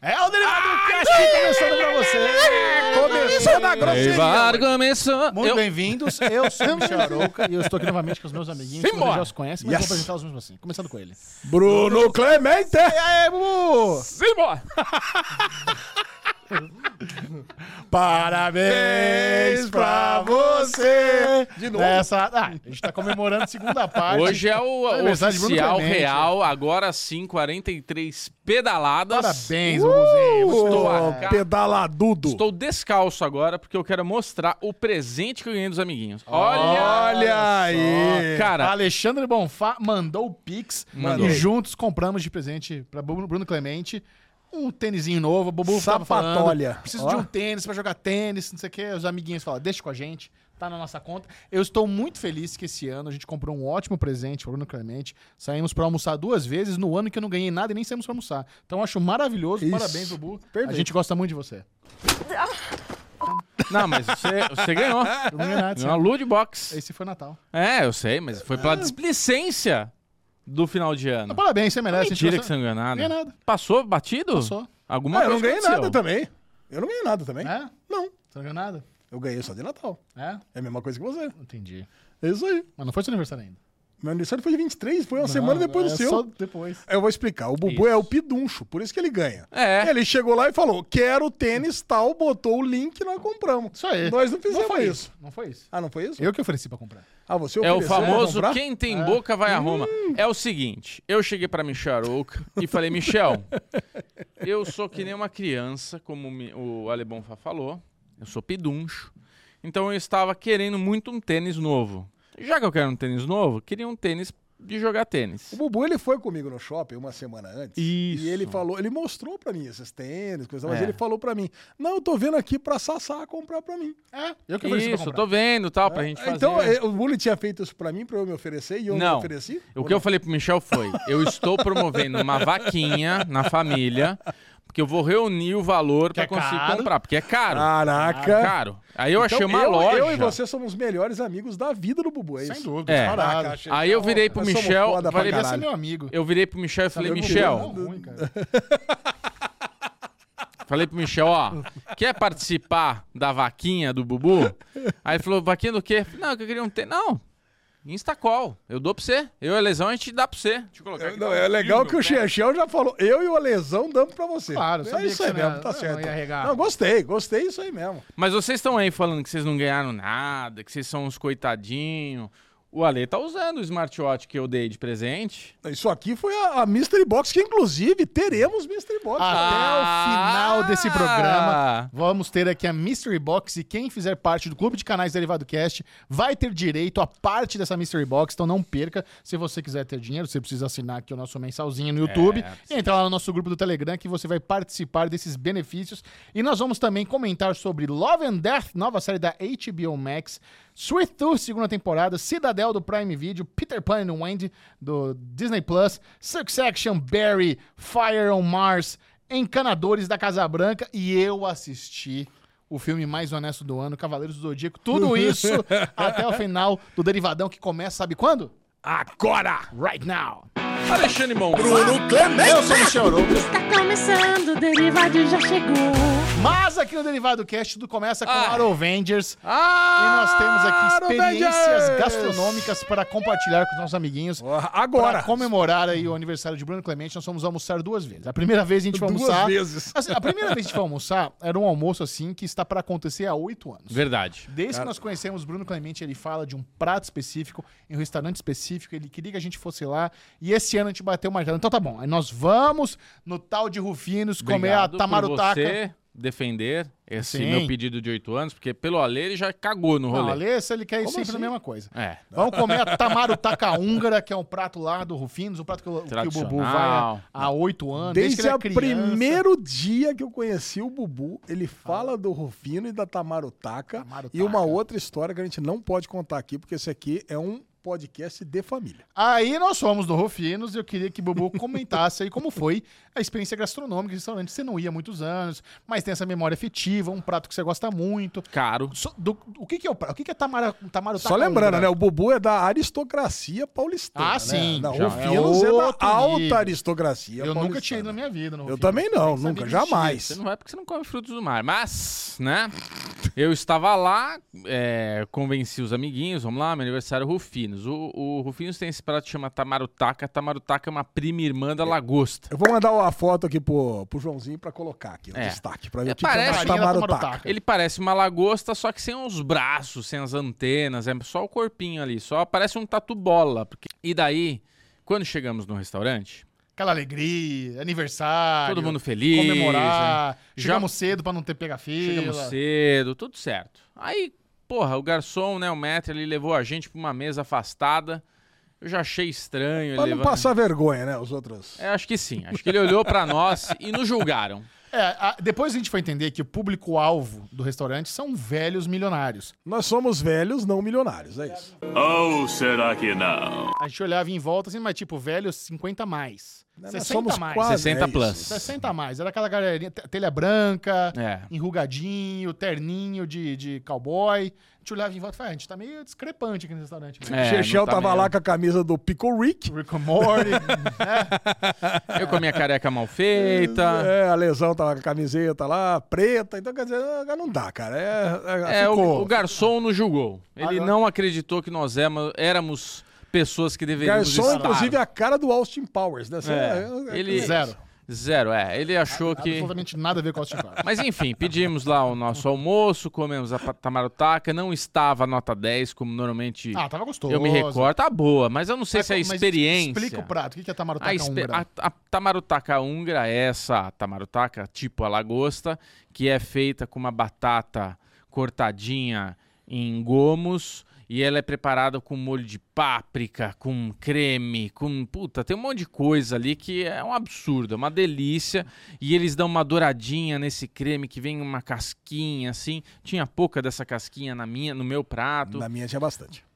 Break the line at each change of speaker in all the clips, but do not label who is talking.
É
na grosseria.
Levar começou.
Muito
Eu-
bem-vindos. Eu sou o Michel Arouca.
E eu estou aqui novamente com os meus amiguinhos, que
Simbora!
vocês já os conhecem, mas
Yes.
vou apresentá-los mesmo assim. Começando com ele.
Bruno Clemente!
E aí, Bubu?
Simbora!
Parabéns
pra você.
De novo? ah, a gente tá comemorando a segunda parte.
Hoje é o
Aniversário de Bruno
oficial
Clemente.
real, agora sim, 43 pedaladas.
Parabéns, Bubuzinho.
Estou
Estou
a ca-
Pedaladudo!
Estou descalço agora porque eu quero mostrar o presente que eu ganhei dos amiguinhos. Olha!
Olha aí!
Cara,
Alexandre Bonfá mandou o Pix
Mandou.
e juntos compramos de presente pra Bu- Bruno Clemente um tênisinho novo. Bubu tava
Sapatolha.
falando, Preciso
Ó.
de um tênis pra jogar tênis, não sei o quê. Os amiguinhos falam, deixa com a gente, tá na nossa conta. Eu estou muito feliz que esse ano a gente comprou um ótimo presente pro Bruno Clemente. Saímos pra almoçar duas vezes no ano que eu não ganhei nada e nem saímos pra almoçar. Então eu acho maravilhoso.
Isso.
Parabéns, Bubu.
Perfeito.
A gente gosta muito de você.
não, mas você, você ganhou.
Eu não ganhei nada.
Ganhou uma
sabe?
loot box.
Esse foi Natal.
É, eu sei, mas foi pela displicência do final de ano.
Mas Então, parabéns, você merece. a gente
Mentira que
gosta-
você não ganhou nada.
Ganhei nada.
Passou batido?
Passou.
Alguma
Ah, eu
coisa
não ganhei
aconteceu.
nada também. Eu não ganhei nada também.
É?
Não.
Você não ganhou nada?
Eu ganhei só de Natal.
É?
É a mesma coisa que você.
Entendi.
É isso aí.
Mas não foi seu aniversário ainda. é
Meu aniversário foi de 23, foi uma semana depois do seu.
Só depois.
Eu vou explicar. O Bubu
é Isso.
é o piduncho, por isso que ele ganha.
É.
Ele chegou lá e falou: quero tênis tal, botou o link e nós compramos.
Isso
É.
aí.
Nós não fizemos
Não foi
isso.
isso. Não foi isso.
Ah, não foi isso?
Eu que ofereci pra comprar.
Ah, você
É o
ofereceu pra
famoso
comprar? Hum.
quem tem boca vai a Roma. É o seguinte, eu cheguei pra Michel Arouca e falei, Michel, eu sou que nem uma criança, como me- o Alebonfa falou, eu sou peduncho, então eu estava querendo muito um tênis novo. Já que eu quero um tênis novo, queria um tênis de jogar
O
tênis.
Bubu, ele foi comigo no shopping uma semana antes.
Isso.
E ele falou, ele mostrou pra mim esses tênis, coisa, mas
É.
ele falou pra mim: "Não, eu tô vendo aqui pra Sassá comprar pra mim".
É? Eu que ofereci
Isso, eu
pra
tô
comprar.
vendo tal, pra gente fazer.
Então, eh, o Bully tinha feito isso pra mim pra eu me oferecer e eu
Não.
me ofereci?
O que eu falei pro Michel foi: eu estou promovendo uma vaquinha na família, porque eu vou reunir o valor pra
é
conseguir
caro.
comprar, porque é
Ah,
caro.
Caraca.
caro. Aí eu achei
Então,
uma
eu,
loja.
Eu e você somos os melhores amigos da vida do Bubu, é isso?
Sem dúvida,
É.
disparado.
Caraca, achei-
Aí eu virei pro
Nós somos
Michel,
foda pra
falei,
Ele ia ser
caralho.
meu amigo. Tá
eu virei pro Michel e falei,
Sabe, eu
Michel,
não-
Não, ruim, cara.
falei pro Michel, ó, quer participar da vaquinha do Bubu? Aí ele falou, vaquinha do quê? Falei, Não, que eu queria um ter. Não. Instacall, eu dou pra você. Eu e a lesão a gente dá pra você. Deixa eu colocar
Eu-
aqui.
Não, é legal que o Chechel já falou, eu e o Alesão damos pra você.
Claro,
é
sabia
isso
que
aí
você
mesmo,
não ia-
tá
não
certo.
ia regar.
Não, gostei, gostei isso aí mesmo.
Mas vocês estão aí falando que vocês não ganharam nada, que vocês são uns coitadinhos. O Ale tá usando o smartwatch que eu dei de presente.
Isso aqui foi a, a Mystery Box, que inclusive teremos Mystery Box.
Até
Ah!
o final desse programa, vamos ter aqui a Mystery Box e quem fizer parte do Clube de Canais Derivado Cast vai ter direito a parte dessa Mystery Box, então não perca. Se você quiser ter dinheiro, você precisa assinar aqui o nosso mensalzinho
É.
no YouTube e entrar lá no nosso grupo do Telegram que você vai participar desses benefícios. E nós vamos também comentar sobre Love and Death, nova série da HBO Max, Sweet Tooth, segunda temporada, Cidadel do Prime Video, Peter Pan and Wendy do Disney Plus, Succession, Barry, Fire on Mars, Encanadores da Casa Branca e eu assisti o filme mais honesto do ano, Cavaleiros do Zodíaco. Tudo isso até o final do Derivadão que começa, sabe quando?
Agora!
Right now.
Ah! Alexandre Monfá.
Bruno Clemente!
Eu sou o Michel Arouca.
Está começando, o derivado já chegou.
Mas aqui no Derivado Cast tudo começa com
Ah.
Arovengers. E
Ah,
nós temos aqui experiências
Arovengers!
gastronômicas para compartilhar com os nossos amiguinhos. Para
Agora!
comemorar aí o aniversário de Bruno Clemente, nós fomos almoçar duas vezes. A primeira vez a gente foi
Duas
almoçar.
vezes.
Assim, a primeira vez que a gente foi almoçar era um almoço assim que está para acontecer há oito anos.
Verdade.
Desde que nós conhecemos Bruno Clemente, ele fala de um prato específico, em um restaurante específico, ele queria que a gente fosse lá, e esse ano a gente bateu uma janela. Então tá bom, aí nós vamos no tal de Rufinos comer
Obrigado
a
por
tamarutaca.
você defender esse
Sim.
meu pedido de oito anos, porque pelo Ale ele já cagou no
Não,
rolê.
Alessa, ele quer ir
Como
sempre na
assim?
mesma coisa.
É.
Vamos comer a tamarutaca húngara, que é um prato lá do Rufinos, um prato que, o- que o Bubu vai há-
Tradicional.
há oito anos.
Desde
que ele
o
é criança.
primeiro dia que eu conheci o Bubu, ele fala do Rufino e da Tamarutaca,
Tamarutaca.
e uma outra história que a gente não pode contar aqui, porque esse aqui é um podcast de família.
Aí nós fomos no Rofinos e eu queria que o Bubu comentasse aí como foi a experiência gastronômica de restaurante. Você não ia há muitos anos, mas tem essa memória afetiva, um prato que você gosta muito.
Caro.
Só- do- o que, que é o prato? O que, que é tamara, tamaro
Só lembrando, né? O Bubu é da aristocracia paulistana.
Ah,
né?
sim,
Não,
já
o
é
Finos é, da
outro
alta
nível.
aristocracia
Eu nunca
paulistana.
tinha ido na minha vida no
Eu
Rofinos.
também não,
Nem sabia
nunca,
que existia.
jamais.
Você não vai porque você não come frutos do mar. Mas, né? Eu estava lá, é, convenci os amiguinhos, vamos lá, meu aniversário Rufinos. O, o Rufinos tem esse prato que chama Tamarutaca. Tamarutaca é uma prima irmã da lagosta.
Eu vou mandar uma foto aqui pro, pro Joãozinho pra colocar aqui no
É.
destaque, pra ver
É,
o que, que é
parece-
o
Farinha da
tamarutaca.
tamarutaca.
Ele parece uma lagosta, só que sem os braços, sem as antenas, é só o corpinho ali, só parece um tatu bola. porque- E daí, quando chegamos no restaurante,
Aquela alegria, aniversário.
todo mundo feliz,
comemorar.
Já-
Chegamos cedo pra não ter pega fila.
Chegamos cedo, tudo certo. Aí, porra, o garçom, né, o metro, ele levou a gente pra uma mesa afastada. Eu já achei estranho. Ele
Pra não
levando-
passar vergonha, né? Os outros.
É, acho que sim. Acho que ele olhou pra nós e nos julgaram.
É, a- depois a gente foi entender que o público-alvo do restaurante são velhos milionários.
Nós somos velhos, não milionários, é isso.
Ou será que não?
A gente olhava em volta assim, mas tipo, velhos 50 a mais.
Nós
60
somos
a mais.
quase
60
velhos.
plus.
60 a mais. Era aquela galerinha, te- telha branca,
É.
enrugadinho, terninho de, de cowboy. A gente olhava em volta e falava, "Ah, a gente tá meio discrepante aqui no restaurante. Né?
É, não
Chechel
tá
tava lá
mesmo.
com a camisa do Pickle Rick.
Rick and Morty. né?
Eu com a minha careca mal feita.
É, a lesão tava com a camiseta lá, preta. Então, quer dizer, não dá, cara. É, é,
É,
ficou.
o, o garçom nos julgou. Ele
Ah, não.
não acreditou que nós éramos, éramos pessoas que deveríamos
Garçom,
estar.
inclusive, é a cara do Austin Powers, né? Você-
É,
é-
ele-
Zero.
Zero, é. Ele achou que...
Absolutamente nada a ver com o Austin Powers.
Mas enfim, pedimos lá o nosso almoço, comemos a pa- tamarutaca, não estava nota 10, como normalmente
Ah, tava gostoso.
eu me recordo. Tá boa, mas eu não sei
Mas
se é a
co- mas
experiência. Ah,
Explica o prato. O que que é tamarutaca
A, espe-
húngara?
a- a tamarutaca húngara é essa tamarutaca, tipo a lagosta, que é feita com uma batata cortadinha em gomos e ela é preparada com molho de páprica, com creme, com. Puta, tem um monte de coisa ali que é um absurdo, é uma delícia. E eles dão uma douradinha nesse creme que vem uma casquinha assim. Tinha pouca dessa casquinha na minha, no meu prato.
é, Na minha tinha bastante.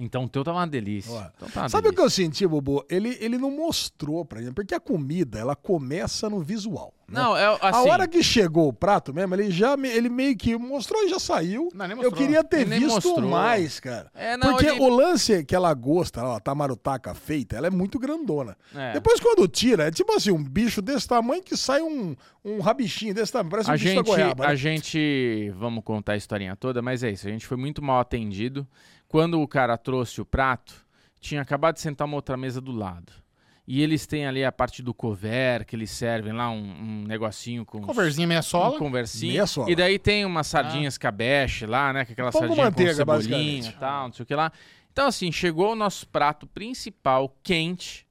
Então o teu tá uma delícia.
Ué.
Então tá uma
Sabe o que
delícia.
eu senti, Bubu? Ele, ele não mostrou pra gente, porque a comida, ela começa no visual. né?
Não, é assim.
a hora que chegou o prato mesmo, ele já me- ele meio que mostrou e já saiu.
Não, nem
eu
mostrou.
queria ter
Ele nem
visto
mostrou.
mais, cara.
É, não,
Porque
ele-
o lance é que ela gosta, ó, a tamarutaca feita, ela é muito grandona.
É.
Depois quando tira, é tipo assim, um bicho desse tamanho que sai um, um rabichinho desse tamanho, parece um
a
bicho
gente,
da goiaba. né?
a gente, vamos contar a historinha toda, mas é isso. A gente foi muito mal atendido. Quando o cara trouxe o prato, tinha acabado de sentar uma outra mesa do lado. E eles têm ali a parte do cover, que eles servem lá um, um negocinho com...
Coverzinha meia
Um
sola.
conversinha.
Meia sola. Ah.
E daí tem umas sardinhas cabeche lá, né? Que aquela
Pão com
sardinha com
manteiga,
cebolinha e
basicamente.
tal, não sei o que lá. Então, assim, chegou o nosso prato principal quente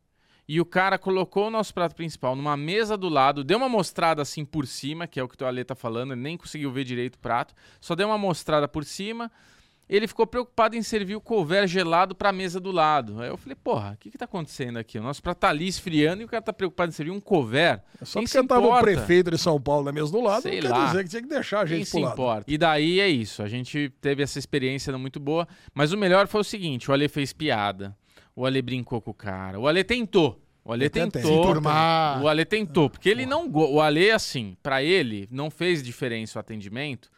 e o cara colocou o nosso prato principal numa mesa do lado, deu uma mostrada assim por cima, que é o que o Ale tá falando, ele nem conseguiu ver direito o prato, só deu uma mostrada por cima. Ele ficou preocupado em servir o couver gelado pra mesa do lado. Aí eu falei, porra, o que que tá acontecendo aqui? O nosso prato tá ali esfriando e o cara tá preocupado em servir um couver.
Só
Quem
porque
se
tava o
importa?
prefeito de São Paulo na mesa do lado,
Sei
não
lá.
quer dizer que tinha que deixar a
Quem
gente
se
pro lado.
importa. E daí é isso. A gente teve essa experiência muito boa. Mas o melhor foi o seguinte: o Ale fez piada. O Ale brincou com o cara. O Ale tentou. O Ale
Eu tentei. Ah,
tentou.
Se turmar.
O Ale tentou. Porque ele não. go- O Ale, assim, pra ele, não fez diferença o atendimento.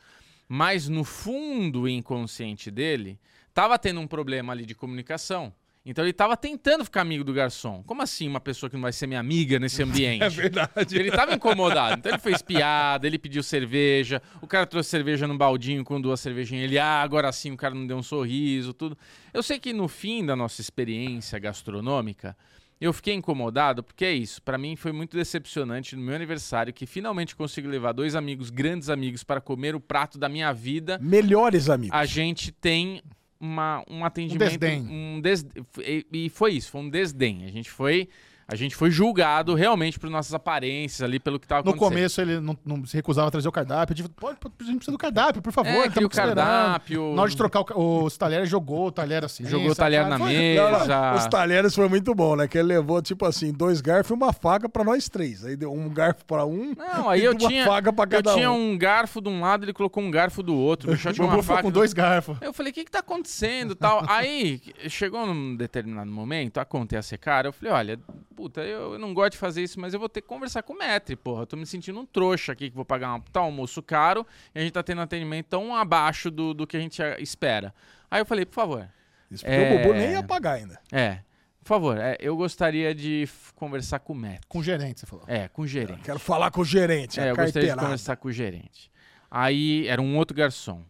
Mas no fundo inconsciente dele, tava tendo um problema ali de comunicação. Então ele tava tentando ficar amigo do garçom. Como assim uma pessoa que não vai ser minha amiga nesse ambiente?
Verdade.
Ele tava incomodado. Então ele fez piada, ele pediu cerveja, o cara trouxe cerveja num baldinho com duas cervejinhas. Ele, ah, agora sim, o cara não deu um sorriso, tudo. Eu sei que no fim da nossa experiência gastronômica, eu fiquei incomodado, porque é isso. Pra mim foi muito decepcionante no meu aniversário que finalmente consegui levar dois amigos, grandes amigos, para comer o prato da minha vida.
Melhores amigos.
A gente tem uma, um atendimento.
desdém.
um des- e- E foi isso, foi um desdém. A gente foi A gente foi julgado realmente por nossas aparências ali, pelo que tava
No
acontecendo.
começo ele não, não se recusava a trazer o cardápio. Eu digo, pode, pode, a gente precisa do cardápio, por favor.
É,
estamos
cria o
acelerando."
cardápio.
Na hora de trocar o, ca- os talheres, jogou o talher assim.
Jogou o
sabe?
talher na
Foi-
mesa.
Os talheres foi muito bom, né? Que ele levou, tipo assim, dois garfos e uma faca pra nós três. Aí deu um garfo pra um
Não, aí
e
eu
uma
tinha,
faca pra cada
eu tinha
um.
um garfo de um lado, ele colocou um garfo do outro. O bicho tinha uma
Jogou
faca.
com dois garfos.
Eu falei, o que que tá acontecendo e tal? Aí, chegou num determinado momento, a conta ia ser cara, eu falei, olha, puta, eu, eu não gosto de fazer isso, mas eu vou ter que conversar com o Metri, porra. Eu tô me sentindo um trouxa aqui, que vou pagar um tal almoço caro, e a gente tá tendo atendimento tão abaixo do, do que a gente eh, espera. Aí eu falei, por favor,
Isso porque
É.
o Bubu nem ia pagar ainda.
é, por favor, é, eu gostaria de f- conversar com o Metri.
Com o gerente, você falou.
É, com o gerente.
Quero falar com o gerente,
É,
a
eu gostaria de
carteirada.
conversar com o gerente. Aí era um outro garçom.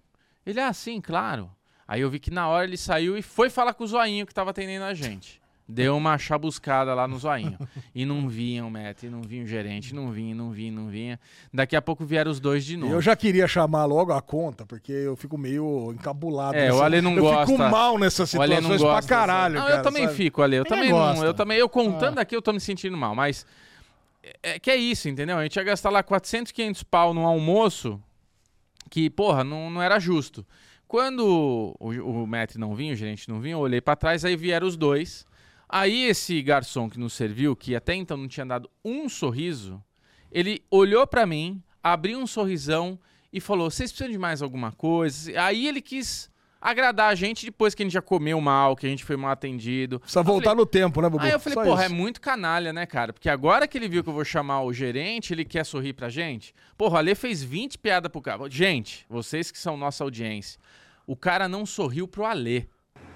Ele, ah, sim, claro. Aí eu vi que na hora ele saiu e foi falar com o zoinho que tava atendendo a gente. Deu uma chabuscada lá no zoinho. e não vinha o Matt, e não vinha o gerente, não vinha, não vinha, não vinha. Daqui a pouco vieram os dois de
E
novo.
eu já queria chamar logo a conta, porque eu fico meio encabulado.
É, o Ale não
eu
gosta.
fico mal nessas
O Ale não
situações pra
gosta,
caralho,
sabe? Não,
cara,
eu também
sabe? Ah.
fico, Ale. Eu
Ninguém
também não.
gosta.
Eu também. Eu contando aqui, eu tô me sentindo mal, mas. É, é que é isso, entendeu? A gente ia gastar lá 400, 500 pau num almoço que, porra, não, não era justo. Quando o, o Matt não vinha, o gerente não vinha, eu olhei pra trás, aí vieram os dois. Aí esse garçom que nos serviu, que até então não tinha dado um sorriso, ele olhou pra mim, abriu um sorrisão e falou: "Vocês precisam de mais alguma coisa?". Aí ele quis agradar a gente depois que a gente já comeu mal, que a gente foi mal atendido.
Precisa
Eu
voltar
falei,
no tempo, né, Bubu?
Aí eu falei,
Só
porra,
isso.
é muito canalha, né, cara? Porque agora que ele viu que eu vou chamar o gerente, ele quer sorrir pra gente. Porra, o Ale fez 20 piadas pro cara. Gente, vocês que são nossa audiência, o cara não sorriu pro Alê.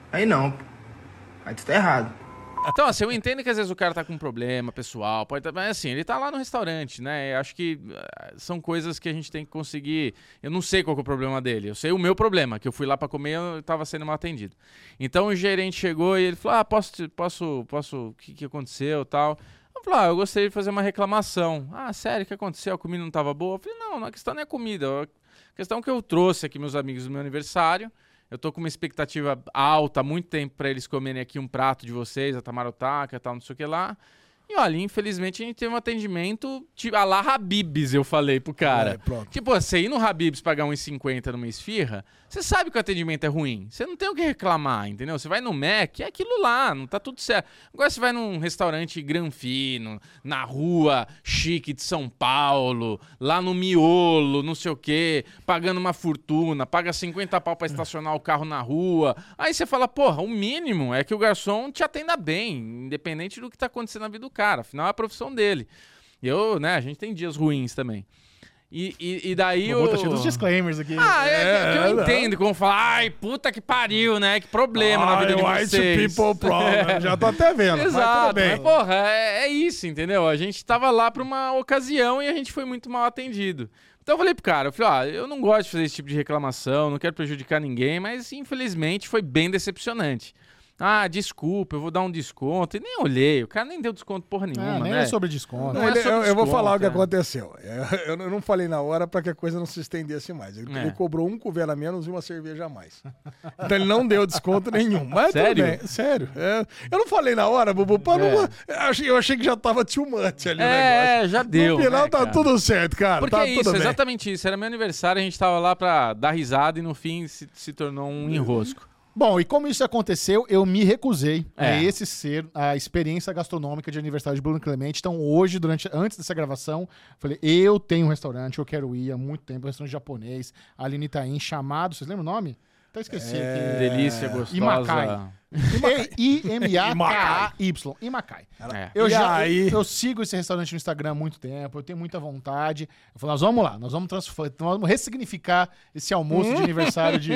Aí não. Aí tu tá errado.
Então, assim, eu entendo que às vezes o cara tá com um problema pessoal, pode tá, mas assim, ele tá lá no restaurante, né? Eu acho que ah, são coisas que a gente tem que conseguir. Eu não sei qual que é o problema dele, eu sei o meu problema, que eu fui lá pra comer e eu tava sendo mal atendido. Então o gerente chegou e ele falou: Ah, posso, te- posso, posso, o que, que aconteceu e tal. Eu falei, ah, eu gostaria de fazer uma reclamação. Ah, sério, o que aconteceu? A comida não tava boa? Eu falei, não, não, a questão não é comida. A questão é que eu trouxe aqui meus amigos no meu aniversário. Eu tô com uma expectativa alta, há muito tempo pra eles comerem aqui um prato de vocês, a tamarotaca, tal, não sei o que lá. E olha, infelizmente a gente teve um atendimento tipo, a lá Habibs, eu falei pro cara.
É, pronto.
Tipo, você ir no Habibs pagar 1,50 numa esfirra, você sabe que o atendimento é ruim. Você não tem o que reclamar, entendeu? Você vai no Mac, é aquilo lá, não tá tudo certo. Agora você vai num restaurante granfino, na rua chique de São Paulo, lá no miolo, não sei o quê, pagando uma fortuna, paga 50 pau pra estacionar o carro na rua. Aí você fala, porra, o mínimo é que o garçom te atenda bem, independente do que tá acontecendo na vida do cara. Afinal, é a profissão dele. E Eu, né, a gente tem dias ruins também. E, e, e daí
Eu...
o.
Tá cheio dos disclaimers aqui.
Ah, é, que- que eu
não.
entendo como falar, ai, puta que pariu, né? Que problema na vida de
Ai, white
vocês.
people problem. Já tô até vendo. mas tudo
Exato,
bem.
mas, porra, é, é isso, entendeu? A gente tava lá pra uma ocasião e a gente foi muito mal atendido. Então eu falei pro cara, eu falei, ó, eu não gosto de fazer esse tipo de reclamação, não quero prejudicar ninguém, mas infelizmente foi bem decepcionante. Ah, desculpa, eu vou dar um desconto. E nem olhei, o cara nem deu desconto porra nenhuma,
Ah, nem
né?
é sobre desconto.
Não,
é
ele-
sobre
eu, eu vou
desconto,
falar o que
é.
aconteceu. É, Eu, não- eu não falei na hora pra que a coisa não se estendesse mais. Ele,
É.
ele cobrou um couvert a menos e uma cerveja a mais. Então ele não deu desconto nenhum. Mas tudo
Sério?
bem, sério. É, eu não falei na hora, Bubu. pra não- eu, achei, eu achei que já tava too much ali o negócio.
É, é, já deu.
no final
né,
tá
cara?
tudo certo, cara.
Porque
tá
é
tudo
isso,
bem.
exatamente isso. Era meu aniversário, a gente tava lá pra dar risada e no fim se, se tornou um enrosco.
Bom, e como isso aconteceu, eu me recusei
É.
a esse ser a experiência gastronômica de aniversário de Bruno Clemente. Então, hoje, durante, antes dessa gravação, falei: eu tenho um restaurante, eu quero ir há muito tempo, um restaurante japonês, ali em Itaim, chamado. Vocês lembram o nome? Até esqueci aqui.
Delícia, gostosa.
Macai. I-M-A-K-A-Y. Imacai.
É.
Eu
E
já
aí?
Eu, eu sigo esse restaurante no Instagram há muito tempo, eu tenho muita vontade. Eu falo, nós vamos lá, nós vamos, transfor- nós vamos ressignificar esse almoço
Hum?
de aniversário de,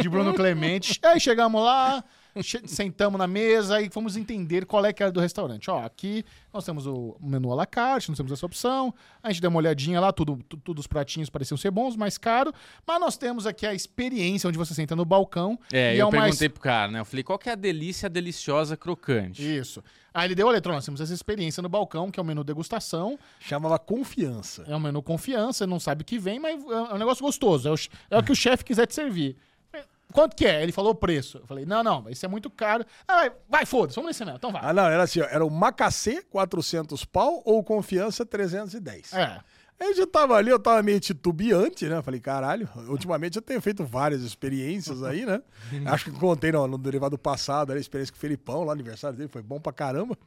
de Bruno Clemente. Aí chegamos lá, che- sentamos na mesa e fomos entender qual é que era do restaurante. Ó, aqui nós temos o menu à la carte, nós temos essa opção. A gente deu uma olhadinha lá, tudo, tu- tudo os pratinhos pareciam ser bons, mais caro. Mas nós temos aqui a experiência onde você senta no balcão.
É,
e
eu
uma
perguntei pro cara, né? Eu falei, qual que é a delícia deliciosa crocante?
Isso. Aí ele deu o eletrônico. Nós temos essa experiência no balcão, que é o menu degustação.
Chamava confiança.
É um é menu confiança, não sabe o que vem, mas é um negócio gostoso. É o, che- é o que o chefe quiser te servir. Quanto que é? Ele falou o preço. Eu falei, não, não, isso é muito caro. Ah, vai, vai, foda-se, vamos nesse mesmo. Então vai.
Ah, não, era assim, ó, era o Macacê 400 pau ou Confiança 310.
É.
Aí eu já tava ali, eu tava meio titubeante, né? Falei, caralho, ultimamente eu tenho feito várias experiências aí, né? Acho que contei não, no derivado passado, era a experiência com o Felipão, lá no aniversário dele, foi bom pra caramba.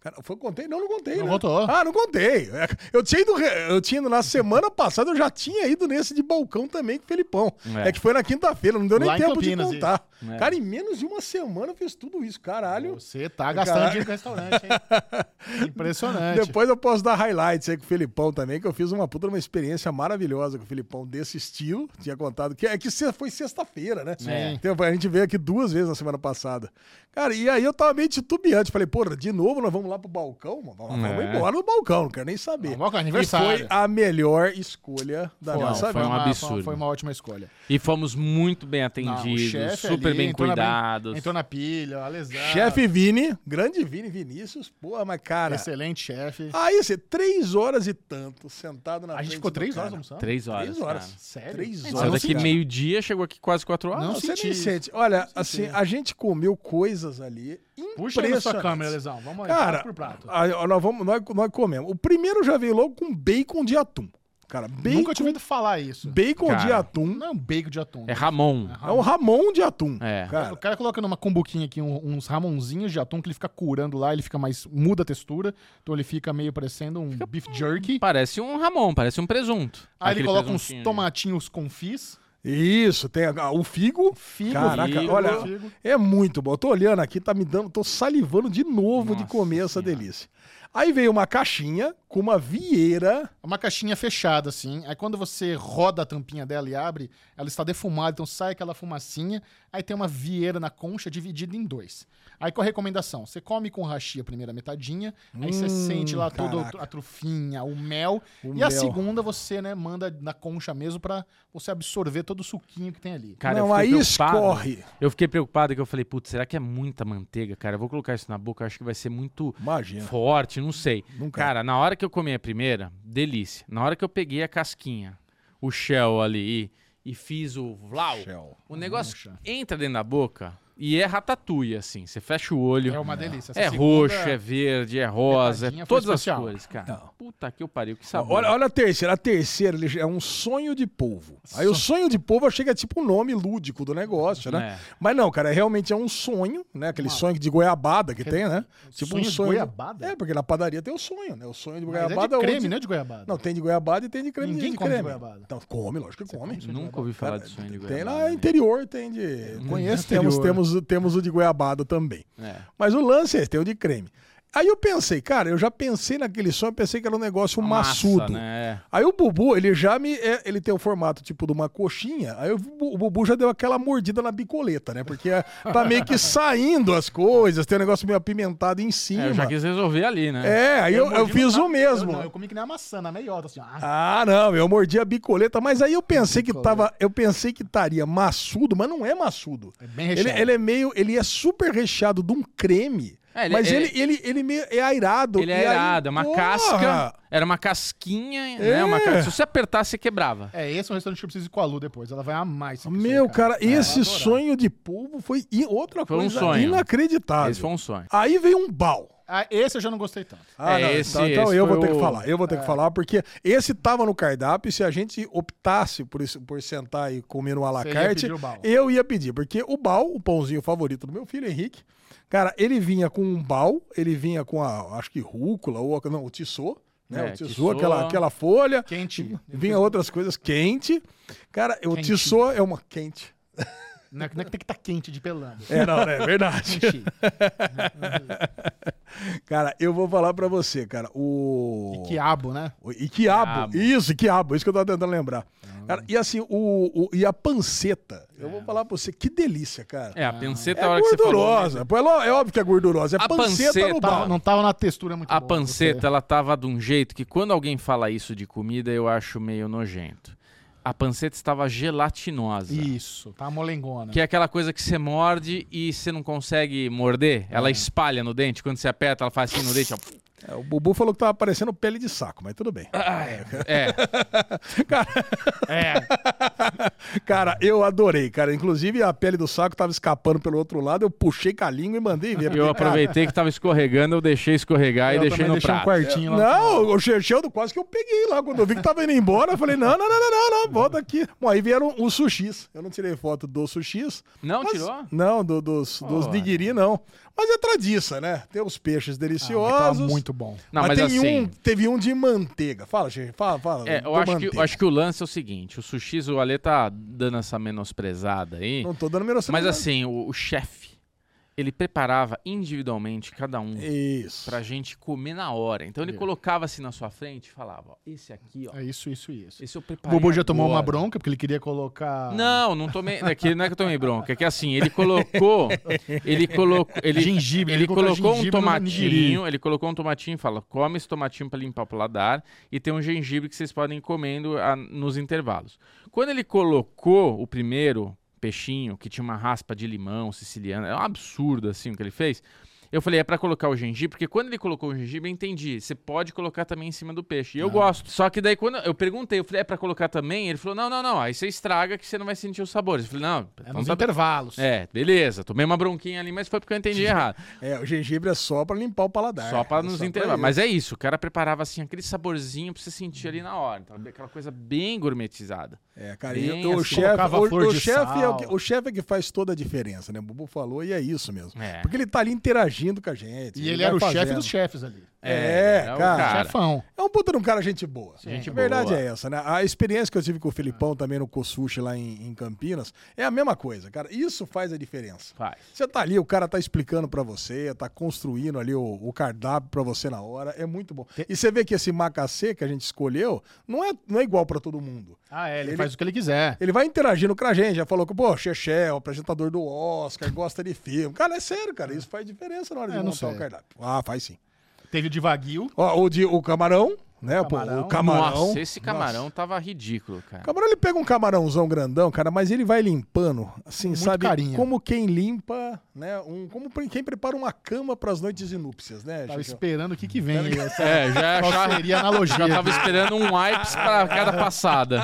Cara, foi, contei? Não, não contei.
Não
né?
contou.
Ah, não contei. É, Eu tinha, ido, re- eu tinha ido na semana passada, eu já tinha ido nesse de balcão também com o Felipão.
É.
É, que foi na quinta-feira, não deu nem
Lá em
tempo
Campinas, É.
de contar. Cara, em menos de uma semana eu fiz tudo isso, caralho.
Você tá gastando
Cara-
dinheiro com restaurante, hein? Impressionante.
Depois eu posso dar highlights aí com o Felipão também, que eu fiz uma puta uma experiência maravilhosa com o Felipão desse estilo. Tinha contado que é que se- foi sexta-feira, né?
É.
Então, a gente veio aqui duas vezes na semana passada. Cara, e aí eu tava meio titubeante. Falei, porra, de novo nós vamos lá pro balcão? Mano? Vamos
É.
embora no balcão, não quero nem saber.
Não, balcão,
e
aniversário.
foi a melhor escolha da
Foi,
nossa
foi
vida.
um
uma-
absurdo.
Foi, foi uma ótima escolha.
E fomos muito bem
Não, o
atendidos,
chefe
super
ali
bem
entrou na brin-
cuidados.
entrou na pilha, alesado.
Chefe Vini, grande Vini Vinícius. Porra, mas cara.
Excelente chefe.
Aí você, três horas e tanto, sentado na
a gente
frente
ficou
do
três horas
cara.
almoçando?
Três horas.
Ah, Três horas.
cara.
Sério?
Três
Gente,
horas.
Saiu
não
daqui
cara.
meio-dia, chegou aqui quase quatro horas.
Não
Você
senti
nem
isso.
sente. Olha, assim, a gente comeu coisas ali
Puxa aí na sua
impressionantes.
câmera, Lesão. Vamos aí,
Cara,
prato por prato.
aí, ó, nós, vamos, nós, nós comemos. O primeiro já veio logo com bacon de atum. Cara, bacon,
Nunca tinha ouvido falar isso.
bacon de
Cara.
atum
Não é um bacon de atum.
É
né?
Ramon.
é um ramon de atum.
É.
O
Cara,
cara coloca numa cumbuquinha aqui um- uns ramonzinhos de atum que ele fica curando lá, ele fica mais. muda a textura, então ele fica meio parecendo um beef jerky.
Parece um Ramon, parece um presunto.
Aí ele
Aquele
coloca uns
presuntinho ali.
tomatinhos confis.
isso, tem a- o figo.
Figo,
Caraca,
figo,
olha,
figo.
é muito bom. Eu tô olhando aqui, tá me dando, tô salivando de novo de
Nossa
comer essa
Senhora.
delícia. Aí veio uma caixinha com uma vieira.
É Uma caixinha fechada, assim. Aí quando você roda a tampinha dela e abre, ela está defumada, então sai aquela fumacinha. Aí tem uma vieira na concha dividida em dois. Aí qual a recomendação? Você come com hashi a primeira metadinha, aí você sente lá toda
Hum, caraca.
a trufinha, o mel.
O
e
mel.
a segunda você, né, manda na concha mesmo pra você absorver todo o suquinho que tem ali.
Cara,
Não,
eu
aí
fiquei preocupado.
escorre.
Eu fiquei preocupado que eu falei, putz, será que é muita manteiga, cara? Eu vou colocar isso na boca, eu acho que vai ser muito
Imagina.
forte, não sei.
Nunca.
Cara, na hora que eu comi a primeira, delícia. Na hora que eu peguei a casquinha, o shell ali e, e fiz o vlau,
Shell.
o negócio entra dentro da boca e é ratatouille, assim. Você fecha o olho.
É uma delícia. Essa
É
segunda-
roxo, é verde, é rosa,
metadinha
é
foi
todas as
especial.
cores, cara.
Não.
Puta que eu pariu, que sabor.
Olha, olha a terceira. A terceira ele é um sonho de polvo. Aí o sonho de polvo chega tipo um nome lúdico do negócio, né?
É.
Mas não, cara, realmente é um sonho, né? Aquele sonho de goiabada que tem, né? Tipo
sonho
um
de
sonho.
goiabada?
É, porque na padaria tem o sonho, né? O sonho de
Mas é de
goiabada
creme,
onde-
não é de goiabada.
Não, tem de goiabada e tem de creme
Ninguém
de
come de
creme.
goiabada.
Então, come, lógico que come.
Nunca ouvi falar
Cara,
disso ainda,
Tem
Guilherme.
lá interior, tem de.
conheço
temos,
interior.
temos, temos o de goiabada também.
É.
Mas o lance é esse, tem o de creme. Aí eu pensei, cara, eu já pensei naquele sonho, eu pensei que era um negócio
Massa,
maçudo.
né?
Aí o Bubu, ele já me. é, ele tem o formato tipo de uma coxinha. Aí o Bu- o Bubu já deu aquela mordida na bicoleta, né? Porque é- tá meio que saindo as coisas, tem um negócio meio apimentado em
É, eu
cima.
já quis resolver ali, né?
É, aí eu, eu
mordi no
fiz
taco.
o mesmo.
Eu, não, eu comi que nem a maçã, na meiota, assim, ó.
Ah, não, eu mordi a bicoleta, mas aí eu pensei que tava, eu pensei que estaria maçudo, mas não é maçudo.
É bem
Ele,
recheado.
ele é meio, ele é super recheado de um creme,
É, ele-
mas
é-
ele, ele, ele meio é airado.
Ele
e
é
aí,
irado, é uma
porra, É.
casca. Era uma casquinha, né? Uma casca. Se você apertar, você quebrava.
É, esse é um restaurante que eu preciso ir com a Lu depois. Ela vai amar esse
Ah, Meu,
sonho,
cara, esse
Ela vai é adorar.
sonho de polvo foi i- outra
Foi um
coisa
sonho.
inacreditável.
Esse foi um sonho.
Aí veio um bal.
Ah, esse eu já não gostei tanto.
Ah,
É,
não,
esse-
então, então
esse
eu vou
foi
ter
o-
que falar. Eu vou ter que falar, porque esse tava no cardápio. e Se a gente optasse por, isso- por sentar e comer no
Você ia
alacarte,
pedir o bal.
eu ia pedir. Porque o bal, o pãozinho favorito do meu filho, Henrique, cara, ele vinha com um bal, ele vinha com a, acho que rúcula, ou não, o tissô, né?
É,
o tissô,
tissô.
Aquela, aquela folha.
Quente.
é
Vinha outras coisas, quente. Cara, o
Quentinho.
tissô é uma quente.
Não é, não é que tem que estar quente de pelando.
É, não, é verdade.
Quente.
cara, eu vou falar pra você, cara. O...
E quiabo, né?
E quiabo.
Quiabo.
Isso, quiabo. Isso que eu tava tentando lembrar.
Ah.
Cara, e assim, o, o- e a panceta. Eu vou falar pra você, que delícia, cara.
É, a penseta,
É
a hora que você falou. né?
gordurosa. Pô, é lo- é óbvio que é gordurosa. É
A
panceta, no
panceta,
bar.
Ah.
Tá, Não tava na textura muito
A
boa,
panceta,
você-
ela tava de um jeito que quando alguém fala isso de comida, eu acho meio nojento. A panceta estava gelatinosa.
Isso, tá molengona.
Que é aquela coisa que você morde e você não consegue morder. Ela espalha no dente. Quando você aperta, ela faz assim no dente. ó.
É, o Bubu falou que tava parecendo pele de saco, mas tudo bem.
É.
Cara,
É,
Cara, eu adorei, cara. Inclusive, a pele do saco tava escapando pelo outro lado, eu puxei com a língua e mandei ver.
Eu
porque, cara,
aproveitei que tava escorregando, eu deixei escorregar e
Eu
deixei
também
no
deixei um
prato.
quartinho lá.
Não, o Xerxeldo quase que eu peguei lá. Quando eu vi que tava indo embora, eu falei: não, não, não, não, não, não, volta aqui. Bom, aí vieram os sushis. Eu não tirei foto dos sushis.
Não
mas-
tirou?
Não, do- dos, dos
Olha.
nigiri, não. Mas é tradiça, né? Tem os peixes
Mas
Ah,
deliciosos.
tava muito bom.
Não, mas,
mas tem
assim.
um, teve um de manteiga. Fala, gente, fala, fala.
É, eu
do
acho que,
manteiga.
eu acho que o lance é o seguinte: o sushi, o Ale tá dando essa menosprezada aí.
Não tô dando menos
é.
mas assim, o, o chefe, ele preparava individualmente cada
É
um
Isso.
pra gente comer na hora. Então ele colocava assim na sua frente e falava: ó, esse aqui, ó.
É isso, isso e isso.
Esse eu
O
preparei.
Bobo já tomou uma
agora."
bronca porque ele queria colocar.
Não, não tomei. Não é que, não é que eu tomei bronca, é que assim, ele colocou. Ele colocou. Ele,
Gengibre,
ele
ele colocou
colocou um
gengibre no
tomatinho.
nigiri.
Ele colocou um tomatinho e fala: come esse tomatinho pra limpar o paladar. E tem um gengibre que vocês podem ir comendo ah, nos intervalos. Quando ele colocou o primeiro peixinho, que tinha uma raspa de limão siciliano, é um absurdo assim o que ele fez. Eu falei, é pra colocar o gengibre, porque quando ele colocou o gengibre, eu entendi. Você pode colocar também em cima do peixe. E eu
Ah.
gosto. Só que daí quando eu perguntei, eu falei, é pra colocar também? Ele falou, não, não, não. Aí você estraga que você não vai sentir os sabores. Eu falei, não,
É
então
nos
tá bem.
intervalos.
É, beleza. Tomei uma bronquinha ali, mas foi porque eu entendi errado.
É, o gengibre é só pra limpar o paladar.
Só pra
É
nos
pra
intervalos.
isso.
Mas é isso, o cara preparava assim aquele saborzinho pra você sentir ali na hora. Então, aquela coisa bem gourmetizada.
É, cara,
Bem
e o
assim.
chefe,
Colocava
o,
flor
o
de
chefe é o, que,
sal.
o chefe é que faz toda a diferença, né? O Bubu falou e é isso mesmo.
É.
Porque ele tá ali interagindo com a gente.
E ele era o
vai
chefe
fazendo.
dos chefes ali.
É,
era o
cara.
Chefão.
É um puta de um cara gente boa.
Gente
a verdade
boa.
é essa, né? A experiência que eu tive com o Filipão também no Kosushi lá em, em Campinas é a mesma coisa, cara. Isso faz a diferença.
Faz.
Você tá ali, o cara tá explicando pra você, tá construindo ali o, o cardápio pra você na hora, é muito bom. E você vê que esse macacê que a gente escolheu não é, não é igual pra todo mundo.
Ah, é, ele,
Ele-
faz o que ele quiser.
Ele vai interagindo com a gente, já falou que, pô, Xexé, o apresentador do Oscar, gosta de filme. Cara, é sério, cara, isso faz diferença na hora de
É, não
montar
sei.
o cardápio. Ah, faz sim.
Teve o de Wagyu.
Ó, o, de, o camarão, né? pô,
Camarão.
o camarão.
Nossa, esse camarão tava ridículo, cara.
O camarão, ele pega um camarãozão grandão, cara, mas ele vai limpando, assim,
Muito
sabe?
carinho.
Como quem limpa, né? Um, como pre- quem prepara uma cama pras noites de núpcias, né,
Tava
Xexé?
esperando o que que vem. Essa
É, já
qual
achava.
seria a analogia.
Já tava esperando um wipes pra cada passada.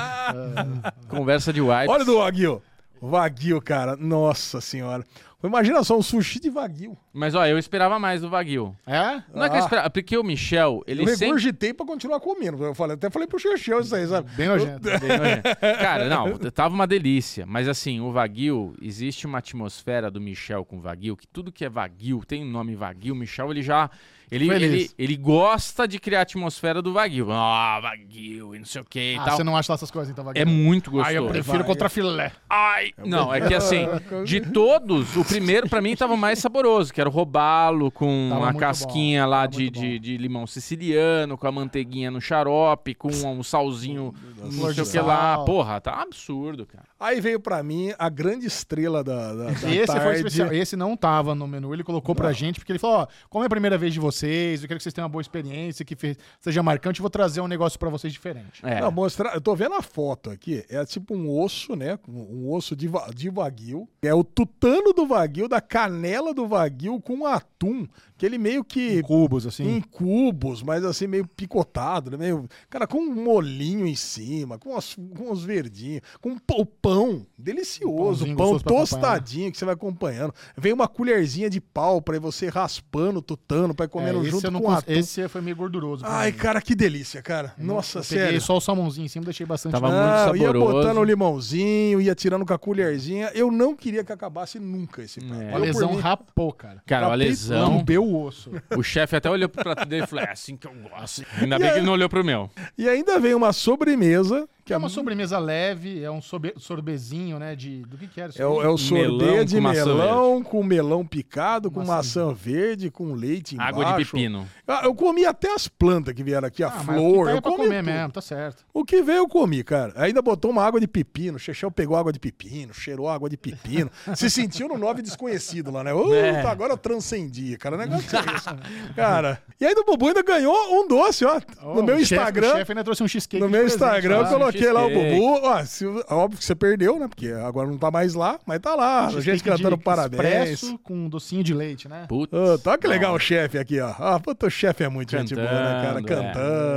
Conversa de wipes.
Olha o do Wagyu. Wagyu, cara, nossa senhora. Imagina só um sushi de Wagyu.
Mas ó, eu esperava mais do Wagyu.
É?
Não é que eu
Ah.
esperava, porque o Michel, ele
eu
sempre.
regurgitei pra continuar comendo. Eu falei, até falei pro Xexel isso aí, sabe?
Bem nojento.
Então- Cara, não, tava uma delícia. Mas assim, o Wagyu, existe uma atmosfera do Michel com o Wagyu, que tudo que é Wagyu, tem um nome Wagyu, o Michel, ele já. Ele,
Feliz.
ele, ele gosta de criar a atmosfera do Wagyu. Ah, Wagyu, e não sei o que e
Ah,
tal.
você não acha lá essas coisas, então, Wagyu?
É muito gostoso.
Ah, eu prefiro contra filé.
Ai! Não, é que assim, de todos, o primeiro pra mim tava mais saboroso, que era o robalo com
Tava
a
muito
casquinha
bom,
lá
tava
de,
muito
de, de limão siciliano, com a manteiguinha no xarope, com um salzinho, não
Flor
sei o
de
que lá.
sal.
Porra, tá absurdo, cara.
Aí veio pra mim a grande estrela da, da, da
Esse
tarde.
foi especial. Esse não tava no menu. Ele colocou pra gente, porque ele falou: ó, como é a primeira vez de vocês, eu quero que vocês tenham uma boa experiência, que fe- seja marcante, eu vou trazer um negócio pra vocês diferente.
É.
Não, mostrar, eu tô vendo a foto aqui. É tipo um osso, né? Um um osso de, va- de vaguio. É o tutano do vaguio, da canela do vaguio com atum. Que ele meio que.
Cubos, assim.
Em cubos, mas assim, meio picotado, né? Meio, cara, com um molinho em cima, com, as, com os verdinhos, com um pão- o pão delicioso,
Um Pãozinho
pão
gostoso pra acompanhar. né?
tostadinho que você vai acompanhando. Vem uma colherzinha de pau pra você raspando, tutano, pra ir comendo
É, esse,
junto
eu não
com
cons-
atum.
esse foi meio gorduroso. pra
Ai,
mim.
cara, que delícia, cara. Nossa,
eu peguei tá
sério.
só o salmãozinho em cima, deixei bastante.
Tava
na-
muito
Não, ia
saboroso.
botando o limãozinho, ia tirando com a colherzinha. Eu não queria que acabasse nunca esse prato.
É.
Eu,
A
por
lesão
mim, tá
rapou, cara.
Cara, a
Rapei-
lesão.
Lambeu o osso.
O chefe até olhou pro prato dele e falou: é assim que eu gosto. Ainda bem que ele não olhou pro meu.
E ainda vem uma sobremesa, que
É uma sobremesa leve, é um sobe- sorbezinho, né? De... Do que que era? isso?
É o, é o sorvete
Melão
de
com maçã
melão, com melão picado, com maçã, verde, com leite embaixo.
Água de pepino.
Ah, Eu comi até as plantas que vieram aqui, a
Ah, mas o que
flor.
tá aí é
eu
pra
comi
comer
tudo.
mesmo, tá certo.
O que veio eu comi, cara. Ainda botou uma água de pepino. O Chechel pegou água de pepino, cheirou água de pepino. Se sentiu no nove desconhecido
É.
lá, né? Uh, tá, agora eu transcendi, cara. O negócio é isso. Cara. E ainda o Bubu ainda ganhou um doce, ó.
Ó,
no meu
o chefe-
Instagram.
o chefe ainda trouxe um cheesecake.
No
de
meu
presente
Instagram eu
lá.
coloquei lá o
cheesecake.
Bubu. Ó, se- óbvio que você perdeu, né? Porque agora não tá mais lá, mas tá lá. A gente
Cheesecake
cantando
de
parabéns.
expresso Com um docinho de leite, né?
Putz.
Ô, tá que legal o chefe aqui, ó. Ah, puta, o chefe é muito gente boa, né, cara?
Cantando, é.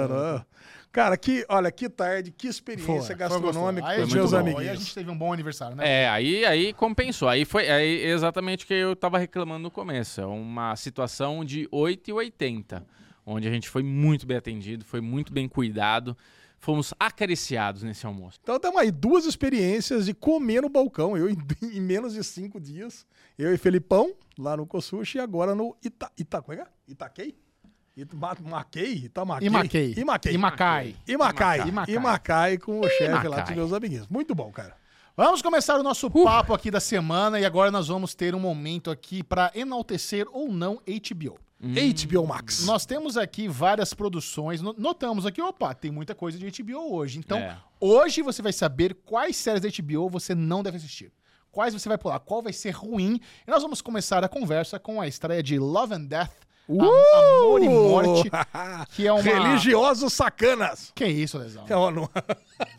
Cantando. ó. Cara, que, olha, que tarde, que experiência
Foi,
gastronômica
Aí
com
a
os
gente-
meus
bom,
amiguinhos.
Aí a gente teve um bom aniversário, né?
É, aí, aí compensou. Aí foi aí é exatamente o que eu tava reclamando no começo. É uma situação de 8 e 80, onde a gente foi muito bem atendido, foi muito bem cuidado. Fomos acariciados nesse almoço.
Então estamos aí, duas experiências de comer no balcão. Eu em, em menos de cinco dias. Eu e Felipão, lá no Kosushi, e agora no Ita, Ita, como é que é? Itaquei? It, ma, maquei? Itamaquei?
Imaquei.
Imaquei.
Imacai.
Imacai.
Imacai.
Imacai com o chefe lá dos
Imacai.
meus amiguinhos. Muito bom, cara.
Vamos começar o nosso papo aqui da semana e agora nós vamos ter um momento aqui para enaltecer ou não HBO.
HBO Max.
Nós temos aqui várias produções. no- Notamos aqui, opa, tem muita coisa de HBO hoje. Então,
É.
hoje você vai saber quais séries da HBO você não deve assistir. Quais você vai pular, qual vai ser ruim. E nós vamos começar a conversa com a estreia de Love and Death,
Uh!
Am- Amor e Morte, que é uma...
Religiosos sacanas. É,
Que isso, Lesão?
Não, não...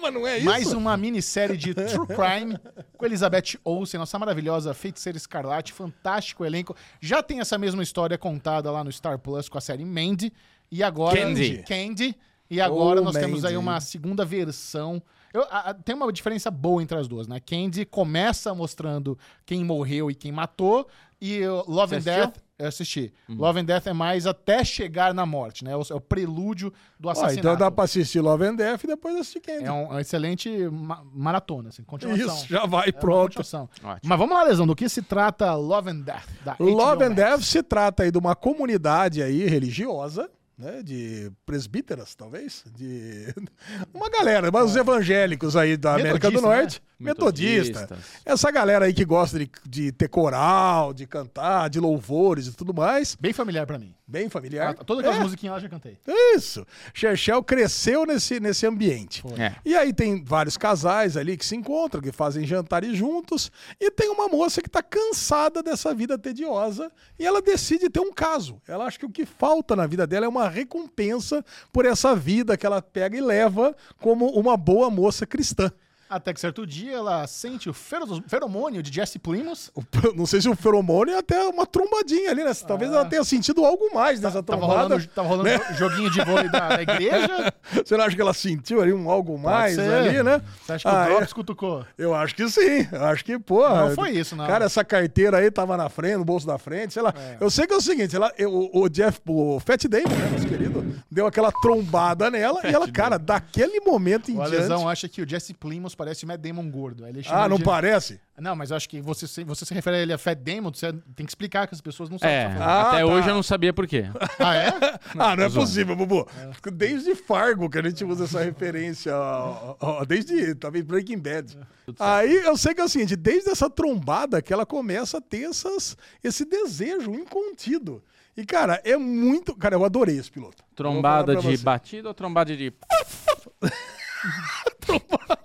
Mas não é isso?
Mais um uma minissérie de True Crime com Elizabeth Olsen, nossa maravilhosa feiticeira escarlate, fantástico elenco. Já tem essa mesma história contada lá no Star Plus com a série Mandy. E agora.
Candy.
Candy. E agora
Oh,
nós temos aí
Mandy.
uma segunda versão. Eu- a- a- tem uma diferença boa entre as duas, né? Candy começa mostrando quem morreu e quem matou. E eu- Love
Você
and
assistiu? Hum.
Death. Eu assisti. Love and Death é mais até chegar na morte, né? É o, é o prelúdio do
Ó,
assassinato.
então dá pra assistir Love and Death e depois assistir Candy.
É um, é um excelente ma- maratona, assim, continuação.
Isso, já vai,
É uma
pronto.
continuação.
Ótimo.
Mas vamos lá, Lesão, do que se trata Love and Death? da
Love
HBO
and
Max?
Death se trata aí de uma comunidade aí religiosa, né, de presbíteras, talvez, de uma galera, mas os evangélicos aí da América do
É. Metodista, né?
Norte, metodista.
Metodistas.
Essa galera aí que gosta de, de ter coral, de cantar, de louvores e tudo mais,
Bem familiar pra mim.
bem
Ah,
familiar.
Todas aquelas musiquinhas lá eu já cantei.
Isso. Chechel cresceu nesse, nesse ambiente.
É.
E aí tem vários casais ali que se encontram, que fazem jantares juntos, e tem uma moça que tá cansada dessa vida tediosa e ela decide ter um caso. Ela acha que o que falta na vida dela é uma recompensa por essa vida que ela pega e leva como uma boa moça cristã.
Até que certo dia ela sente o fero- feromônio de Jesse Plimos.
Não sei se o feromônio é até uma trombadinha ali, né? Talvez ela tenha sentido algo mais dessa
Ah. Tá, Tava
trombada.
rolando, um tava rolando
Né?
joguinho de vôlei da, da igreja.
Você não acha que ela sentiu ali um algo mais
ser.
ali, né?
Você acha que
Ah,
o
é.
Drops cutucou?
Eu acho que sim. Eu acho que, porra.
Não foi isso, não.
Cara, essa carteira aí tava na frente, no bolso da frente, sei lá. Eu sei que é o seguinte, ela, eu- o, o Jeff, o Fat Damon, né, nosso querido, deu aquela trombada nela e ela, cara, daquele momento em
O
diante...
Lesão acha que o Jesse Plimos parece o Matt Damon gordo. Aí ele chama
Ah, não
de-
parece?
Não, mas eu acho que você, se- você se refere a ele a Fat Damon, você tem que explicar que as pessoas não sabem. o
É,
que tá
Ah,
até
tá.
hoje eu não sabia por quê.
falando. Ah, é?
ah, não é possível, Bubu. Desde Fargo que a gente usa essa referência. ó, ó, ó, desde, talvez, Breaking Bad. Aí eu sei que é o seguinte, desde essa trombada que ela começa a ter essas, esse desejo incontido. E, cara, é muito... Cara, eu adorei esse piloto. Eu vou falar
Trombada
pra
de
você.
batida ou trombada de. trombada.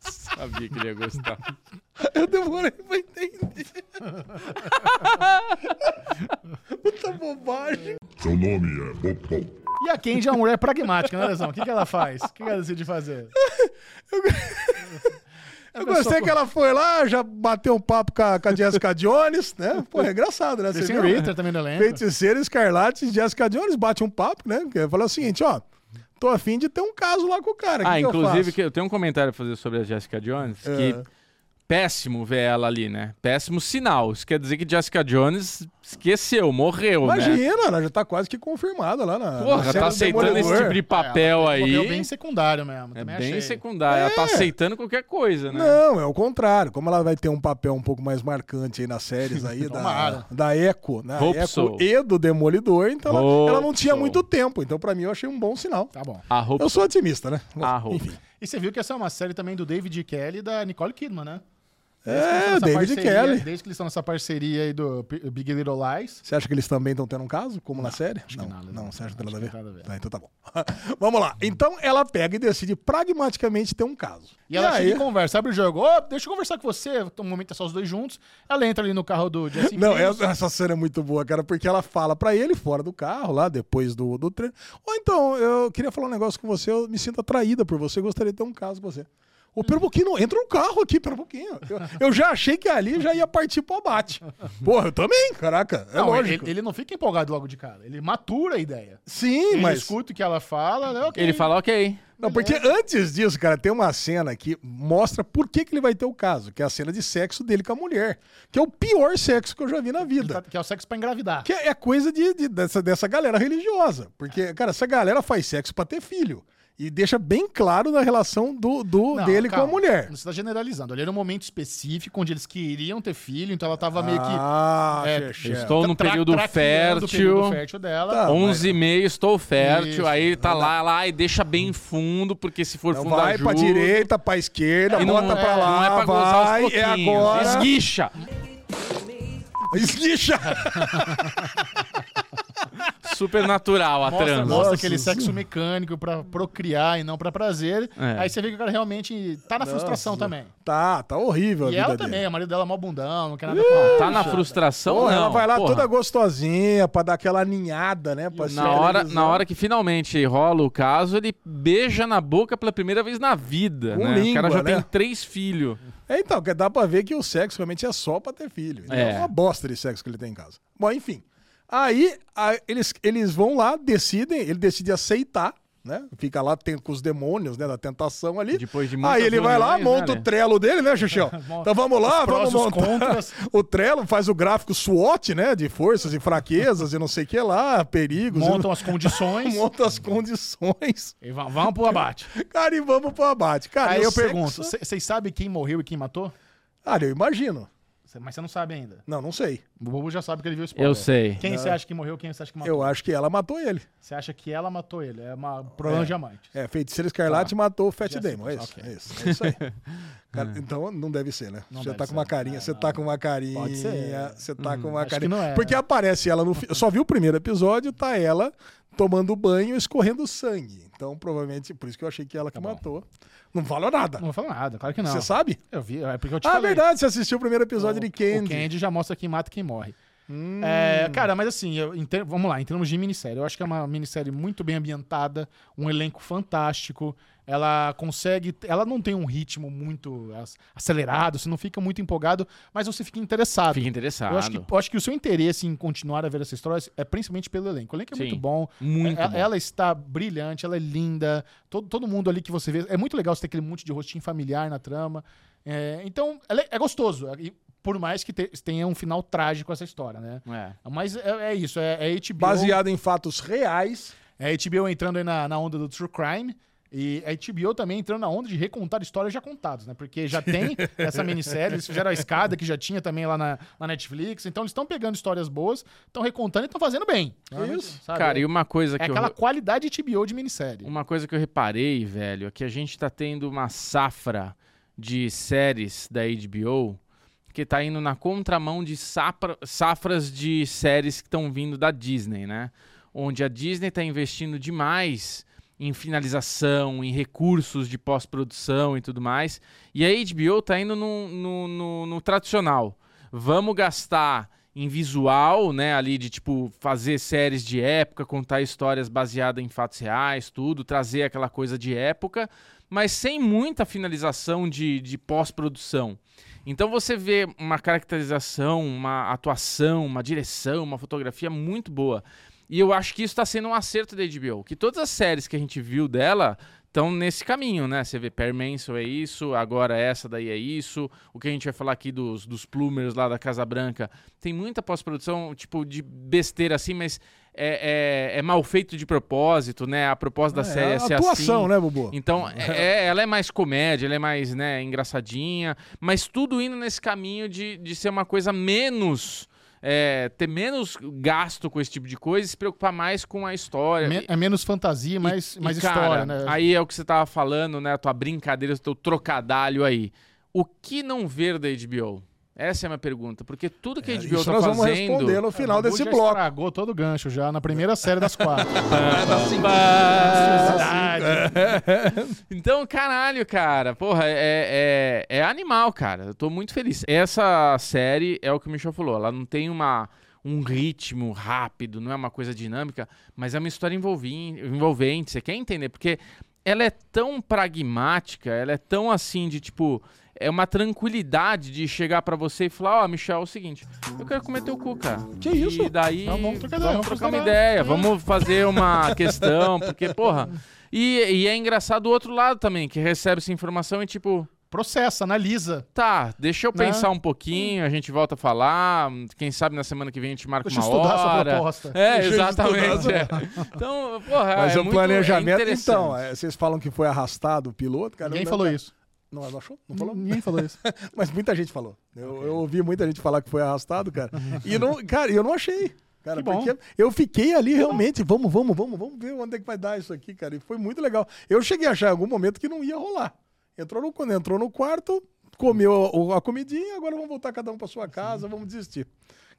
Sabia que ele ia gostar.
Eu demorei pra entender. Puta bobagem.
Seu nome é Bopom.
E a Candy é uma mulher pragmática, né, Lesão? O que, que ela faz? O que, que ela decide fazer?
Eu gostei que ela foi lá, já bateu um papo com a, com a Jessica Jones, né? Pô, é engraçado, né? Você
Esse
viu?
Ritter também não é
É.
lembro.
Feiticeira, Escarlate e Jessica Jones bate um papo, né? Que Fala o seguinte, ó. Tô afim de ter um caso lá com o cara.
Ah,
que Ah.
inclusive,
que...
que eu tenho um comentário a fazer sobre a Jessica Jones, que péssimo ver ela ali, né? Péssimo sinal. Isso quer dizer que Jessica Jones esqueceu, morreu,
eu faço.
né?
Imagina, ela já tá quase que confirmada lá na. na
Porra,
série do
tá aceitando esse
Demolidor.
tipo de papel
É, ela tem um
aí.
papel bem secundário mesmo.
É
também
bem
achei.
secundário. Ela tá aceitando qualquer coisa, né?
né? É. Não, é o contrário. Como ela vai ter um papel um pouco mais marcante aí nas séries aí da,
Tomara.
da Echo, né?
Hope
Echo
so.
e do Demolidor, então ela,
Hope
ela não tinha
so.
muito tempo. Então, pra mim, eu achei um bom sinal.
Tá bom.
A roupa.
Eu sou otimista, né?
A roupa.
E você viu que essa é uma série também do David Kelly e da Nicole Kidman, né? Desde que eles
É,
estão nessa
David
parceria-
Kelly.
Desde que eles estão nessa parceria aí do P- Big Little Lies.
Você acha que eles também estão tendo um caso, como na série? não,
nada,
não,
não.
você acha que não tem
Acho
nada
que
a
nada a
ver?
ver.
Tá, então tá bom. Vamos lá. Então ela pega e decide pragmaticamente ter um caso.
E ela chega e conversa, abre o jogo. Ô, deixa eu conversar com você. Um momento é só os dois juntos. Ela entra ali no carro do Jesse
Não,
Plemons.
essa, essa cena é muito boa, cara, porque ela fala pra ele fora do carro, lá depois do, do treino. Ou então, eu queria falar um negócio com você, eu me sinto atraída por você, gostaria de ter um caso com você. Ô, pera um pouquinho, entra um carro aqui, pera um pouquinho. Eu, eu já achei que ali já ia partir pro abate. Porra, eu também, caraca. É
Não,
lógico.
Ele, ele não fica empolgado logo de cara. Ele matura a ideia.
Sim,
Ele
mas.
escuta o que ela fala, né? ok.
Ele fala, ok.
Não, porque antes disso, cara, tem uma cena que mostra por que, que ele vai ter o caso, que é a cena de sexo dele com a mulher, que é o pior sexo que eu já vi na
Ele
vida.
tá- que é o sexo pra engravidar.
Que é é coisa de, de- dessa, dessa galera religiosa. Porque, cara, essa galera faz sexo pra ter filho. E deixa bem claro na relação do, do
Não,
dele
calma,
com a mulher.
Você tá generalizando. Ali era um momento específico onde eles queriam ter filho, então ela tava meio que.
Ah,
é,
Xexé.
Estou no
tra-
período
traqueando
fértil.
o período fértil dela.
Tá. Ah,
11 e meio, estou fértil.
Isso.
aí ele tá lá, lá e deixa bem fundo, porque se for
Então
fundo
vai
ajuda.
pra direita, pra esquerda,
E não-
bota pra lá,
não é pra gozar aos
vai, é
pouquinhos.
agora.
Esguicha.
Esguicha!
Super natural a
Mostra,
transa.
mostra
Nossa,
aquele
isso.
sexo mecânico pra procriar e não pra prazer.
É.
Aí você vê que o cara realmente tá na frustração também.
Tá, tá horrível a
E
vida
ela
dele.
também, o marido dela é mó bundão, não quer nada com ela.
Tá na frustração,
Pô,
não.
ela vai lá
Porra.
toda gostosinha pra dar aquela ninhada, né? Pra
Na hora, na hora que finalmente rola o caso, ele beija na boca pela primeira vez na vida.
Com
né? o cara
língua,
já
né?
tem três filhos.
É, então, que dá pra ver que o sexo realmente é só pra ter filho. Então,
É.
é. uma bosta de sexo que ele tem em casa. Bom, enfim. Aí a- eles, eles vão lá, decidem, ele decide aceitar, né? Fica lá tem, com os demônios, né? Da tentação ali.
Depois de muitas
Aí ele vai lá,
reuniões, né,
monta
Ale?
o trelo dele, né, Xuxão? Então vamos lá,
prós,
vamos
os
montar
contras.
o trelo, faz o gráfico SWOT, né? De forças e fraquezas e não sei o que lá, perigos. e-
Montam as condições
monta as condições.
e vão, vão pro abate.
Cara, e vamos pro abate. Cara,
Aí
e o
eu
sexo?
pergunto, cê- vocês sabem quem morreu e quem matou?
Cara, eu imagino.
Cê- Mas você não sabe ainda.
Não, não sei.
O Bobo já sabe que ele viu o spoiler.
Eu sei.
Quem você acha que morreu, quem você acha que matou?
Eu acho que ela matou ele.
Você acha que ela matou ele? É uma problema de amante.
É,
Tá.
Feiticeira Escarlate matou o Fat
Jessica,
Damon. É isso, é isso, é isso aí. Cara, então não deve ser, né?
Não
Você
deve
tá com uma
ser. É,
carinha, você tá com uma carinha.
Pode ser.
Você tá com uma
Acho que
carinha.
não é,
Porque
né?
aparece ela no. fi- Eu só vi o primeiro episódio, tá ela tomando banho, escorrendo sangue. Então, provavelmente, por isso que eu achei que ela que matou. Não falou
Tá
nada.
Não vou falar nada, claro que não.
Você sabe?
Eu vi, é porque eu te
ah,
falei.
verdade, você assistiu o primeiro episódio de
O
Candy. Hum.
Candy já mostra quem mata e quem morre. É, cara, mas assim, eu- em ter- vamos lá, em termos de minissérie, eu acho que é uma minissérie muito bem ambientada, um elenco fantástico. Ela consegue. Ela não tem um ritmo muito as- acelerado, você não fica muito empolgado, mas você fica interessado.
Fica interessado.
Eu acho, que, eu acho que o seu interesse em continuar a ver essa história é principalmente pelo elenco. O elenco é
Sim.
muito bom.
Muito
É-
bom.
Ela está brilhante, ela é linda. Todo, todo mundo ali que você vê. É muito legal você ter aquele monte de rostinho familiar na trama. É, então, ela é, é gostoso. E por mais que te- tenha um final trágico essa história, né?
É.
Mas é, é isso, é, é HBO.
Baseado em fatos reais.
É HBO entrando aí na, na onda do True Crime. E a HBO também entrando na onda de recontar histórias já contadas, né? Porque já tem essa minissérie, eles fizeram a escada que já tinha também lá na, na Netflix. Então eles estão pegando histórias boas, estão recontando e estão fazendo bem.
Isso.
Sabe?
Cara, e uma coisa
é
que eu...
aquela qualidade HBO de minissérie.
Uma coisa que eu reparei, velho, é que a gente tá tendo uma safra de séries da HBO que tá indo na contramão de sapra- safras de séries que estão vindo da Disney, né? Onde a Disney tá investindo demais em finalização, em recursos de pós-produção e tudo mais. E a HBO tá indo no, no- no- no tradicional. Vamos gastar em visual, né? Ali de tipo fazer séries de época, contar histórias baseadas em fatos reais, tudo, trazer aquela coisa de época, mas sem muita finalização de, de pós-produção. Então você vê uma caracterização, uma atuação, uma direção, uma fotografia muito boa. E eu acho que isso está sendo um acerto da HBO. Que todas as séries que a gente viu dela estão nesse caminho, né? Você vê Perry Manson é isso, agora essa daí é isso. O que a gente vai falar aqui dos, dos plumers lá da Casa Branca. Tem muita pós-produção, tipo, de besteira assim, mas é, é- é mal feito de propósito, né? A propósito da série é,
a
ser
atuação,
assim.
né, Bubu?
Então, é, é- ela é mais comédia, ela é mais, né, engraçadinha, mas tudo indo nesse caminho de, de ser uma coisa menos. é, ter menos gasto com esse tipo de coisa e se preocupar mais com a história.
Me- é menos fantasia, mais,
E,
mais
cara,
história, né?
Aí é o que você tava falando, né? A tua brincadeira, o teu trocadalho aí. O que não ver da HBO? Essa é a minha pergunta. Porque tudo
É,
que a HBO
Isso
tá
nós
fazendo.
vamos responder no final
Babu
desse
já
bloco.
estragou todo o gancho já na primeira série das quatro.
Então, caralho, cara. Porra, é, é, é animal, cara. Eu tô muito feliz. Essa série é o que o Michel falou. Ela não tem uma, um ritmo rápido, não é uma coisa dinâmica, mas é uma história envolvin- envolvente. Você quer entender? Porque ela é tão pragmática, ela é tão assim de tipo. É uma tranquilidade de chegar pra você e falar: Ó, Michel, é o seguinte, eu quero comer teu cu, cara.
Que isso?
E daí.
Tá bom, troca ideia,
vamos
vamos fazer
trocar uma ideia, vamos fazer uma questão, porque, porra. E, e é engraçado o outro lado também, que recebe essa informação e tipo.
Processa, analisa.
Tá, deixa eu
Né?
pensar um pouquinho, a gente volta a falar. Quem sabe na semana que vem a gente marca
Deixa eu
uma
estudar a sua
hora.
proposta.
É,
Deixa eu
exatamente.
estudar
é. Então, porra,
Mas
é
o
muito- é
planejamento. então,
interessante.
é, vocês falam que foi arrastado o piloto, cara.
Ninguém
não-
falou isso.
Não, não achou? Não falou?
Ninguém falou isso.
Mas muita gente falou. Eu, eu ouvi muita gente falar que foi arrastado, cara. E não, cara, eu não achei. Cara,
Que bom.
porque eu fiquei ali realmente, vamos, vamos, vamos, vamos ver onde é que vai dar isso aqui, cara. E foi muito legal. Eu cheguei a achar em algum momento que não ia rolar. Entrou no, quando entrou no quarto, comeu a- o- a, comidinha, agora vamos voltar cada um pra sua casa, vamos desistir.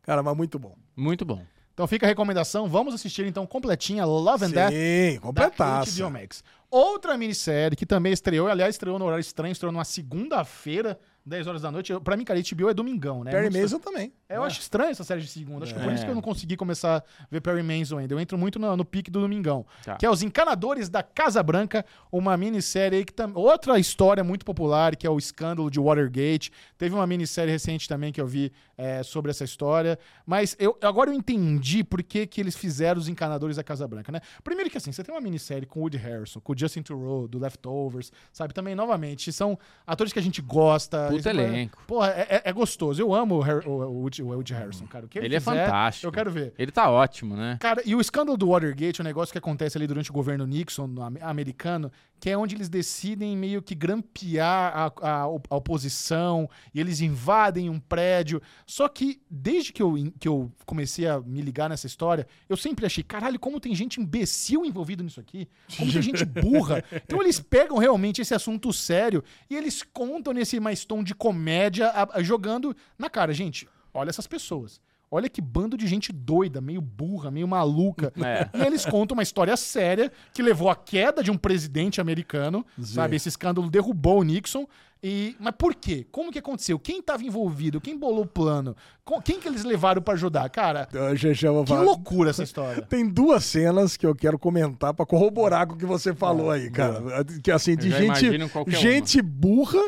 Cara, mas muito bom.
Muito bom.
Então fica a recomendação. Vamos assistir então completinha Love and Death
Sim,
da
completaço.
HBO Max. Outra minissérie que também estreou, aliás, estreou no horário estranho, estreou numa segunda-feira, 10 horas da noite. Eu- Pra mim, cara, HBO é domingão, né?
Perry
Muito
Mason também.
É, eu acho estranho essa série de segunda. Acho que por isso
É.
que eu não consegui começar a ver Perry Manson ainda. Eu entro muito no, no pique do Domingão.
Tá.
Que é Os Encanadores da Casa Branca, uma minissérie aí que também. Outra história muito popular, que é o escândalo de Watergate. Teve uma minissérie recente também que eu vi é, sobre essa história. Mas eu agora eu entendi por que, que eles fizeram Os Encanadores da Casa Branca, né? Primeiro que assim, você tem uma minissérie com o Woody Harrison, com o Justin Theroux, do Leftovers, sabe? Também, novamente, são atores que a gente gosta.
Puta
Eles-
elenco.
Porra, é, é- é gostoso. Eu amo o, Har- o, o Woody- o Woody Harrison, cara. O que ele,
Ele é
fizer,
fantástico.
Eu quero ver.
Ele tá ótimo, né?
Cara, e o escândalo do Watergate, o negócio que acontece ali durante o governo Nixon no am- americano, que é onde eles decidem meio que grampear a, a op- a oposição e eles invadem um prédio. Só que desde que eu, in- que eu comecei a me ligar nessa história, eu sempre achei, caralho, como tem gente imbecil envolvida nisso aqui, como tem gente burra. Então eles pegam realmente esse assunto sério e eles contam nesse mais tom de comédia, a- a- jogando na cara, gente, olha essas pessoas. Olha que bando de gente doida, meio burra, meio maluca.
É.
E eles contam uma história séria que levou à queda de um presidente americano, sabe? Esse escândalo derrubou o Nixon. E, mas por quê? Como que aconteceu? Quem estava envolvido? Quem bolou o plano? Co- Quem que eles levaram para ajudar? Cara,
Ah, Gegé, eu vou
que
falar-
loucura essa história.
Tem duas cenas que eu quero comentar pra corroborar com o que você falou aí, cara. Que assim, de
Ah, já
gente,
imagino qualquer uma.
gente burra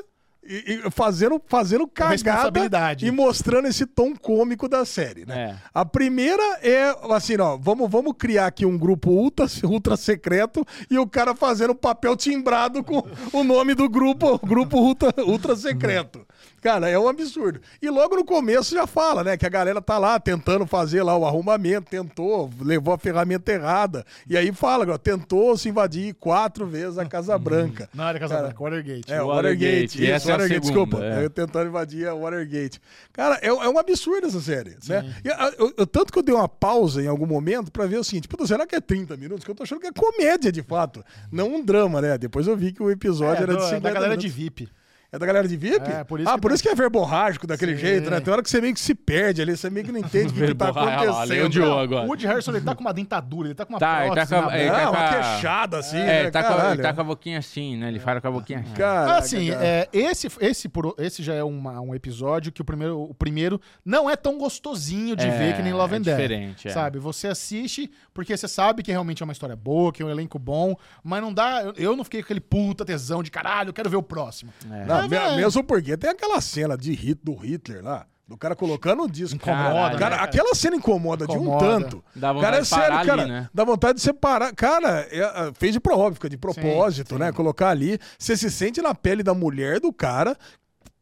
e, e fazendo, fazendo cagada
responsabilidade.
e mostrando esse tom cômico da série, né?
É.
A primeira é assim, ó, vamos, vamos criar aqui um grupo ultra, ultra secreto e o cara fazendo papel timbrado com o nome do grupo, grupo ultra, ultra secreto. Cara, é um absurdo. E logo no começo já fala, né, que a galera tá lá tentando fazer lá o arrumamento, tentou, levou a ferramenta errada. E aí fala, ó, tentou se invadir quatro vezes a Casa Branca.
Não era Casa Branca, Watergate.
É, o
Watergate.
Watergate.
E
Isso,
essa é a
Watergate,
segunda,
desculpa.
é.
Eu tentando invadir a Watergate. Cara, é, é um absurdo essa série. Né? E a- eu- eu- tanto que eu dei uma pausa em algum momento pra ver o seguinte: puta, será que é 30 minutos? Que eu tô achando que é comédia de fato, não um drama, né? Depois eu vi que o episódio
É,
era
do-
de 50
da galera de
minutos.
VIP.
É da galera de VIP?
É, por isso
ah,
que
por
tem-
isso que é verborrágico daquele jeito, né? Tem hora que você meio que se perde ali, você meio que não entende o que, que tá
Verborra-
acontecendo.
olha lá, leu de ouro agora.
O Woody Harrison, ele tá com uma dentadura, ele tá com uma
Tá, ele tá
prótese
com a-
na
é,
boca.
tá
Não, uma
com a-
queixada assim,
É,
né?
ele tá, com a,
Caralho.
ele tá com a boquinha assim, né? Ele fala com a boquinha assim.
Caraca,
Assim,
cara.
é, esse, esse, por, esse já é uma- um episódio que o primeiro, o primeiro não é tão gostosinho de
É,
ver que nem Love
é
and Death.
diferente, é.
Sabe? Você assiste porque você sabe que realmente é uma história boa, que é um elenco bom, mas não dá. Eu, eu não fiquei com aquele puta tesão de caralho, eu quero ver o próximo.
Não,
É,
me-
velho.
mesmo porque tem aquela cena de hit, do Hitler lá. Do cara colocando o disco.
Incomoda, né,
Cara,
cara?
aquela cena incomoda,
Incomoda.
de um tanto.
Dá vontade
cara, é
de
sério,
parar ali,
cara.
né?
Dá vontade de separar. Cara, é, é, fez de pro óbvio, de propósito, né? Colocar ali. Você se sente na pele da mulher do cara.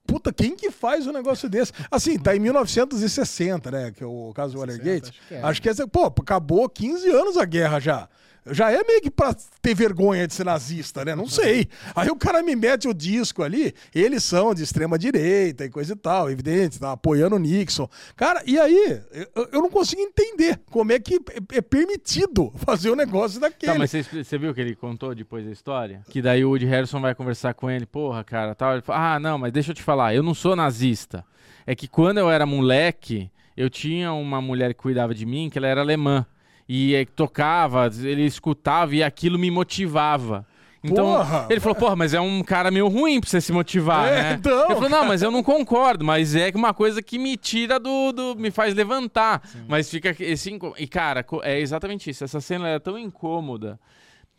Puta, quem que faz um negócio desse? Assim, tá em 1960, né? Que é o caso do Watergate. Acho que, é. essa- Pô, acabou 15 anos a guerra já. Já é meio que pra ter vergonha de ser nazista, né?
Uhum.
Não sei. Aí o cara me mete o disco ali, eles são de extrema direita e coisa e tal, evidente, tá apoiando o Nixon. Cara, e aí, eu, eu não consigo entender como é que é é permitido fazer um negócio daquele.
Tá, mas você, expli- você viu que ele contou depois da história? Que daí o Woody Harrison vai conversar com ele, porra, cara, tal. Ele fala, ah, não, mas deixa eu te falar, eu não sou nazista. É que quando eu era moleque, eu tinha uma mulher que cuidava de mim, que ela era alemã. E eh, tocava, ele escutava e aquilo me motivava. Então,
Porra!
ele falou, porra, mas é um cara meio ruim pra você se motivar,
É,
né?
então,
ele falou, não, mas eu não concordo, mas é uma coisa que me tira do. do- me faz levantar. Mas fica esse incô- E, cara, co- é exatamente isso. Essa cena era tão é incômoda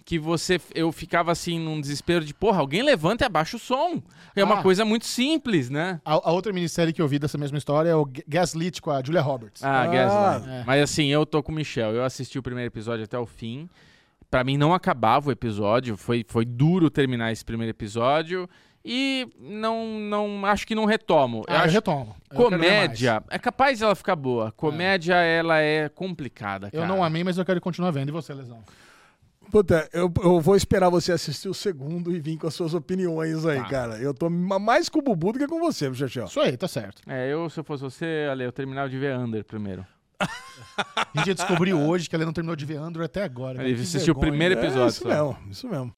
que você eu ficava assim num desespero de, porra, alguém levanta e abaixa o som. É uma
Ah.
coisa muito simples, né?
A, a outra minissérie que eu vi dessa mesma história é o G- Gaslit com a Julia Roberts.
Ah, Gaslight.
é.
Mas assim, eu tô com o Michel. Eu assisti o primeiro episódio até o fim. Pra mim não acabava o episódio, foi, foi duro terminar esse primeiro episódio e não não acho que não retomo.
Ah,
eu
eu,
acho
retomo. Eu quero ver mais.
comédia é capaz ela ficar
É.
boa. Comédia ela é complicada,
Eu
cara.
não amei, mas eu quero continuar vendo. E você, Lesão?
Puta, eu, eu vou esperar você assistir o segundo e vir com as suas opiniões aí,
Tá.
cara. Eu tô ma- mais com o Bubu do que com você, Michel.
Isso aí, tá certo.
É, eu se eu fosse você, Ale, eu terminava de ver Under primeiro.
A gente descobriu hoje que ela não terminou de ver Andrew até agora. cara.
Ele
Que
assistiu o
vergonha.
primeiro
É
episódio.
isso
só. Tipo,
mesmo, isso mesmo.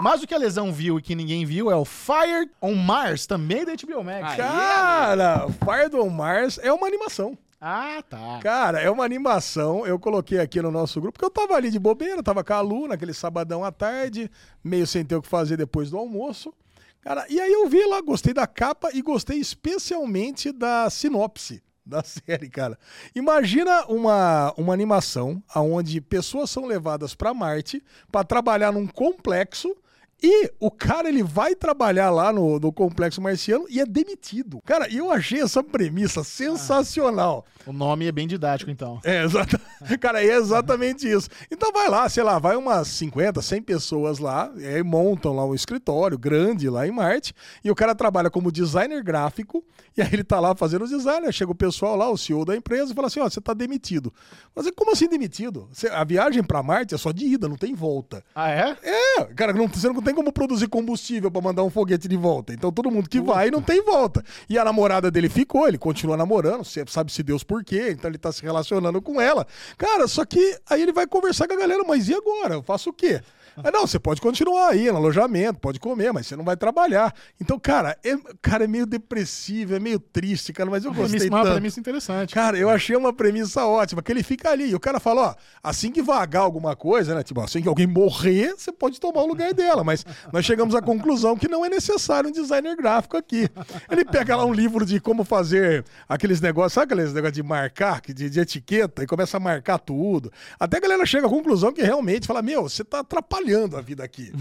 Mas o que a Lesão viu e que ninguém viu é o Fire on Mars, também da HBO Max.
Aí.
Cara, Fire on Mars é uma animação.
Ah, tá.
Cara, é uma animação. Eu coloquei aqui no nosso grupo, porque eu tava ali de bobeira, tava com a Lu naquele sabadão à tarde, meio sem ter o que fazer depois do almoço. Cara, e aí eu vi lá, gostei da capa e gostei especialmente da sinopse da série, cara. Imagina uma, uma animação onde pessoas são levadas pra Marte pra trabalhar num complexo e o cara, ele vai trabalhar lá no, no complexo marciano e é demitido. Cara, eu achei essa premissa sensacional.
O nome é bem didático, então.
É, exata... cara, é exatamente isso. Então vai lá, sei lá, vai umas 50, 100 pessoas lá, e aí montam lá um escritório grande lá em Marte, e o cara trabalha como designer gráfico, e aí ele tá lá fazendo o design, aí chega o pessoal lá, o CEO da empresa, e fala assim, ó, você tá demitido. Mas como assim demitido? Você- A viagem pra Marte é só de ida, não tem volta.
Ah, é?
É, cara, não, você não tem como produzir combustível pra mandar um foguete de volta. Então todo mundo que vai não tem volta. E a namorada dele ficou, ele continua namorando, você sabe se Deus por quê, então ele tá se relacionando com ela. Cara, só que aí ele vai conversar com a galera, mas e agora? Eu faço o quê? Ah, não, você pode continuar aí no alojamento, pode comer, mas você não vai trabalhar. Então, cara, é, cara, é meio depressivo, é meio triste, cara, mas eu
Premissa-
gostei
é uma
tanto.
premissa interessante.
Cara, eu achei uma premissa ótima, que ele fica ali. E o cara fala, ó, assim que vagar alguma coisa, né? Tipo, assim que alguém morrer, você pode tomar o lugar dela. Mas nós chegamos à conclusão que não é necessário um designer gráfico aqui. Ele pega lá um livro de como fazer aqueles negócios, sabe aqueles negócios de marcar, que de, de etiqueta, e começa a marcar tudo. Até a galera chega à conclusão que realmente fala, meu, você tá atrapalhando a vida aqui.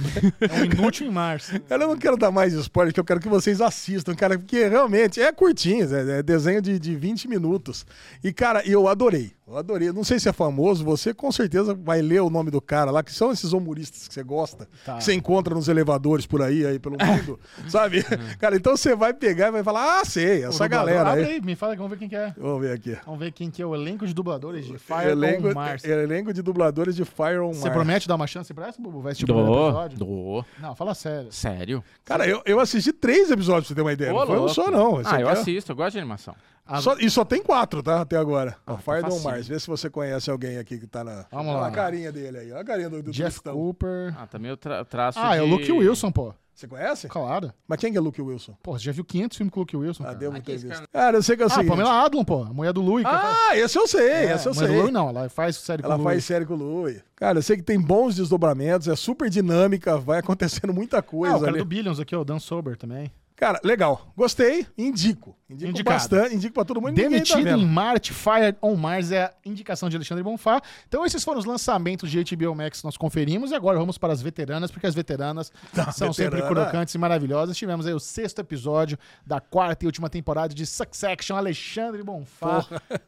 É um inútil em Mars.
Eu não quero dar mais spoiler, porque eu quero que vocês assistam, cara, porque realmente é curtinho, é, é desenho de, de 20 minutos. E, cara, eu adorei. Eu adorei. Não sei se é famoso, você com certeza vai ler o nome do cara lá, que são esses humoristas que você gosta,
Tá.
que você encontra nos elevadores por aí, aí pelo mundo, sabe? Cara, então você vai pegar e vai falar, ah, sei,
Uhum. O
essa
dublador-
galera
Abre
aí.
aí, me fala que vamos ver quem que é.
Vamos ver aqui.
Vamos ver quem que é o elenco de dubladores de Fire
Elenco,
on Mars.
elenco de dubladores de Fire on
Você
Mars.
promete dar uma chance pra essa, Bubu? Vai assistir
Tipo,
o primeiro
Do,
episódio?
do.
Não, fala sério.
Sério?
Cara, eu, eu assisti três episódios, pra você ter uma ideia.
Ô,
não foi um
louco.
só, não. Esse
Ah, eu
aqui é-
assisto, eu gosto de animação.
Ah,
Só- e só tem quatro, tá? Até agora. Ó, Fire
tá
on
facinho.
Mars. Vê se você conhece alguém aqui que tá na.
Vamos
Olha
lá.
a carinha dele aí. Olha a carinha do, do
Jeff
Tristão.
Cooper.
Ah, também eu tra traço
Ah, é o
de-
Luke Wilson, pô.
Você conhece?
Claro.
Mas quem que é Luke Wilson?
Pô, você já viu 500 filmes com o Luke Wilson,
Ah,
cara.
devo ter visto. Cara, eu sei que é o
Ah,
seguinte.
Pamela Adlon, pô. A mulher do Louis. que faz-
Ah, esse eu sei,
É,
esse eu
a mulher do
sei.
Louis não, ela faz série com
Ela
o
faz
Louis.
série com o Louie. Cara, eu sei que tem bons desdobramentos, é super dinâmica, vai acontecendo muita
Ah,
coisa
o cara
ali.
do Billions aqui, ó, o Dan Sober também.
Cara, legal. Gostei, indico. Indico
Indicado.
bastante, indico pra todo mundo. ninguém tá
Demitido
vendo.
em Marte, Fire on Mars é a indicação de Alexandre Bonfá. Então esses foram os lançamentos de HBO Max que nós conferimos e agora vamos para as veteranas, porque as veteranas são
Tá, veterana.
sempre crocantes e maravilhosas. Tivemos aí o sexto episódio da quarta e última temporada de Succession. Alexandre Bonfá,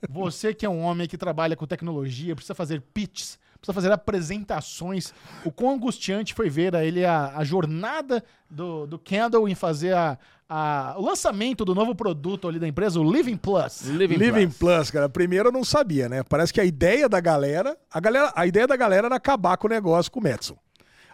você que é um homem que trabalha com tecnologia, precisa fazer pitches, precisa fazer apresentações. O quão angustiante foi ver a ele a, a jornada do, do Kendall em fazer a- a- o lançamento do novo produto ali da empresa, o Living Plus.
Living,
Living
Plus.
Plus. cara. Primeiro eu não sabia, né? Parece que a ideia da galera, a galera, a ideia da galera era acabar com o negócio com o Madison.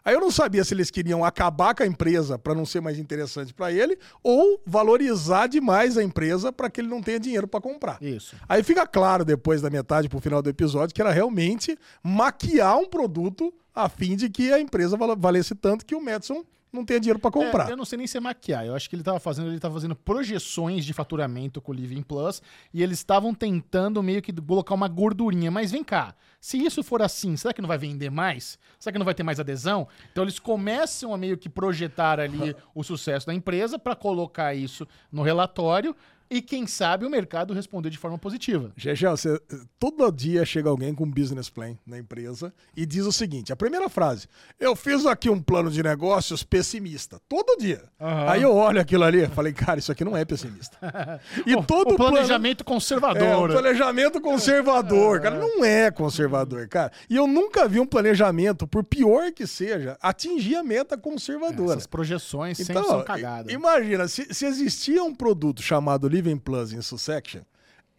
Aí eu não sabia se eles queriam acabar com a empresa para não ser mais interessante para ele ou valorizar demais a empresa para que ele não tenha dinheiro para comprar.
Isso.
Aí fica claro depois da metade pro final do episódio que era realmente maquiar um produto a fim de que a empresa vala- valesse tanto que o Madison não tenha dinheiro para comprar.
É, eu não sei nem se é maquiar. Eu acho que ele estava fazendo, ele tava fazendo projeções de faturamento com o Living Plus e eles estavam tentando meio que colocar uma gordurinha. Mas vem cá, se isso for assim, será que não vai vender mais? Será que não vai ter mais adesão? Então eles começam a meio que projetar ali o sucesso da empresa para colocar isso no relatório. E quem sabe o mercado respondeu de forma positiva.
Gegel, você, todo dia chega alguém com um business plan na empresa e diz o seguinte: a primeira frase, eu fiz aqui um plano de negócios pessimista, todo dia. Aí eu olho aquilo ali e falei, cara, isso aqui não é pessimista. E todo
o
plano-
planejamento
É, um
conservador.
planejamento conservador, cara. Não é conservador, cara. E eu nunca vi um planejamento, por pior que seja, atingir a meta conservadora.
É, Essas projeções sempre são cagadas.
i- Então, Imagina, se, se existia um produto chamado Living Plus em Sussection,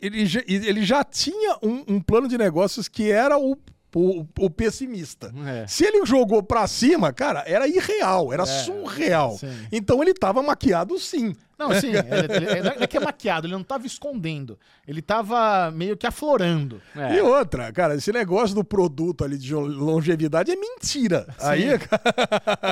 ele, já- ele já tinha um, um plano de negócios que era o, o, o pessimista.
É.
Se ele jogou pra cima, cara, era irreal, era surreal.
sim.
Então ele tava maquiado sim.
Não, assim, ele, ele- ele- não é que é maquiado, ele não tava escondendo. Ele tava meio que aflorando.
E outra, cara, esse negócio do produto ali de longevidade é mentira. Aí, é cara.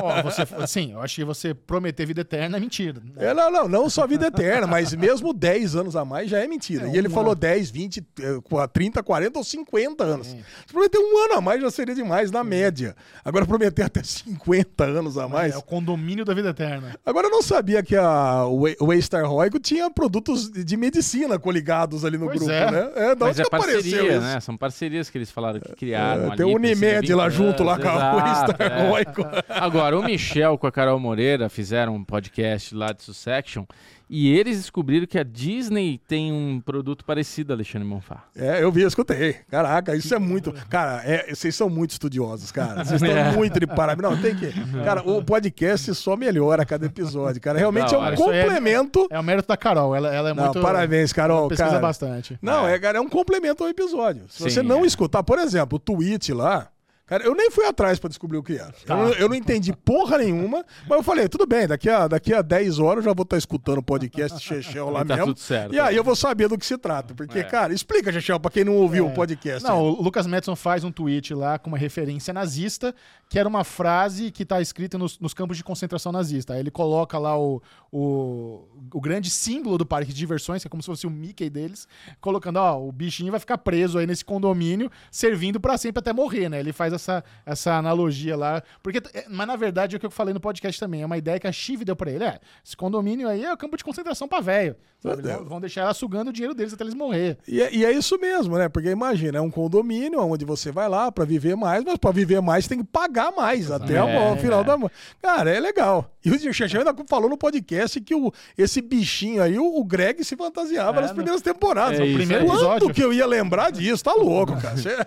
Ó, você, assim, eu acho que você prometer vida eterna é mentira. né?
É, não, não, não só vida eterna, mas mesmo 10 anos a mais já é mentira.
um
e ele falou 10, 20, eh, qua- 30, 40 ou 50 anos. Se prometer um ano a mais já seria demais, na média. Agora, prometer até 50 anos a mais.
É o condomínio da vida eterna.
Agora, eu não sabia que a Way- Waystar Roico tinha produtos de de medicina coligados ali no
Pois
grupo,
é.
né? É, da
Mas
onde
é
que apareceu
parceria,
isso? É,
né? São parcerias que eles falaram que criaram.
Tem o
ali,
Unimed lá junto, lá com a
Exato,
Waystar
é.
Roico.
Agora, o Michel com a Carol Moreira fizeram um podcast lá de Sussection e eles descobriram que a Disney tem um produto parecido, Alexandre Monfá.
É, eu vi, eu escutei. Caraca, isso é muito. Cara, é, vocês são muito estudiosos, cara. Vocês
É.
estão muito de parabéns. Não, tem que. Cara, o podcast só melhora a cada episódio, cara. Realmente
Da
é um
hora.
Isso aí é-
complemento.
É o mérito da Carol. Ela, ela é
Não,
muito.
parabéns, Carol.
ela Pesquisa
cara.
bastante.
Não, é. cara, é um complemento ao episódio. Se
Sim,
você não
é.
escutar, por exemplo, o tweet lá. Cara, eu nem fui atrás pra descobrir o que era.
Tá.
Eu, não- eu não entendi porra nenhuma, mas eu falei, tudo bem, daqui a, daqui a 10 horas eu já vou estar escutando o podcast Chechel lá
E tá
mesmo.
tudo certo.
E aí eu vou saber do que se trata. Porque,
É.
cara, explica, Chechel, pra quem não ouviu o podcast.
Não, o Lucas Madison faz um tweet lá com uma referência nazista, que era uma frase que tá escrita nos, nos campos de concentração nazista. Aí ele coloca lá o, o, o grande símbolo do parque de diversões, que é como se fosse o Mickey deles, colocando, ó, o bichinho vai ficar preso aí nesse condomínio, servindo pra sempre até morrer, né? Ele faz essa, essa analogia lá. Porque, é, mas na verdade é o que eu falei no podcast também, é uma ideia que a Chive deu pra ele. É, esse condomínio aí é o campo de concentração pra velho. sabe?
Meu
Vão- Vão deixar ela sugando o dinheiro deles até eles morrer.
E é, e é isso mesmo, né? Porque imagina, é um condomínio onde você vai lá pra viver mais, mas pra viver mais tem que pagar mais até
É.
o o final da. mo- Cara, é legal. E o Xaxão ainda falou no podcast que o, esse bichinho aí, o, o Greg se fantasiava nas primeiras temporadas.
É
No
isso
aí.
Quanto
episódio.
que eu ia lembrar disso? Tá louco, cara. Você-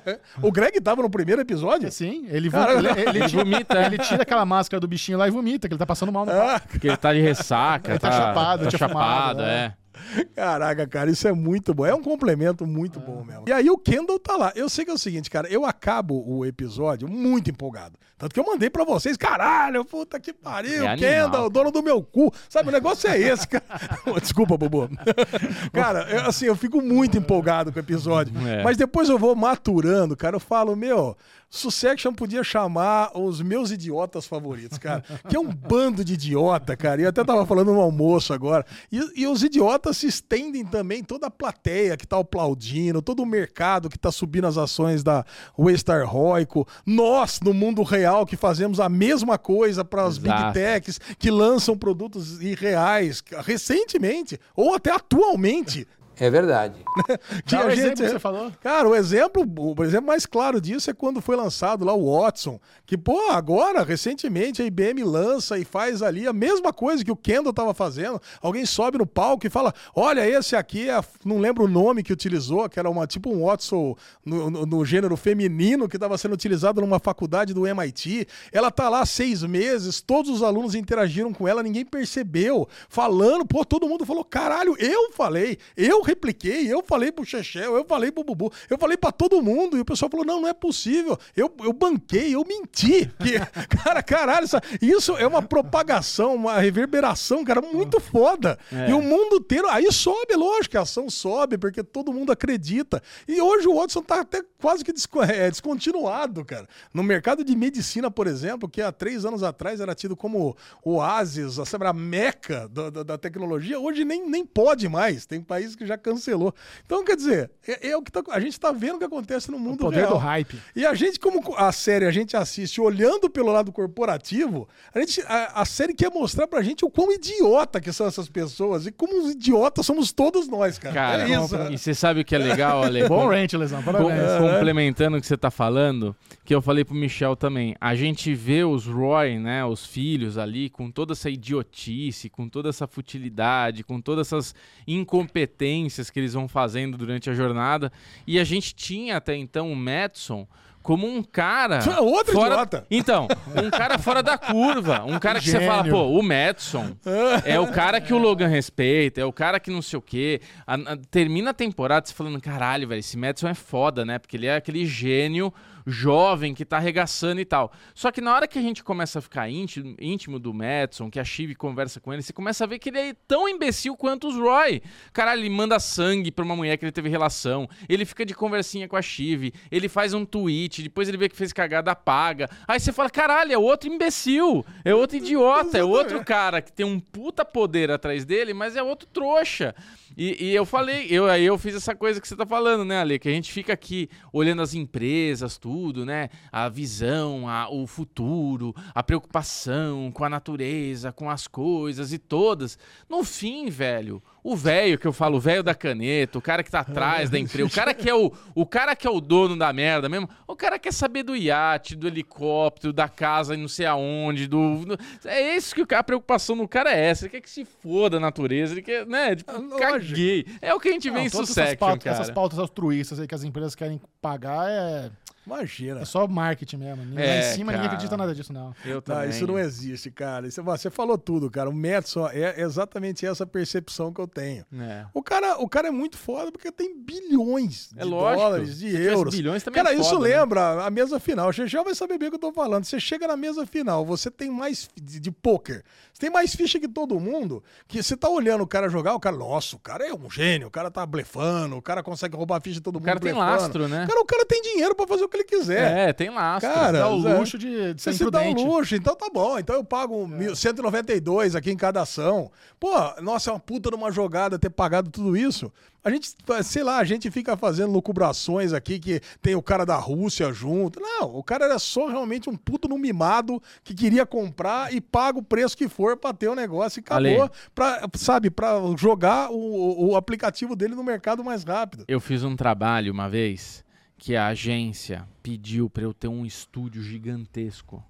o Greg tava no primeiro episódio?
Sim, ele,
Cara,
ele, ele
Ele
tira-
vomita,
Ele tira aquela máscara do bichinho lá e vomita, que ele tá passando mal no
é. Ah,
porque ele tá de ressaca.
Ele tá chapado,
tá
tinha
chapado,
fumado, né?
é.
Caraca, cara, isso é muito bom. É um complemento muito bom mesmo. E aí o Kendall tá lá. Eu sei que é o seguinte, cara, eu acabo o episódio muito empolgado. Tanto que eu mandei pra vocês, caralho, puta que pariu,
É animal,
Kendall,
cara.
dono do meu cu. Sabe, o negócio é esse, cara. Desculpa, Bubu. cara, eu, assim, eu fico muito empolgado com o episódio.
É.
Mas depois eu vou maturando, cara, eu falo, meu, Sussection podia chamar os meus idiotas favoritos, cara. Que é um bando de idiota, cara. E eu até tava falando no almoço agora. E, e os idiotas se estendem também, toda a plateia que tá aplaudindo, todo o mercado que tá subindo as ações da Waystar Roico, nós no mundo real que fazemos a mesma coisa para as Big
Exato.
Techs que lançam produtos irreais recentemente ou até atualmente.
É verdade.
Que
Dá
a
o exemplo
gente- é
que você falou.
Cara, o exemplo, o exemplo mais claro disso é quando foi lançado lá o Watson. Que, pô, agora, recentemente, a IBM lança e faz ali a mesma coisa que o Kendall tava fazendo. Alguém sobe no palco e fala: Olha, esse aqui, é a- não lembro o nome que utilizou, que era uma, tipo um Watson no, no- no gênero feminino que estava sendo utilizado numa faculdade do MIT. Ela tá lá há seis meses, todos os alunos interagiram com ela, ninguém percebeu. Falando, pô, todo mundo falou: caralho, eu falei, eu repliquei, eu falei pro Chechel, eu falei pro Bubu, eu falei pra todo mundo. E o pessoal falou: não, não é possível. Eu, eu banquei, eu menti. Que, cara, caralho, isso, isso é uma propagação, uma reverberação, cara, muito foda. E o mundo inteiro. Aí sobe, lógico, a ação sobe, porque todo mundo acredita. E hoje o Watson tá até quase que desco- é, descontinuado, cara. No mercado de medicina, por exemplo, que há três anos atrás era tido como o oásis, a, sabe, a meca do- do- da tecnologia, hoje nem, nem pode mais. Tem países que já cancelou. Então, quer dizer, é, é o que tá- a gente tá vendo o que acontece no mundo
O poder
real.
do hype.
E a gente, como a série a gente assiste olhando pelo lado corporativo, a, gente, a, a série quer mostrar pra gente o quão idiota que são essas pessoas e como os idiotas somos todos nós, cara.
Cara,
é isso.
e você sabe o que é legal, Ale?
né? Bom rant, Lesão.
Com-
é.
Parabéns.
complementando o que você tá falando, que eu falei pro Michel também, a gente vê os Roy, né, os filhos ali, com toda essa idiotice, com toda essa futilidade, com todas essas incompetências que eles vão fazendo durante a jornada, e a gente tinha até então o Madison como um cara
Outro
fora...
idiota.
Então, um cara fora da curva, um cara que você
Gênio.
fala, pô, o Madison é o cara que o Logan respeita, é o cara que não sei o quê. A- a- termina a temporada você falando, caralho, velho, esse Madison é foda, né? Porque ele é aquele gênio jovem que tá arregaçando e tal. Só que na hora que a gente começa a ficar íntimo, íntimo do Madison, que a Chive conversa com ele, você começa a ver que ele é tão imbecil quanto os Roy. Caralho, ele manda sangue pra uma mulher que ele teve relação, ele fica de conversinha com a Chive, ele faz um tweet, depois ele vê que fez cagada, apaga. Aí você fala, caralho, é outro imbecil, é outro idiota, é outro cara que tem um puta poder atrás dele, mas é outro trouxa. E, e eu falei, eu, aí eu fiz essa coisa que você tá falando, né, Ale? Que a gente fica aqui olhando as empresas, tudo, né? A visão, a- o futuro, a preocupação com a natureza, com as coisas e todas. No fim, velho, o velho que eu falo, o velho da caneta, o cara que tá atrás da empresa, o cara que é o, o cara que é o dono da merda mesmo, o cara quer saber do iate, do helicóptero, da casa e não sei aonde, do. do- É isso que o cara- a preocupação do cara é essa. Ele quer que se foda a natureza, ele quer, né? Tipo, caguei. É o que a gente vê
Não,
em
todas
Succession,
essas pautas,
cara.
essas pautas altruístas aí que as empresas querem pagar é,
Imagina.
é só marketing mesmo. Ninguém-
É,
lá em cima ninguém
cara.
acredita nada disso, não.
Eu
Não,
também.
Tá, isso não existe, cara. Isso- você falou tudo, cara. O Madison é exatamente essa percepção que eu tenho.
É.
O cara, o cara é muito foda porque tem bilhões de
É lógico.
dólares, de
Se tivesse
euros.
bilhões, também
cara,
é
isso
foda, né?
lembra a mesa final. O Xexel vai saber bem o que eu tô falando. Você chega na mesa final, você tem mais fi- de, de pôquer. Você tem mais ficha que todo mundo. Que você tá olhando o cara jogar, o cara, nossa, o cara é um gênio, o cara tá blefando, o cara consegue roubar a ficha de todo mundo.
cara tem
blefando.
lastro, né?
Cara, o cara tem dinheiro pra fazer o que ele quiser.
É, tem lastro.
Cara,
Dá o
Zé,
luxo de, de ser
Você se dá um
imprudente. É.
luxo, então tá bom. Então eu pago mil- 192 aqui em cada ação. Pô, nossa, é uma puta numa jogada ter pagado tudo isso. A gente, sei lá, a gente fica fazendo lucubrações aqui que tem o cara da Rússia junto. Não, o cara era só realmente um puto no mimado que queria comprar e paga o preço que for pra ter o negócio e acabou.
Ale.
Pra, sabe, pra jogar o, o aplicativo dele no mercado mais rápido.
Eu fiz um trabalho uma vez que a agência pediu pra eu ter um estúdio gigantesco.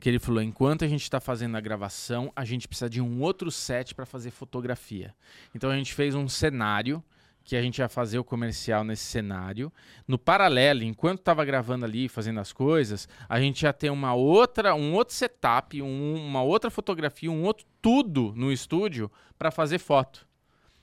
Que ele falou: enquanto a gente tá fazendo a gravação, a gente precisa de um outro set pra fazer fotografia. Então a gente fez um cenário que a gente ia fazer o comercial nesse cenário. No paralelo, enquanto tava gravando ali, fazendo as coisas, a gente ia ter uma outra, um outro setup, um- uma outra fotografia, um outro tudo no estúdio pra fazer foto.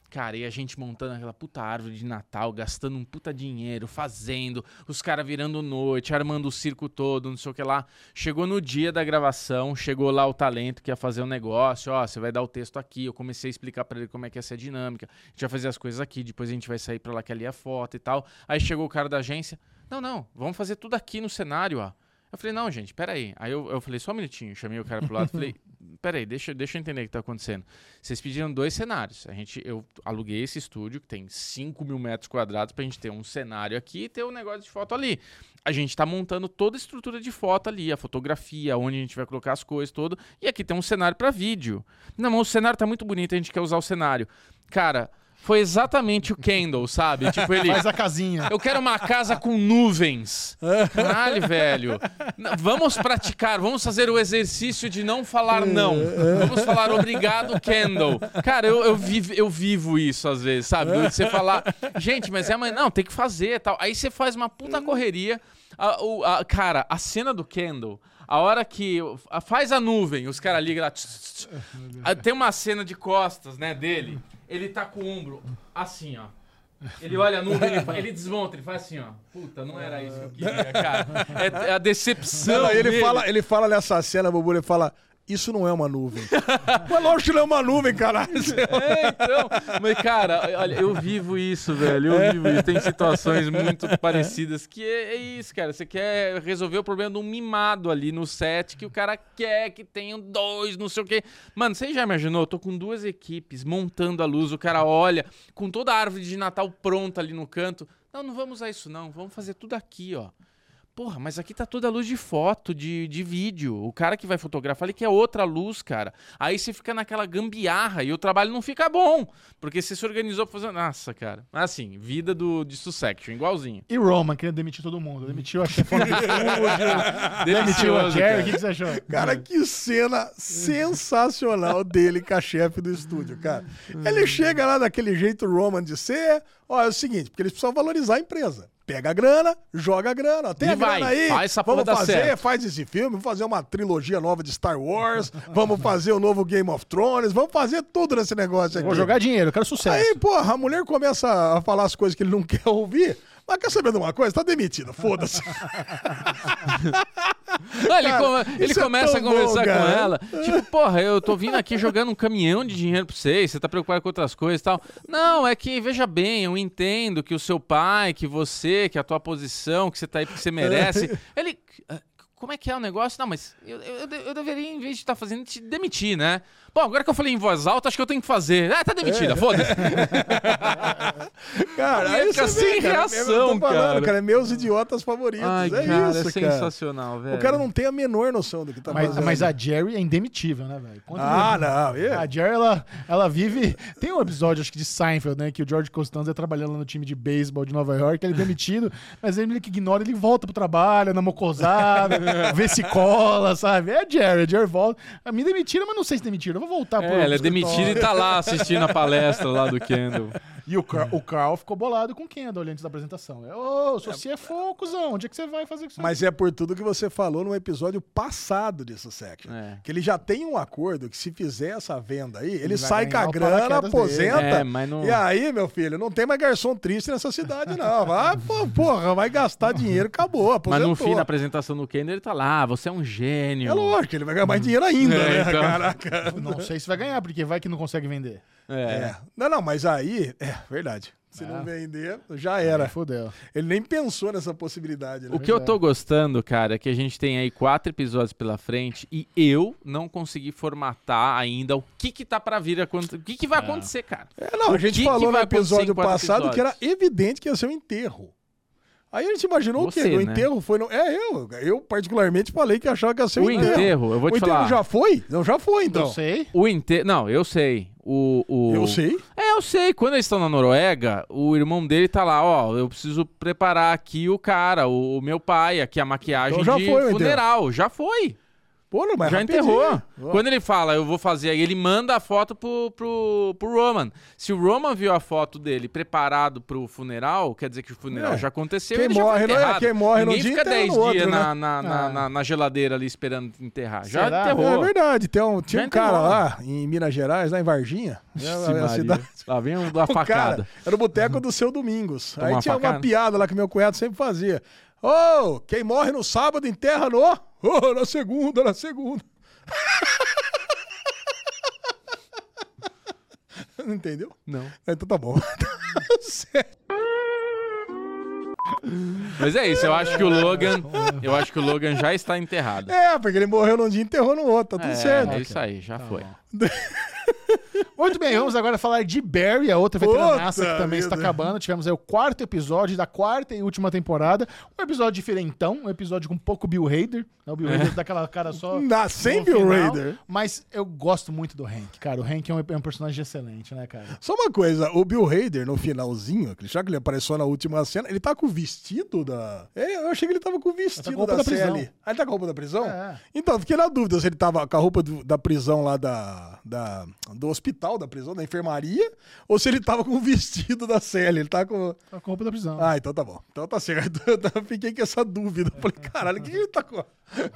Cara, e a gente montando aquela puta árvore de Natal, gastando um puta dinheiro, fazendo, os caras virando noite, armando o circo todo, não sei o que lá. Chegou no dia da gravação, chegou lá o talento que ia fazer o negócio, ó, você vai dar o texto aqui. Eu comecei a explicar pra ele como é que ia ser a dinâmica, a gente vai fazer as coisas aqui, depois a gente vai sair pra lá que ali é a foto e tal. Aí chegou o cara da agência, não, não, vamos fazer tudo aqui no cenário, ó. Eu falei, não, gente, peraí. Aí eu, eu falei, só um minutinho, chamei o cara pro lado, falei, peraí, deixa, deixa eu entender o que tá acontecendo. Vocês pediram dois cenários. A gente, eu aluguei esse estúdio, que tem 5 mil metros quadrados, pra gente ter um cenário aqui e ter um negócio de foto ali. A gente tá montando toda a estrutura de foto ali, a fotografia, onde a gente vai colocar as coisas, todo. E aqui tem um cenário pra vídeo. Não, mas o cenário tá muito bonito, a gente quer usar o cenário. Cara, foi exatamente o Kendall, sabe? Tipo, ele.
Faz a casinha.
Eu quero uma casa com nuvens. Caralho, velho. N- Vamos praticar, vamos fazer o exercício de não falar não. Vamos falar obrigado, Kendall. Cara, eu, eu, vivo, eu vivo isso às vezes, sabe? Do- Você falar, gente, mas é amanhã. Não, tem que fazer tal. Aí você faz uma puta correria. A- o- a- cara, a cena do Kendall. A hora que a- faz a nuvem, os caras ligam lá. tss, tss, tss. Ah, Tem uma cena de costas, né, dele. Ele tá com o ombro assim, ó. Ele olha a nuvem, ele, fa- ele desmonta, ele faz assim, ó. Puta, não era isso que eu queria, cara. É, é a decepção.
Não, ele,
dele.
fala, ele fala nessa cena, Bubu, ele fala. Isso não é uma nuvem. Mas lógico que não é uma nuvem, caralho.
É, então. Mas, cara, olha, eu vivo isso, velho. Eu vivo isso. Tem situações muito parecidas que é, é isso, cara. Você quer resolver o problema de um mimado ali no set que o cara quer que tenham dois, não sei o quê. Mano, você já imaginou? Eu tô com duas equipes montando a luz, o cara olha, com toda a árvore de Natal pronta ali no canto. Não, não vamos usar isso, não. Vamos fazer tudo aqui, ó. Porra, mas aqui tá toda a luz de foto, de, de vídeo. O cara que vai fotografar, ele quer outra luz, cara. Aí você fica naquela gambiarra e o trabalho não fica bom. Porque você se organizou pra fazer. Nossa, cara. Assim, vida do, de Sussection, igualzinho.
E Roman, querendo demitir todo mundo. Demitiu a chefona do estúdio, Ah, demitiu a
Delicioso,
Jerry. O
cara.
que que você achou?
É.
Cara, que cena sensacional dele com a chefe do estúdio, cara.
Hum.
Ele chega lá daquele jeito Roman de ser. Ó, é o seguinte, porque eles precisam valorizar a empresa. Pega a grana, joga a grana. Tem
E
a grana
vai,
aí.
faz essa porra
vamos
dar
fazer,
certo.
faz esse filme, vamos fazer uma trilogia nova de Star Wars, vamos fazer o novo Game of Thrones, vamos fazer tudo nesse negócio aqui.
Vou jogar dinheiro, eu quero sucesso.
Aí, porra, a mulher começa a falar as coisas que ele não quer ouvir. Mas quer saber de uma coisa? Tá demitida, foda-se.
Não, ele
Cara,
come- ele
isso é
começa a
tão bom,
conversar com
cara.
ela. Tipo, porra, eu tô vindo aqui jogando um caminhão de dinheiro pra vocês, você tá preocupado com outras coisas e tal. Não, é que, veja bem, eu entendo que o seu pai, que você, que a tua posição, que você tá aí
É.
porque você merece. Ele. "Ah, Como é que é o negócio? Não, mas eu, eu, eu deveria, em vez de estar fazendo, te demitir, né? Bom, agora que eu falei em voz alta, acho que eu tenho que fazer. Ah, tá demitida,
É.
foda-se.
Cara,
Ele fica
você vê,
sem
cara,
reação,
eu tô
cara.
é meus idiotas favoritos.
Ai,
é
cara,
isso,
é
cara.
sensacional, velho.
O cara não tem a menor noção do que tá
Mas,
fazendo.
mas a Jerry é indemitível, né, velho? Quanto
Ah, não. é.
A Jerry, ela, ela vive. Tem um episódio, acho que de Seinfeld, né? Que o George Costanza é trabalhando lá no time de beisebol de Nova York. Ele é demitido, mas ele meio que ignora, ele volta pro trabalho, na mocosada, vê se cola, sabe? É a Jerry, a Jerry volta. Ah, Me demitiram, mas não sei se demitiram. Eu vou voltar pro.
É, ela é
escritório.
então.
demitida e tá lá assistindo a palestra lá do Kendall.
E o Carl,
É.
o Carl ficou bolado com o Kendall ali antes da apresentação. É, Ô, se você é focuzão, onde é que você vai fazer com isso?
Mas é por tudo que você falou no episódio passado de Succession.
É.
Que ele já tem um acordo que se fizer essa venda aí,
vai
ele, sai com a
ganhar o
grana,
paraquedas dele.
aposenta.
É, mas não-
E aí, meu filho, não tem mais garçom triste nessa cidade, não. Vai, pô, porra, vai gastar dinheiro, acabou,
Mas
aposentou.
no fim, na apresentação do Kendall, ele tá lá, "Ah, você é um gênio.
É lógico, ele vai ganhar mais dinheiro ainda,
É,
né?
então.
Caraca.
Hum. Não sei se vai ganhar, porque vai que não consegue vender.
É.
É. Não, não, mas aí, é verdade. Se
É.
não vender, já era.
Fudeu.
Ele nem pensou nessa possibilidade, né?
O que eu tô gostando, cara, é que a gente tem aí quatro episódios pela frente e eu não consegui formatar ainda o que que tá pra vir, aconte- o que que vai acontecer, cara.
É, não,
O
a gente
que que
falou no
vai acontecer em
episódio
quatro
passado que era
episódios?
evidente que ia ser um enterro. Aí a gente imaginou
Você,
o quê? O
né?
enterro foi no... É, eu. Eu particularmente falei que achava que ia ser um
O
enterro.
enterro, eu vou te
o enterro
falar.
já foi? Não, já foi, então.
Não sei.
O inte... Não, eu sei. O, o...
Eu sei.
É, eu sei. Quando eles estão na Noruega, o irmão dele tá lá, ó, eu preciso preparar aqui o cara, o, o meu pai, aqui a maquiagem
Então já
de
foi o enterro.
funeral. Já foi.
Pô, não, mas
Já
rapidinho.
enterrou.
Ó.
Quando ele fala, eu vou fazer aí, ele manda a foto pro, pro, pro Roman. Se o Roman viu a foto dele preparado pro funeral, quer dizer que o funeral
É.
já aconteceu.
Quem
ele já foi
morre não é-
enterrado.
quem morre num
Ninguém
dia
fica
enterra
10
no outro,
dias
né?
na, na, na, na- na geladeira ali esperando enterrar. Já
Será?
É
enterrou.
verdade. Tem um, tinha
Já
um cara
enterrou.
lá em Minas Gerais, lá em Varginha. né,
Vixe,
na
Maria.
cidade.
Lá vem um da
O
facada.
Cara, era o boteco do seu Domingos.
Tomar
Aí tinha
facada.
uma piada lá que meu cunhado sempre fazia. Ô, quem morre no sábado enterra no. Ô, na segunda, na segunda. Não entendeu?
Não.
Então tá bom. Certo.
Mas é isso, eu acho que o Logan. Eu acho que o Logan já está enterrado.
é, porque ele morreu num dia e enterrou no outro. Tá tudo
É,
certo.
é isso aí,
Tá
já foi.
Muito bem, vamos agora falar de Barry, a outra veteranaça
Puta
que também está
vida.
acabando. Tivemos aí o quarto episódio da quarta e última temporada. Um episódio diferentão, um episódio com pouco Bill Hader. Né? O Bill Hader dá aquela cara só.
Na- É. sem
no
Bill
final.
Hader. Mas
Eu gosto muito do Hank, cara. O Hank é um, é um personagem excelente, né, cara?
Só uma coisa, o Bill Hader no finalzinho, aquele- já que ele apareceu na última cena, ele tá com o vestido da. É, Eu achei que ele tava com o
Ele tá com
vestido
a roupa
da,
da prisão.
série. Ah, ele tá com a roupa da prisão?
É.
Então, fiquei na dúvida se ele tava com a roupa do- da prisão lá da, da- do hospital, da prisão, da enfermaria, ou se ele tava com o vestido da série. Ele tá com.
Tá com a roupa da prisão.
Ah, então tá bom. Então tá certo. Eu fiquei com essa dúvida. Eu Falei, caralho, o que que ele tá com,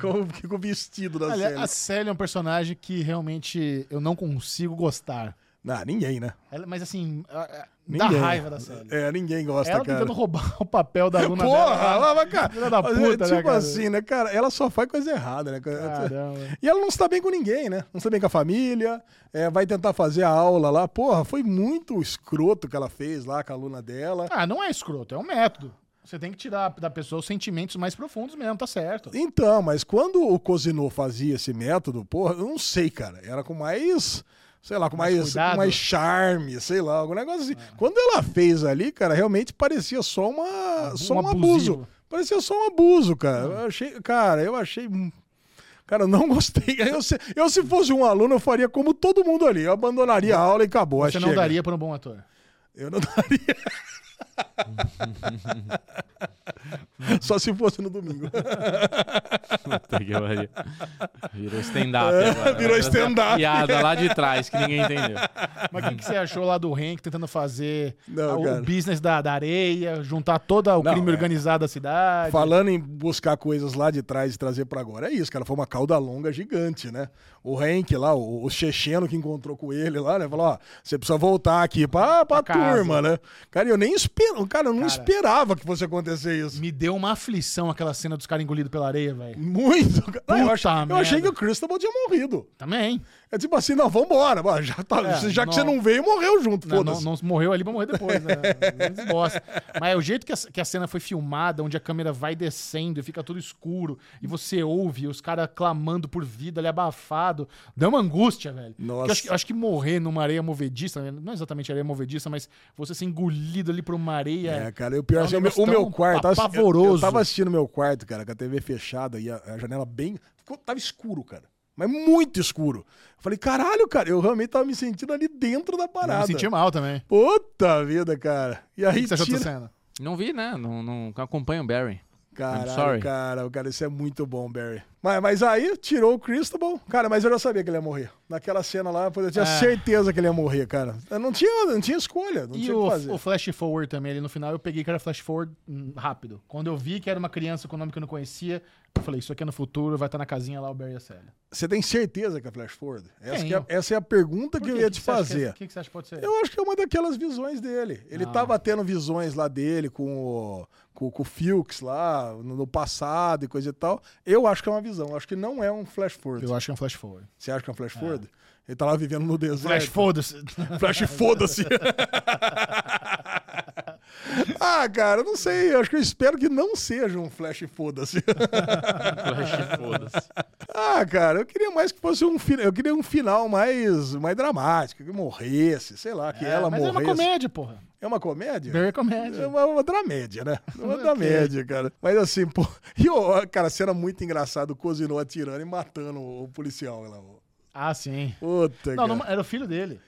com, com o vestido da
Aliás,
série?
a Sally é um personagem que realmente eu não consigo gostar.
Não, ninguém, né?
Ela- mas assim, a- a- dá
Ninguém.
raiva da série.
É, ninguém gosta,
Ela
cara.
tentando roubar o papel da aluna
Porra,
dela.
lá vai, cara.
Filha da puta, né,
tipo
cara?
assim, né, cara? Ela só faz coisa errada, né?
Caramba.
E ela não se dá bem com ninguém, né? Não se dá bem com a família, é, vai tentar fazer a aula lá. Porra, foi muito escroto que ela fez lá com a aluna dela.
Ah, não é escroto, é um método. Você tem que tirar da pessoa os sentimentos mais profundos mesmo, tá certo.
Então, mas quando o Cosino fazia esse método, porra, eu não sei, cara. Era com mais. Sei lá, com
Mais
mais,
cuidado?
com mais charme, sei lá, algum negócio assim. Quando ela fez ali, cara, realmente parecia só uma. só
um
um abuso.
abusivo. Hum.
Parecia só um abuso, cara. Eu achei. Cara, eu achei. hum, Cara, eu não gostei. Eu se, eu, se fosse um aluno, eu faria como todo mundo ali. Eu abandonaria a aula e acabou.
Você
ah,
não
chega.
daria pra um bom ator.
Eu não daria. Só se fosse no domingo.
Puta que pariu. Virou stand-up agora.
É, Virou stand-up.
Piada lá de trás que ninguém entendeu.
Mas o que, que você achou lá do Henk tentando fazer
Não,
a- o
cara.
business da, da areia, juntar todo o
Não,
crime
é.
organizado da cidade?
Falando em buscar coisas lá de trás e trazer pra agora, é isso, cara. Foi uma cauda longa gigante, né? O Henk lá, o, o checheno que encontrou com ele lá, né? Falou: ó, você precisa voltar aqui pra, pra,
Pra casa.
turma, né? Cara, eu nem espero, cara, eu não
Cara.
esperava que fosse acontecer isso.
Me deu uma aflição aquela cena dos caras engolidos pela areia, velho.
Muito, cara. Não, eu,
Puta
ach- eu
merda.
achei que o Cristobal tinha morrido.
Também.
É tipo assim, não, vambora. mano, Já, tá-
É,
já que você
não-
não veio, morreu junto,
Não, não,
foda-se.
não morreu ali pra morrer depois, né? Eles bosta. Mas é o jeito que a, que a cena foi filmada, onde a câmera vai descendo e fica tudo escuro, e você ouve os caras clamando por vida ali abafado. Dá uma angústia, velho. Porque eu
Nossa.
acho, que- eu acho que morrer numa areia movediça, né? não é exatamente areia movediça, mas você ser engolido ali por uma areia.
É, cara, e o pior
É um
assim, o meu,
negócio
o meu
tão
quarto. eu- Eu,
Pavoroso.
tava assistindo o meu quarto, cara, com a TV fechada e a, a janela bem. ficou- tava escuro, cara. Mas muito escuro. Eu falei, caralho, cara, eu realmente tava me sentindo ali dentro da
eu
parada.
me senti mal também.
Puta vida, cara. E
O que
aí,
que você achou dessa
tira...
cena?
Não vi, né? Não, não acompanho o Barry. I'm sorry.
Caralho, cara, cara, isso é muito bom, Barry. Mas, mas aí, tirou o Cristobal. Cara, mas eu já sabia que ele ia morrer. Naquela cena lá, eu tinha
É.
certeza que ele ia morrer, cara. Eu não tinha, não tinha escolha, não
E
tinha o que
o,
fazer.
o flash forward também ali no final, eu peguei que era flash forward hum, rápido. Quando eu vi que era uma criança com nome que eu não conhecia, eu falei, isso aqui é no futuro, vai estar na casinha lá o Barry e a Sally.
Você tem certeza que é Flash Forward? Essa,
Tenho.
que é, essa é a pergunta
Por
que eu
quê?
ia
que
te
você acha que-
fazer.
O que, que você acha que pode ser?
Eu acho que é uma daquelas visões dele. Ele
Ah.
tava tendo visões lá dele com o, com, com o Fuchs lá no, no passado e coisa e tal. Eu acho que é uma visão. Eu acho que não é um flash forward.
Eu acho que é um flash forward.
Você acha que é um flash forward? Ele tá lá vivendo no
Flash
deserto.
foda-se.
Flash, foda-se. ah, cara, eu não sei. Eu acho que eu espero que não seja um flash foda-se.
Flash, foda-se.
Ah, cara, eu queria mais que fosse um final. Eu queria um final mais, mais dramático, que morresse, sei lá, que ela
mas
morresse.
é uma comédia, porra.
É uma comédia?
Barry é
É
comédia.
uma, uma dramédia, né? Uma dramédia, cara. Mas assim, pô. E, o cara, cena muito engraçada, o Cosino atirando e matando o o policial lá. ó.
Ah, sim.
Puta,
Não,
cara.
não, era o filho dele.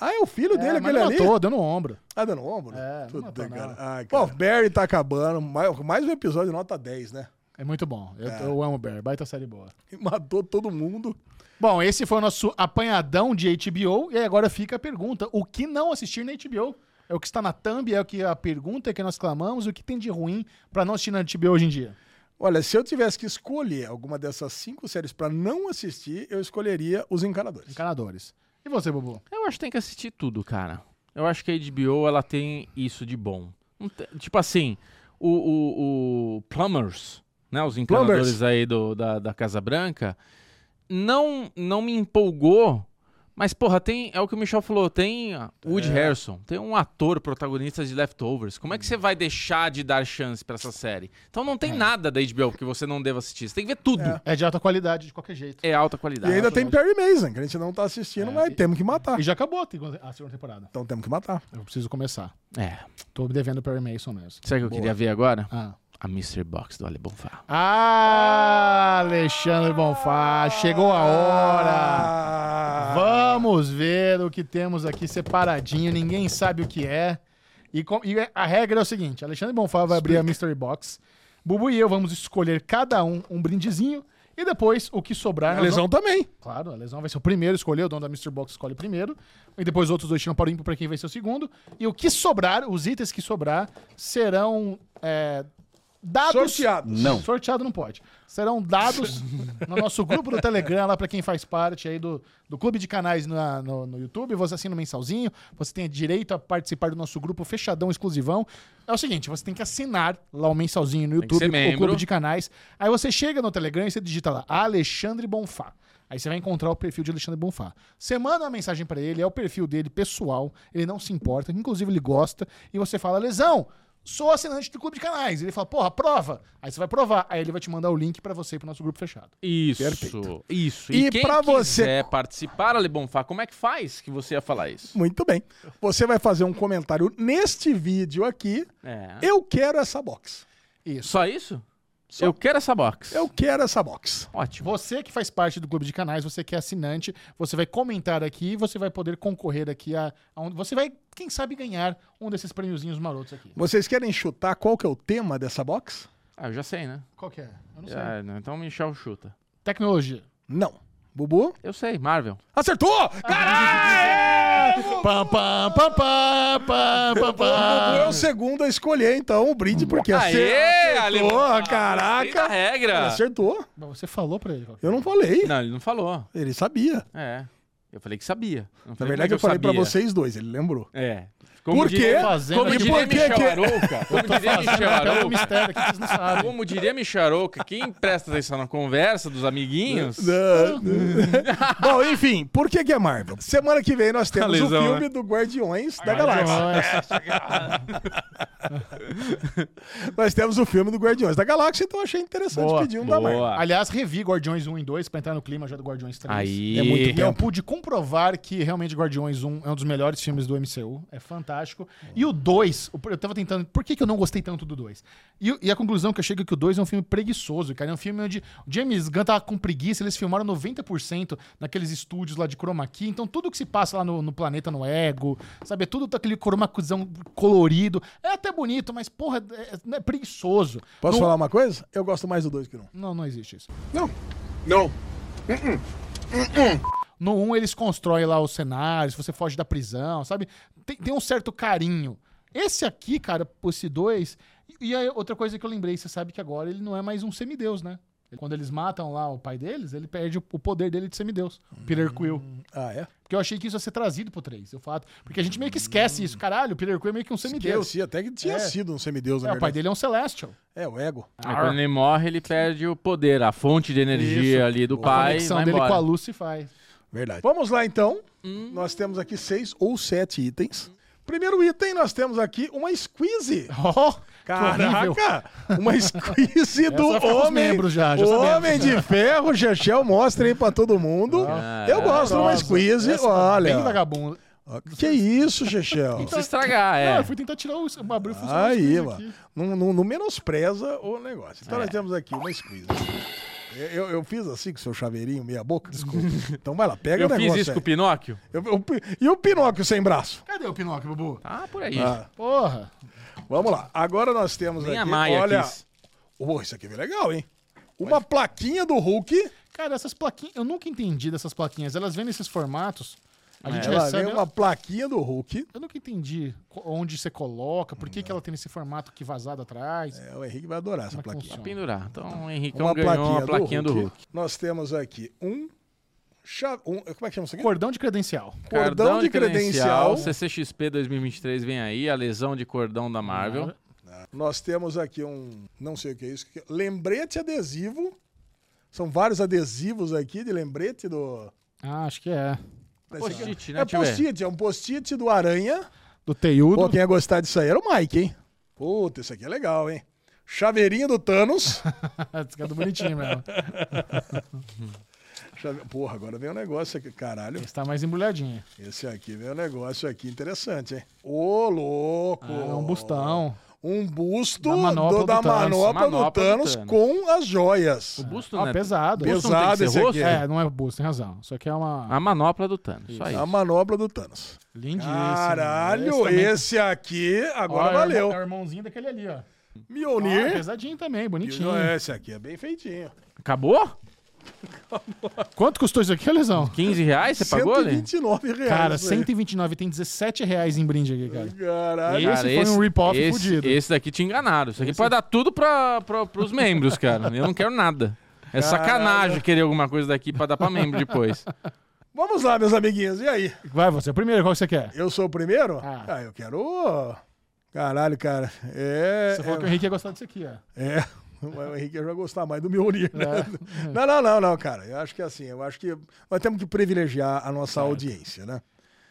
Ah, é o filho dele,
é, mas
aquele
não
ali?
matou, deu no ombro.
Ah, dando ombro?
É, não
Puta,
matou
cara.
não.
Ai, cara. Bom, Barry tá acabando. Mais, mais um episódio nota 10, né?
É muito bom. Eu, eu amo o Barry. Baita série boa.
E matou todo mundo.
Bom, esse foi o nosso apanhadão de HBO. E aí agora fica a pergunta: o que não assistir na HBO? É o que está na thumb, é o que a pergunta que nós clamamos, o que tem de ruim pra não assistir na HBO hoje em dia?
Olha, se eu tivesse que escolher alguma dessas cinco séries pra não assistir, eu escolheria Os Encanadores.
Encanadores. E você, Bubu?
Eu acho que tem que assistir tudo, cara. Eu acho que a HBO ela tem isso de bom. Não te- Tipo assim, o, o- o Plumbers, né? Os encanadores
Plumbers.
aí do- da, da Casa Branca, não, não me empolgou. Mas, porra, tem. É o que o Michel falou, tem a
É.
Woody Harrison, tem um ator protagonista de Leftovers. Como é que você vai deixar de dar chance pra essa série? Então não tem
É.
nada da HBO que você não deva assistir. Você tem que ver tudo. É,
É de alta qualidade, de qualquer jeito.
alta
E
qualidade.
ainda tem Perry Mason, que a gente não tá assistindo, mas temos que matar.
E já acabou a segunda a segunda temporada.
Então temos que matar.
Eu preciso começar.
É.
Tô me devendo para Mason mesmo.
Sabe o que eu queria ver agora?
Ah.
A Mystery Box do Ale Bonfá.
Ah, Alexandre Bonfá, chegou a hora.
Ah,
Vamos ver o que temos aqui separadinho, ninguém sabe o que é. E, com- e a regra é o seguinte: Alexandre Bonfá vai abrir a Mystery Box. Bubu e eu vamos escolher cada um um brindezinho e depois o que sobrar.
a
nós
lesão também.
Claro, a lesão vai ser o primeiro escolher, o dono da Mr. Box escolhe primeiro. E depois os outros dois tiram para o ímpar para quem vai ser o segundo. E o que sobrar, os itens que sobrar, serão é, dados.
Sorteados.
Não.
Sorteado não pode. Serão dados no nosso grupo do Telegram, lá pra quem faz parte aí do, do clube de canais na- no, no YouTube. Você assina o mensalzinho, você tem direito a participar do nosso grupo fechadão, exclusivão. É o seguinte, você tem que assinar lá o mensalzinho no
Tem que
YouTube,
ser
o clube
membro.
de canais. Aí você chega no Telegram e você digita lá, Alexandre Bonfá. Aí você vai encontrar o perfil de Alexandre Bonfá. Você manda uma mensagem pra ele, é o perfil dele pessoal, ele não se importa, inclusive ele gosta, e você fala, Lesão, sou assinante do clube de canais. Ele fala, porra, prova. Aí você vai provar. Aí ele vai te mandar o link pra você ir pro nosso grupo fechado.
Isso,
Perfeito.
isso.
E
quem
pra você-
quiser participar, Ale Bonfá, como é que faz que você ia falar isso?
Muito bem. Você vai fazer um comentário neste vídeo aqui.
É.
Hum. Eu quero essa box.
Só isso? Eu quero essa box.
Eu quero essa box.
Ótimo.
Você que faz parte do clube de canais, você que é assinante, você vai comentar aqui e você vai poder concorrer aqui a, a um, você vai, quem sabe, ganhar um desses prêmiozinhos marotos aqui.
Vocês querem chutar qual que é o tema dessa box?
Ah, eu já sei, né?
Qual que é? Eu não sei.
Ah, não, então o Michel chuta.
Tecnologia.
Não. Bubu?
Eu sei, Marvel.
Acertou! Caralho!
Pam, pam, pam, pam, pam, pam,
Bubu é
pam.
o segundo a escolher, então, o brinde, porque acertou,
Caraca!
caraca!
regra!
Acertou.
Mas Você falou pra ele. é?
Eu não falei.
Não, ele não falou.
Ele sabia.
É. Eu falei que sabia. Não
Na
falei
verdade,
como
eu falei pra
sabia.
vocês dois, ele lembrou.
É.
Por quê?
fazendo
Como
aqui.
diria
Por que
Michel
que-
Arouca. Como diria
É
Michel
um
Arouca.
mistério que vocês não sabem.
Ah, Como diria Michel Arouca, quem presta atenção na conversa dos amiguinhos...
Não. Bom, enfim, por que, que é Marvel? Semana que vem nós temos
Lesão,
o filme
né?
do Guardiões da Galáxia. Nós temos o filme do Guardiões da Galáxia, então achei interessante
Boa,
pedir um da Marvel.
Boa.
Aliás, revi Guardiões 1 e 2 pra entrar no clima já do Guardiões 3.
Aí.
É muito
E eu
tempo.
pude comprovar que realmente Guardiões 1 é um dos melhores filmes do MCU. É fantástico. E o 2, o- eu tava tentando. Por que, que eu não gostei tanto do 2? E, e a conclusão que eu chego é que o 2 é um filme preguiçoso, cara. É um filme onde o James Gunn tava com preguiça, eles filmaram 90% naqueles estúdios lá de chroma key. Então tudo que se passa lá no, no planeta, no ego, sabe? Tudo tá aquele chroma keyzão colorido. É até bonito, mas porra, é, é preguiçoso.
Posso
não,
falar uma coisa? Eu gosto mais do dois que do um.
Não, não existe isso.
Não.
No 1 eles constroem lá os cenários, você foge da prisão, sabe? Tem, tem um certo carinho. Esse aqui, cara, esse 2. E, e aí, outra coisa que eu lembrei, você sabe que agora ele não é mais um semideus, né? Ele- Quando eles matam lá o pai deles, ele perde o o poder dele de semideus. Peter Quill.
Ah, é?
Porque eu achei que isso ia ser trazido pro 3, eu fato. Porque a gente meio que esquece isso. Caralho, o Peter Quill é meio que um semideus.
Esqueci, até que tinha
É.
sido um semideus, na
É, o pai
verdade.
dele é um Celestial.
É, o ego.
Aí quando ele morre, ele perde o poder, a fonte de energia
Isso.
ali do
a
pai.
conexão
vai
dele
embora.
com a Lucy faz.
Verdade. Vamos lá, então. Nós temos aqui seis ou sete itens. Primeiro item, nós temos aqui uma squeeze.
Oh,
Caraca! Uma squeeze do
vai ficar com os
homem.
membros já, já sabemos. né?
homem de ferro, Chechel, mostra aí pra todo mundo.
Ah,
Eu gosto de uma squeeze.
tá Bem Então,
Olha.
vagabunda.
Que isso, Chechel?
Se estragar, é.
Não, eu fui tentar tirar o. abrir o funcionário.
Aí, mano. Não, não- não menospreza o negócio. Então
É.
nós temos aqui uma squeeze. Eu, eu- eu fiz assim com o seu chaveirinho, meia boca, desculpa. Então vai lá, pega
Eu
o negócio.
fiz isso
aí.
com o Pinóquio?
Eu- eu- e o Pinóquio sem braço?
Cadê o Pinóquio, Bubu?
Ah, por aí.
Ah,
Porra.
vamos lá. Agora nós temos
Nem
aqui.
a Maia
olha.
quis.
Ô, isso aqui é legal, hein? Uma plaquinha do Hulk.
Cara, essas plaquinhas. Eu nunca entendi dessas plaquinhas. Elas vêm nesses formatos. A gente
É. Ela
recebe.
vem uma plaquinha do Hulk.
Eu nunca entendi co- onde você coloca, por que, que ela tem esse formato que vazado atrás.
É, o Henrique vai adorar essa
Como é que
plaquinha.
funciona?
Pendurar. Então o Henricão ganhou uma plaquinha do Hulk.
Nós temos aqui um. cha- um- como é que chama isso aqui?
Cordão de credencial.
Cordão de credencial.
CCXP 2023 vem aí, a lesão de cordão da Marvel.
Nós temos aqui um. Não sei o que é isso. que é- Lembrete adesivo. São vários adesivos aqui de lembrete do.
Ah, acho que é.
Post-it, né?
É
Deixa eu ver.
post-it, é um post-it do Aranha.
Do teiudo.
Pô, quem ia gostar disso aí era o Mike, hein? Puta, isso aqui é legal, hein? Chaveirinho do Thanos.
Esse cara é do bonitinho mesmo.
Chave- Porra, agora vem um negócio aqui, caralho.
Esse tá mais embrulhadinho.
Esse aqui vem um negócio aqui interessante, hein? Ô, louco!
Ah.
É um bustão.
Um busto
Da
do-
manopla do
da manopla do,
Thanos.
Manopla do
Thanos
Thanos.
com as joias.
O busto,
Ah,
né?
pesado.
O busto não
Pesado
tem que
esse
ser
aqui.
rosto?
É, não é busto, tem razão. Isso aqui é uma.
A manopla do Thanos. Só isso.
A manobra do Thanos.
Lindíssima.
Caralho,
também-
esse, aqui
Ó,
agora
é o irmão-
valeu. Né?
É o irmãozinho daquele ali, ó. Ah,
Mionir.
é
pesadinho também, bonitinho.
é. Mjolnir, esse aqui é bem feitinho.
Acabou?
Quanto custou isso aqui, ô, Lesão?
15 reais você pagou, Lê?
129 reais. né?
Cara,
É, isso aí.
129 tem 17 reais em brinde aqui, cara.
Caralho.
Esse foi um rip-off
esse-
fudido.
Esse daqui te enganaram. Isso aqui pode dar tudo pra, pra, pros membros, cara. Eu não quero nada. É sacanagem querer alguma coisa daqui pra dar pra membro depois.
Vamos lá, meus amiguinhos. E aí?
Vai você, é primeiro, qual que você quer?
Eu sou o primeiro?
Ah.
Ah, eu quero. Caralho, cara. É.
Você falou que o Henrique ia gostar disso aqui, ó.
É. O Henrique já vai gostar mais do meu né? Não, não, não, não, cara. Eu acho que é assim, eu acho que nós temos que privilegiar a nossa audiência, né?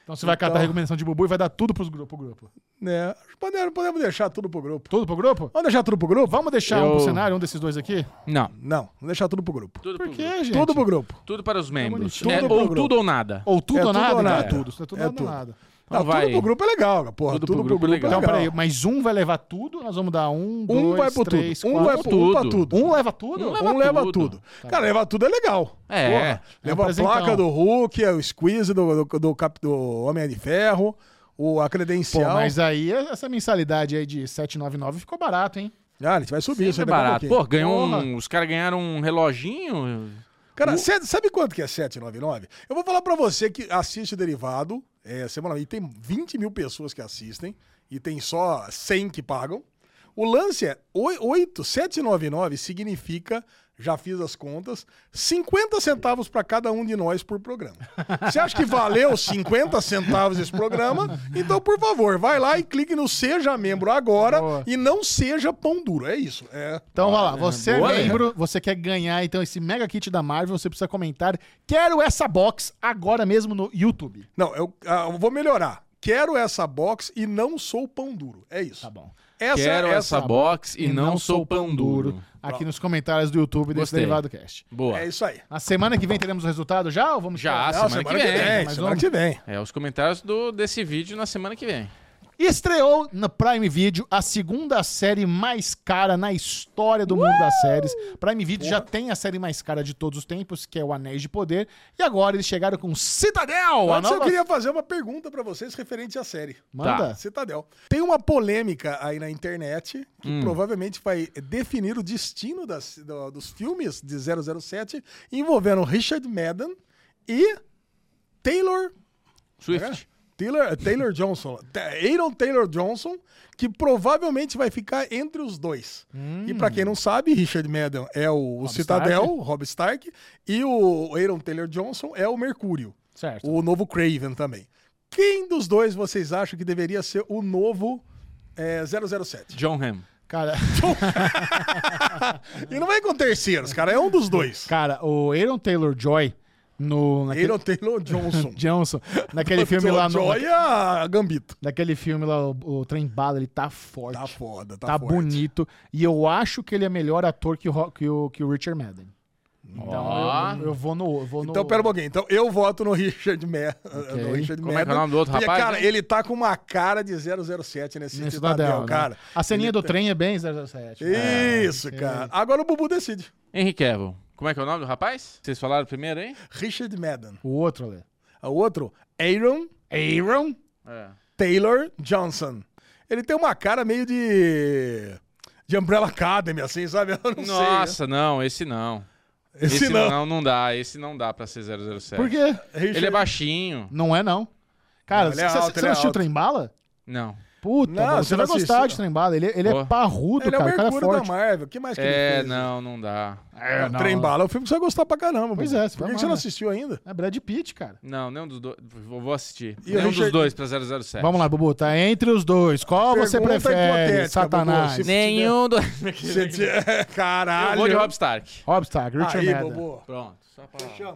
Então você vai catar a recomendação de Bubu e vai dar tudo pros grupo, pro grupo.
né? Podemos, podemos deixar tudo pro grupo.
Tudo pro grupo?
Vamos deixar tudo pro grupo?
Vamos deixar um
Eu-
pro cenário, um desses dois aqui?
Não.
Não, vamos deixar tudo pro grupo.
Tudo,
Por
pro-
quê, gente?
Tudo pro grupo.
tudo para os membros.
bonitinho.
É,
Tudo pro
ou
grupo.
tudo ou nada.
Ou tudo
É
ou
tudo
nada?
ou
então
nada.
É tudo, isso é tudo
É
ou
tudo.
nada.
Então
Não,
vai.
Tudo pro grupo é legal, cara, porra.
Tudo
Tudo,
pro
pro
grupo é
grupo é legal.
legal.
Então, peraí, mas um vai levar tudo, nós vamos dar um,
Um
dois,
vai pro
três,
tudo. Um
quatro.
vai pro um pra
Tudo.
tudo.
Um leva tudo?
Um leva-
Um leva
tudo.
tudo. Cara, levar tudo é legal.
É.
Leva a
presentão.
placa do Hulk, é o squeeze do, do, do, cap- do Homem de Ferro, o, a
Pô,
credencial.
mas aí essa mensalidade aí de 7,99 ficou barato, hein?
Ah, a gente vai subir isso
Sempre
aí daqui
É barato.
a pouquinho.
Pô, ganhou um,
Porra.
os caras ganharam um reloginho.
Cara, cê- sabe quanto que é 799? Eu vou falar pra você que assiste o Derivado, é, semana e tem 20 mil pessoas que assistem e tem só 100 que pagam. O lance é 8, 799 significa, já fiz as contas, 50 centavos pra cada um de nós por programa. Você acha que valeu 50 centavos esse programa? Então, por favor, vai lá e clique no Seja Membro agora
Boa.
e não seja pão duro. É isso. É.
Então vai lá, você
boa,
é
né?
membro, você quer ganhar então esse mega kit da Marvel, você precisa comentar. Quero essa box agora mesmo no YouTube.
Não, eu, ah, eu vou melhorar. Quero essa box e não sou pão duro. É isso.
Tá bom.
Essa,
Quero essa, box e, não, sou pão duro.
Aqui nos comentários do YouTube desse
Gostei.
Derivado Cast.
Boa.
É isso aí. Ah,
Na semana que vem teremos o resultado já ou vamos
Já,
esperar?
Não, semana que vem,
mas
semana
vamos-
que vem.
É os comentários do, desse vídeo na semana que vem.
Estreou no Prime Video a segunda série mais cara na história do mundo das séries. Prime Video já tem a série mais cara de todos os tempos, que é o Anéis de Poder. E agora eles chegaram com Citadel, a
Antes eu
nova...
queria fazer uma pergunta pra vocês referente à série. Tá.
Tá.
Manda.
Citadel. Tem uma polêmica aí na internet que
Hum.
provavelmente vai definir o destino das- do- dos filmes de 007 envolvendo Richard Madden e Taylor
Swift.
É. Taylor, Taylor Johnson, Ta- Aaron Taylor Johnson, que provavelmente vai ficar entre os dois.
Hum.
E pra quem não sabe, Richard Madden é o, o Citadel, o Rob Stark, e o Aaron Taylor Johnson é o Mercúrio,
Certo.
o novo Craven também. Quem dos dois vocês acham que deveria ser o novo é, 007?
John Hamm.
Cara, Ah.
E não vem com terceiros, cara, é um dos dois.
cara, o Aaron Taylor-Joy no... Naquele...
Aaron Taylor Johnson.
Johnson, naquele filme lá no...
Joia Gambito.
Naquele filme lá, o, o Trem Bala, ele tá forte.
Tá foda, tá,
tá
forte.
bonito. E eu acho que ele é melhor ator que o, Ro- que o, que o Richard Madden. Então
Ó.
eu, eu vou no. eu vou no-
Então, pera um pouquinho. Então, eu voto no Richard, Ma no Richard
Como é que é
Madden.
o nome do outro
porque,
rapaz,
Cara,
né?
ele tá com uma cara de 007 nesse
nesse
Citadel,
Cidadel,
cara. tá
cara. A ceninha do trem é bem 007. né?
Isso, cara. Agora o Bubu decide.
Henry Cavill. Como é que é o nome do rapaz? Vocês falaram primeiro, hein?
Richard Madden.
O outro, Lê.
O outro, Aaron
Aaron?
É.
Taylor Johnson. Ele tem uma cara meio de... De Umbrella Academy, assim, sabe? Eu não sei.
Nossa, não, esse não.
né? Esse, não.
não, dá. Esse não dá pra ser 007.
Por quê?
Richard...
Ele é baixinho.
Não é, não. Cara,
Não, ele
você
é
você-
alto,
você
ele
não
é
assistiu o
alto.
Trem Bala?
Não.
Puta,
Não,
mano,
você
você vai
não
gostar
assistiu.
de Trem Bala. Ele, ele
Boa.
é parrudo,
Ele é o
cara. O cara é
Mercúrio da
forte.
Marvel. O que mais que ele
É,
fez?
não, não dá.
É, Trem Bala é um filme que você vai gostar pra caramba.
Pois
Bubu.
é, você
Por
vai
que você
amar,
não
né?
assistiu ainda?
É Brad Pitt, cara.
Não, nenhum dos dois. Vou vou assistir.
E o
nenhum dos
Richard-
dois pra 007.
Vamos lá, Bubu. Tá entre os dois. Qual você
Pergunta
prefere,
hipotética,
Satanás?
Bubu. Se-
Nenhum dos.
Você te- Caralho.
Eu vou de Rob Stark.
Rob Stark, Richard
Aí,
Madden.
Bobo.
Pronto. Só pra...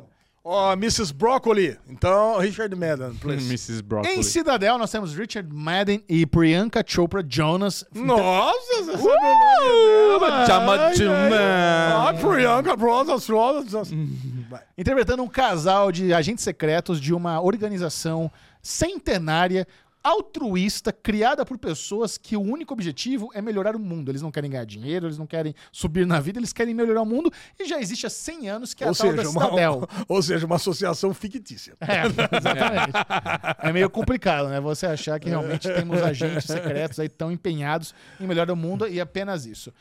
Ó, Mrs. Broccoli. Então, Richard Madden, please.
Mrs. Broccoli.
Em Cidadel, nós temos Richard Madden e Priyanka Chopra Jonas.
Nossa, você sabe o nome dela.
Chama de Hum.
Ah,
man.
Priyanka, Rosas, Rosas.
Hum.
Vai.
interpretando um casal de agentes secretos de uma organização centenária, altruísta, criada por pessoas que o único objetivo é melhorar o mundo. Eles não querem ganhar dinheiro, eles não querem subir na vida, eles querem melhorar o mundo. E já existe há 100 anos que é a
Ou
tal da
seja, uma,
Cidadel.
ou seja, uma associação fictícia.
É, exatamente. É meio complicado, né? Você achar que realmente temos agentes secretos aí tão empenhados em melhorar o mundo e apenas isso.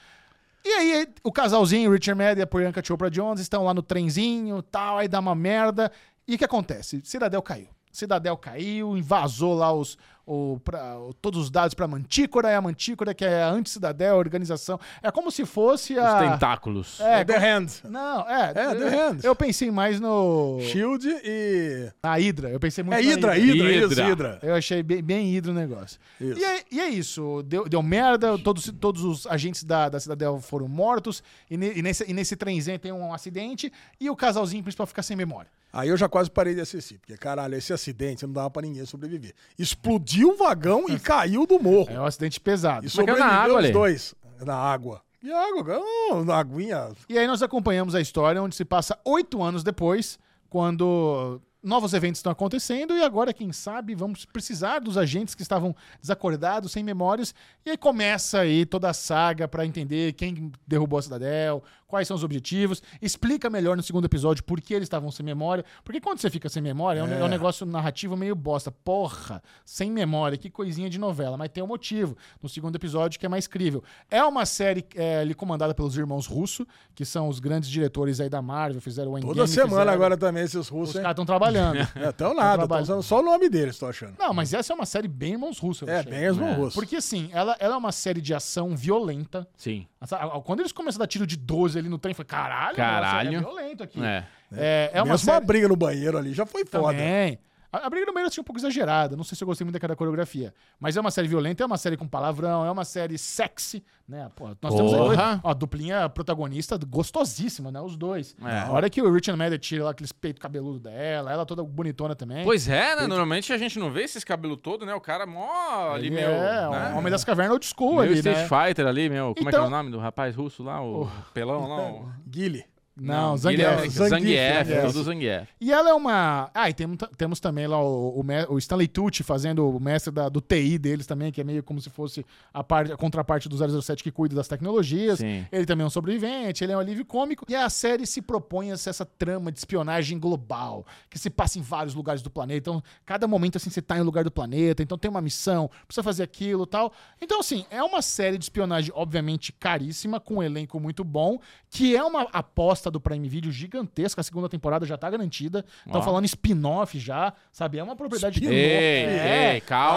E aí, o casalzinho, Richard Madden e a Priyanka Chopra Jones, estão lá no trenzinho tal, aí dá uma merda. E o que acontece? Cidadel caiu. Cidadel caiu, invasou lá os, o, pra- o- todos os dados pra Mantícora, é a Mantícora que é a anti-Cidadel, a organização. É como se fosse
Os
a...
tentáculos.
É,
The Hand.
não, é.
É, The
eu-
Hand.
Eu pensei mais no...
Shield e.
Na Hydra. Eu pensei muito
É
na
Hydra,
Hydra.
Hydra, isso,
Hydra.
Hydra.
Eu achei bem, bem hidro o negócio.
Isso.
E é, e é isso. Deu, deu merda, todos, todos os agentes da, da Cidadel foram mortos. E, ne- e nesse, e nesse trenzinho tem um acidente. E o casalzinho principal fica sem memória.
Aí eu já quase parei de assistir, porque caralho, esse acidente não dava pra ninguém sobreviver. Explodiu o vagão e caiu do morro.
É um acidente pesado.
E
Mas caiu na água,
sobreviveu os
Ale.
dois. Na água. E a água, caiu na aguinha.
E aí nós acompanhamos a história onde se passa oito anos depois, quando novos eventos estão acontecendo e agora, quem sabe, vamos precisar dos agentes que estavam desacordados, sem memórias. E aí começa aí toda a saga para entender quem derrubou a Cidadel, quais são os objetivos. Explica melhor no segundo episódio por que eles estavam sem memória. Porque quando você fica sem memória, é um, é um negócio narrativo meio bosta. Porra, sem memória, que coisinha de novela. Mas tem um motivo no segundo episódio que é mais crível. É uma série é, ali comandada pelos irmãos Russo, que são os grandes diretores aí da Marvel, fizeram o Endgame.
Toda semana
fizeram-
agora também esses
Os
russos, hein?
caras estão trabalhando.
É, tão nada, estão
trabalhando.
usando só o nome deles, tô achando.
Não, mas essa é uma série bem irmãos Russo. eu
É,
achei.
bem os
É.
russos.
Porque assim, ela, ela é uma série de ação violenta.
Sim.
Essa- Quando eles começam a dar tiro de 12 ali no trem, foi caralho,
Caralho.
nossa, é violento aqui.
É.
É, é uma
Mesmo uma
série...
briga no banheiro ali já foi foda.
Também. A, a briga no meio assim, um pouco exagerada. Não sei se eu gostei muito daquela coreografia. Mas é uma série violenta, é uma série com palavrão, é uma série sexy, né? Pô, nós temos
Porra.
aí ó, a duplinha protagonista gostosíssima, né? Os dois.
É.
A hora que o Richard Madden tira lá aqueles peitos cabeludo dela, ela toda bonitona também.
Pois é, né? Normalmente a gente não vê esses cabelos todos, né? O cara mó ali,
Ele
meu.
é,
né?
o Homem das Cavernas old school
Meu
ali, né?
Street Fighter ali, meu. Como é que é o
Então-
nome do rapaz russo lá? O pelão lá? O...
Guile.
Não,
Ele é-
Zangief.
Zangief,
Zangief,
Zangief.
todo Zangief.
E ela é uma. Ah, e temos, temos também lá o, o me- o Stanley Tucci fazendo o mestre da- do TI deles também, que é meio como se fosse a, parte, a contraparte do 007 que cuida das tecnologias.
Sim.
Ele também é um sobrevivente, ele é um alívio cômico. E a série se propõe a essa essa trama de espionagem global, que se passa em vários lugares do planeta. Então, cada momento, assim, você tá em um lugar do planeta, então tem uma missão, precisa fazer aquilo e tal. Então, assim, é uma série de espionagem, obviamente, caríssima, com um elenco muito bom, que é uma aposta do Prime Video gigantesca. A segunda temporada já tá garantida. Estão
Ó.
falando spin-off já, sabe? É uma propriedade
Spin-off.
Ei,
É.
ei, calma.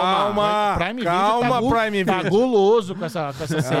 Calma, calma,
tá gu-
Prime
tá
Video.
guloso com essa, com essa série.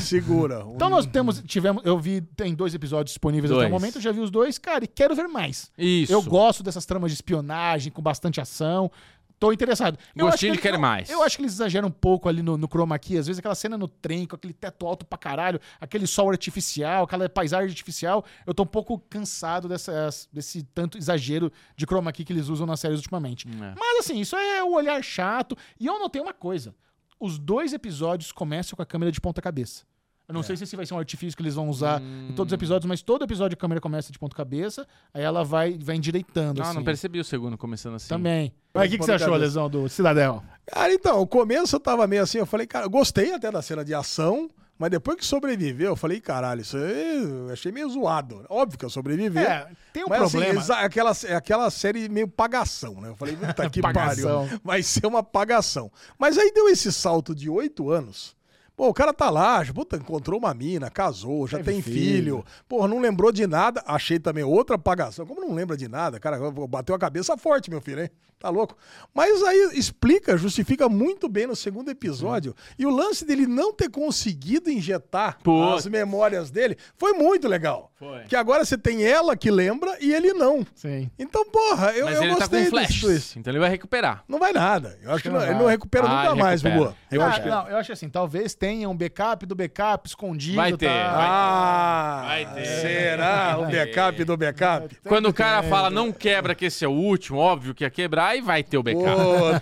segura.
né? Então nós temos, tivemos, eu vi, tem dois episódios disponíveis até
Dois.
o momento, eu já vi os dois, cara, e quero ver mais.
Isso.
Eu gosto dessas tramas de espionagem, com bastante ação. Tô interessado. Eu
Gostinho
acho
de
eles-
quero
eu-
mais.
Eu acho que eles exageram um pouco ali no, no chroma key. Às vezes aquela cena no trem, com aquele teto alto pra caralho, aquele sol artificial, aquela paisagem artificial. Eu tô um pouco cansado dessas- desse tanto exagero de chroma key que eles usam nas séries ultimamente.
É.
Mas assim, isso é o olhar chato. E eu notei uma coisa. Os dois episódios começam com a câmera de ponta cabeça. Eu não
É.
sei se esse vai ser um artifício que eles vão usar em
Hum.
todos os episódios, mas todo episódio a câmera começa de ponta cabeça, aí ela vai, vai endireitando,
Ah, Não,
assim.
não percebi o segundo começando assim.
Também. Mas o que, que você
Ponta
achou,
cabeça.
Lesão, do Cidadel?
Cara, então, o começo eu tava meio assim, eu falei, cara, eu gostei até da cena de ação, mas depois que sobreviveu, eu falei, caralho, isso aí eu achei meio zoado. Óbvio que eu sobrevivi.
É, tem um
mas, assim,
problema.
exa- aquela, é aquela série meio pagação, né? Eu falei, puta que
Pagação.
pariu. Vai ser uma pagação. Mas aí deu esse salto de oito anos. Pô, o cara tá lá, puta, encontrou uma mina, casou, já tem filho. Porra, não lembrou de nada. Achei também outra pagação. Como não lembra de nada? Cara, bateu a cabeça forte, meu filho, hein? Tá louco? Mas aí explica, justifica muito bem no segundo episódio. E o lance dele não ter conseguido injetar
Pô.
as memórias dele foi muito legal.
Foi.
Que agora você tem ela que lembra e ele não.
Sim.
Então, porra, eu,
Mas
eu
ele tá
gostei
com
disso.
flash. Então ele vai recuperar.
Não vai nada. Eu acho que
não
não, ele
vai.
não recupera
Ah,
nunca
ele
mais,
recupera.
Bubu. Eu
Ah,
acho que
não, eu acho assim, talvez tenha um backup do backup escondido.
Vai ter,
tá?
vai
Ah,
Vai ter.
será o backup do backup?
Quando o cara fala
né?
não quebra que esse é o último, óbvio que ia quebrar e vai ter o backup.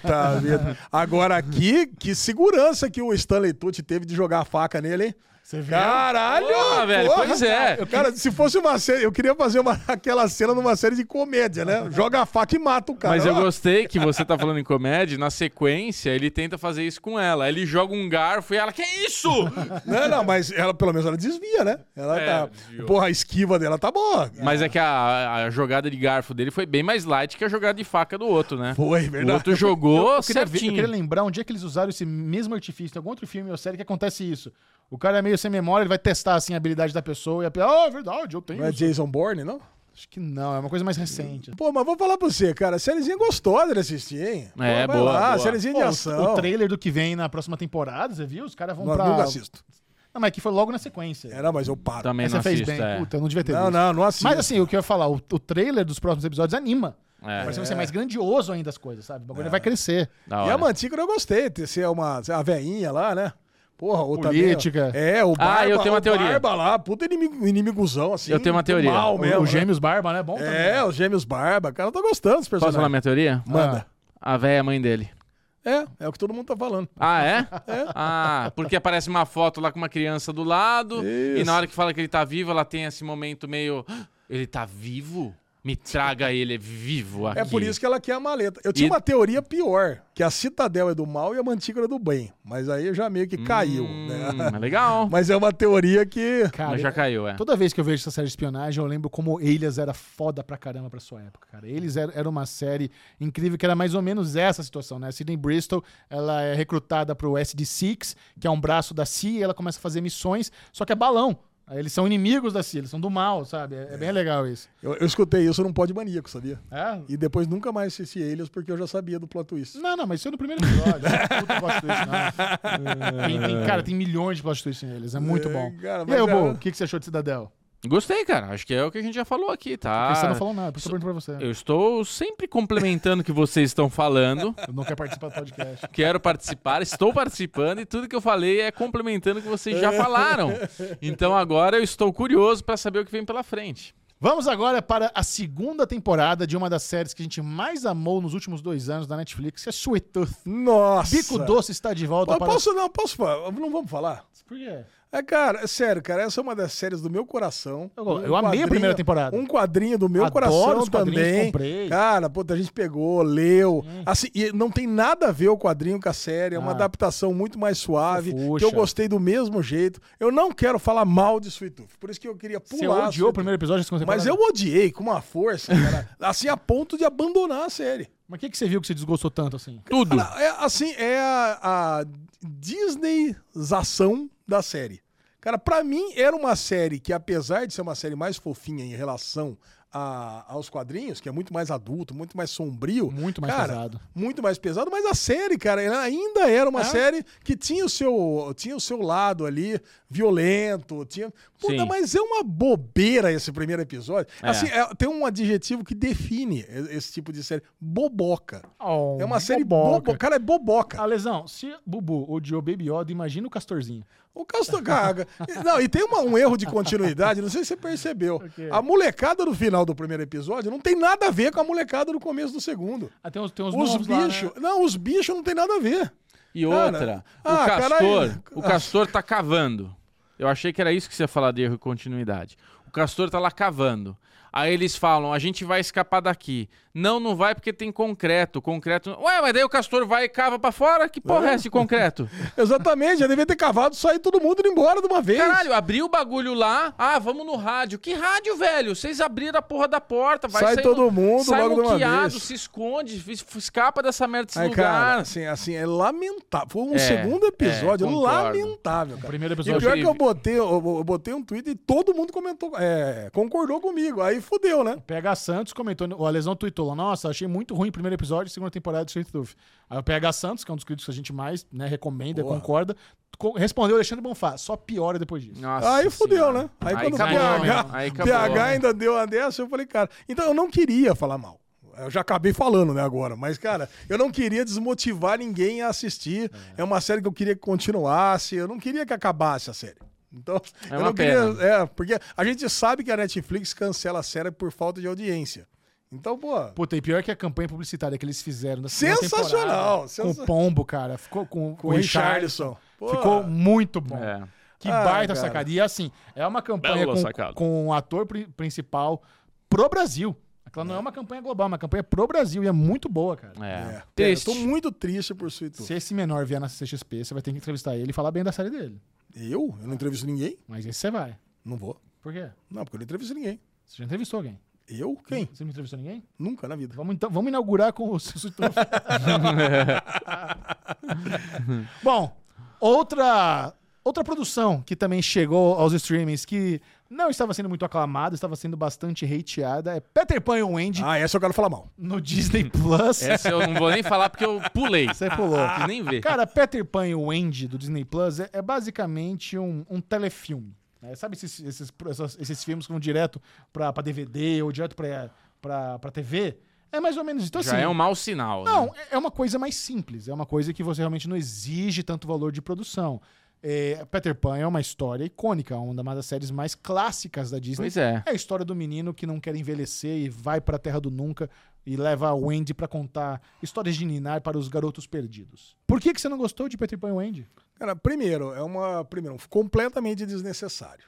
Puta vida. Agora aqui, que segurança que o Stanley Tucci teve de jogar a faca nele, hein? Caralho!
Porra, velho,
porra.
pois é.
Cara, se fosse uma série, eu queria fazer uma, aquela cena numa série de comédia, né? Joga a faca e mata o cara.
Mas eu
Ó,
gostei que você tá falando em comédia, na sequência ele tenta fazer isso com ela. Ele joga um garfo e ela, que isso?
Não, não, mas ela, pelo menos ela desvia, né? Ela
É,
tá.
desviou.
Porra, a esquiva dela tá boa.
Mas é que a, a jogada de garfo dele foi bem mais light que a jogada de faca do outro, né?
Foi,
O
é verdade.
outro jogou
Eu queria, é ver- eu
certinho.
queria lembrar um dia que eles usaram esse mesmo artifício em algum outro filme ou série que acontece isso. O cara é meio sem memória, ele vai testar assim a habilidade da pessoa e a pessoa, ah, é verdade, eu tenho.
Não é
isso."
Jason Bourne, não?
Acho que não, é uma coisa mais recente.
Pô, mas vou falar pra você, cara. Sériezinha gostosa de assistir, hein?
É,
Pô, vai
boa,
lá,
boa.
Sériezinha de
Pô, o-
ação.
O trailer do que vem na próxima temporada, você viu? Os caras vão
então. Não,
pra.
Nunca assisto.
Não, mas que foi logo na sequência.
É, não, mas eu paro.
Também
Mas
não
você fez
assisto,
bem.
é.
Puta, eu não devia ter
Não,
visto.
não, não assisto.
Mas assim, o que eu ia falar, o, o trailer dos próximos episódios anima.
É,
Mas vai ser mais grandioso ainda as coisas, sabe? O bagulho
É.
vai crescer.
da
E a
hora.
Mantícora eu gostei, de ser uma a veinha lá, né? Porra, outra
Política.
É, o Barba,
Ah, eu tenho uma
o
teoria.
Barba lá, puta inimigo, inimigozão assim.
Eu tenho uma
do
teoria.
Mal
O-
mesmo,
o
né?
Gêmeos Barba, né? Bom
É, os Gêmeos Barba. Cara, eu tô gostando dos
Posso falar
personagens.
minha teoria?
Manda.
A véia é mãe dele.
É, é o que todo mundo tá falando.
Ah, é? Ah, porque aparece uma foto lá com uma criança do lado e na hora que fala que ele tá vivo, ela tem esse momento meio... "Ah, Ele tá vivo? Me traga ele vivo aqui.
É por isso que ela quer a maleta. Eu tinha
E-
uma teoria pior, que a Citadel é do mal e a Mantícora é do bem. Mas aí eu já meio que caiu, né?
Hum, é legal. Mas,
Mas é uma teoria que...
Cara,
já caiu, é.
Toda vez que eu vejo essa série de espionagem, eu lembro como Elias era foda pra caramba pra sua época, cara. Eles era, era uma série incrível que era mais ou menos essa situação, né? A Sidney Bristol, ela é recrutada pro SD6, que é um braço da CIA, e ela começa a fazer missões, só que é balão. Aí Eles são inimigos da CIA, eles são do mal, sabe? É, é bem legal isso.
Eu, eu escutei isso num Pode Maníaco, sabia?
É?
E depois nunca mais assisti eles porque eu já sabia do plot twist.
Não, não, mas isso é no primeiro episódio. Puta, eu gosto disso, não. Tem- tem- cara, tem milhões de plot twists neles, é muito
É,
bom.
cara,
e aí,
mas é-
Bo, o que, que você achou de Cidadel?
Gostei, cara. Acho que é o que a gente já falou aqui, tá?
Porque você não falou nada, por isso eu pergunto pra você.
Eu estou sempre complementando o que vocês estão falando.
Eu não quero participar do podcast.
Quero participar, estou participando e tudo que eu falei é complementando o que vocês já falaram. Então agora eu estou curioso para saber o que vem pela frente.
Vamos agora para a segunda temporada de uma das séries que a gente mais amou nos últimos dois anos da Netflix, que é Sweet Tooth.
Nossa!
Bico Doce está de volta
Eu
para...
posso não, posso falar. Não vamos falar.
Por quê?
É, cara, é sério, cara, essa é uma das séries do meu coração. Um
Eu- eu amei a
quadrinho-
primeira temporada.
Um quadrinho do meu
Adoro
coração
os quadrinhos,
também.
comprei.
Cara, puta, a gente pegou, leu. Assim, e não tem nada a ver o quadrinho com a série, é uma
Ah.
adaptação muito mais suave, que
Fofuxa.
eu gostei do mesmo jeito. Eu não quero falar mal de Sweet Tooth, por isso que eu queria
Você
pular.
odiou o
Sweet
primeiro episódio da segunda
Tooth. Mas
temporada?
eu odiei com uma força, cara, assim, a ponto de abandonar a série.
Mas o que, que você viu que você desgostou tanto assim?
Tudo.
Cara, É, assim, é a, a Disneyização da série. Cara, pra mim era uma série que, apesar de ser uma série mais fofinha em relação a- aos quadrinhos, que é muito mais adulto, muito mais sombrio.
Muito mais
cara,
pesado. É.
Muito mais pesado, mas a série, cara, ela ainda era uma série que tinha o seu, tinha o seu lado ali, violento. Tinha... Puta,
Sim.
mas é uma bobeira esse primeiro episódio.
É.
Assim, é- tem um adjetivo que define e- esse tipo de série: boboca.
Oh,
É uma série
boboca.
bobo, cara, é boboca.
Alesão, se Bubu odiou Baby Yoda, imagina o Castorzinho.
O Castor Caga. Não, e tem uma- um erro de continuidade, não sei se você percebeu. A molecada do final do primeiro episódio não tem nada a ver com a molecada do começo do segundo.
Ah, tem uns, tem uns
Os
novos lá,
bichos.
né?
Não, os bichos não tem nada a ver.
E
Cara,
outra,
ah,
o castor,
caralho.
o castor tá cavando. Eu achei que era isso que você ia falar de erro e continuidade. O castor tá lá cavando. Aí eles falam, a gente vai escapar daqui. Não, não vai porque tem concreto. Concreto. Ué, mas daí o castor vai e cava pra fora? Que porra é esse concreto?
Exatamente, já devia ter cavado, sair todo mundo e ir embora de uma vez.
Caralho, abriu o bagulho lá. Ah, vamos no rádio. Que rádio, velho? Vocês abriram a porra da porta. Vai
Sai
sair
todo
no-
mundo
sai
logo de uma
muqueado,
vez.
se esconde, es- escapa dessa merda desse
Aí,
lugar.
cara, assim, assim, é lamentável. Foi um
É,
segundo episódio
é, concordo.
lamentável, cara.
primeiro
E o
episódio...
pior
achei-
que eu botei, eu, eu botei um tweet e todo mundo comentou, é, concordou comigo. Aí fudeu, né?
PH Santos comentou, o Alesão tweetou lá, nossa, achei muito ruim o primeiro episódio e segunda temporada de Sweet Tooth. Aí o PH Santos, que é um dos críticos que a gente mais né, recomenda,
Boa.
concorda, co- respondeu Alexandre Bonfá, só piora depois disso.
Nossa
Aí fudeu,
senhora.
né? Aí, quando
acabou,
o PH,
né? Aí acabou.
PH ainda deu uma dessa, eu falei, cara. Então eu não queria falar mal. Eu já acabei falando, né, agora. Mas, cara, eu não queria desmotivar ninguém a assistir. É, uma série que eu queria que continuasse. Eu não queria que acabasse a série. Então,
É
eu
uma
não queria.
pena.
É, porque a gente sabe que a Netflix cancela a série por falta de audiência. Então, pô.
Puta, e pior que a campanha publicitária que eles fizeram da segunda
Sensacional,
temporada,
sensa-
Com o Pombo, cara. Ficou com,
o Richarlison. Pô.
Ficou muito bom.
É.
Que
Ah,
baita
cara.
sacada. E assim, é uma campanha
Bela
com,
sacada.
com o ator pri- principal pro Brasil. Aquela não é uma campanha global, é uma campanha pro Brasil. E é muito boa, cara.
É.
É,
Triste.
Eu tô muito triste por Sweet Tooth.
Se esse menor vier na CXP, você vai ter que entrevistar ele e falar bem da série dele.
Eu? Eu não entrevisto ninguém?
Mas esse você vai.
Não vou.
Por quê?
Não, porque eu não entrevisto ninguém.
Você já entrevistou alguém?
Eu? Quem?
Você não entrevistou ninguém?
Nunca na vida.
Vamos, então, vamos inaugurar com o Susu Truff. Bom, outra Outra produção que também chegou aos streamings que não estava sendo muito aclamada, estava sendo bastante hateada, é Peter Pan e o Wendy
Ah, essa eu quero falar mal.
no Disney Plus.
Essa eu não vou nem falar porque eu pulei.
Você pulou.
Não quis nem ver.
Cara, Peter Pan e o Wendy do Disney Plus é, é basicamente um, um telefilme. né? Sabe esses, esses, essas- esses filmes que vão direto pra, pra DVD ou direto pra, pra, pra TV? É mais ou menos. Então,
Já
assim,
é um mau sinal. né?
não, é- é uma coisa mais simples. É uma coisa que você realmente não exige tanto valor de produção. É, Peter Pan é uma história icônica, uma das séries mais clássicas da Disney.
Pois é.
É a história do menino que não quer envelhecer e vai pra terra do nunca e leva a Wendy pra contar histórias de Ninar para os garotos perdidos. Por que, que você não gostou de Peter Pan e Wendy?
Cara, primeiro, é uma. Primeiro, completamente desnecessário.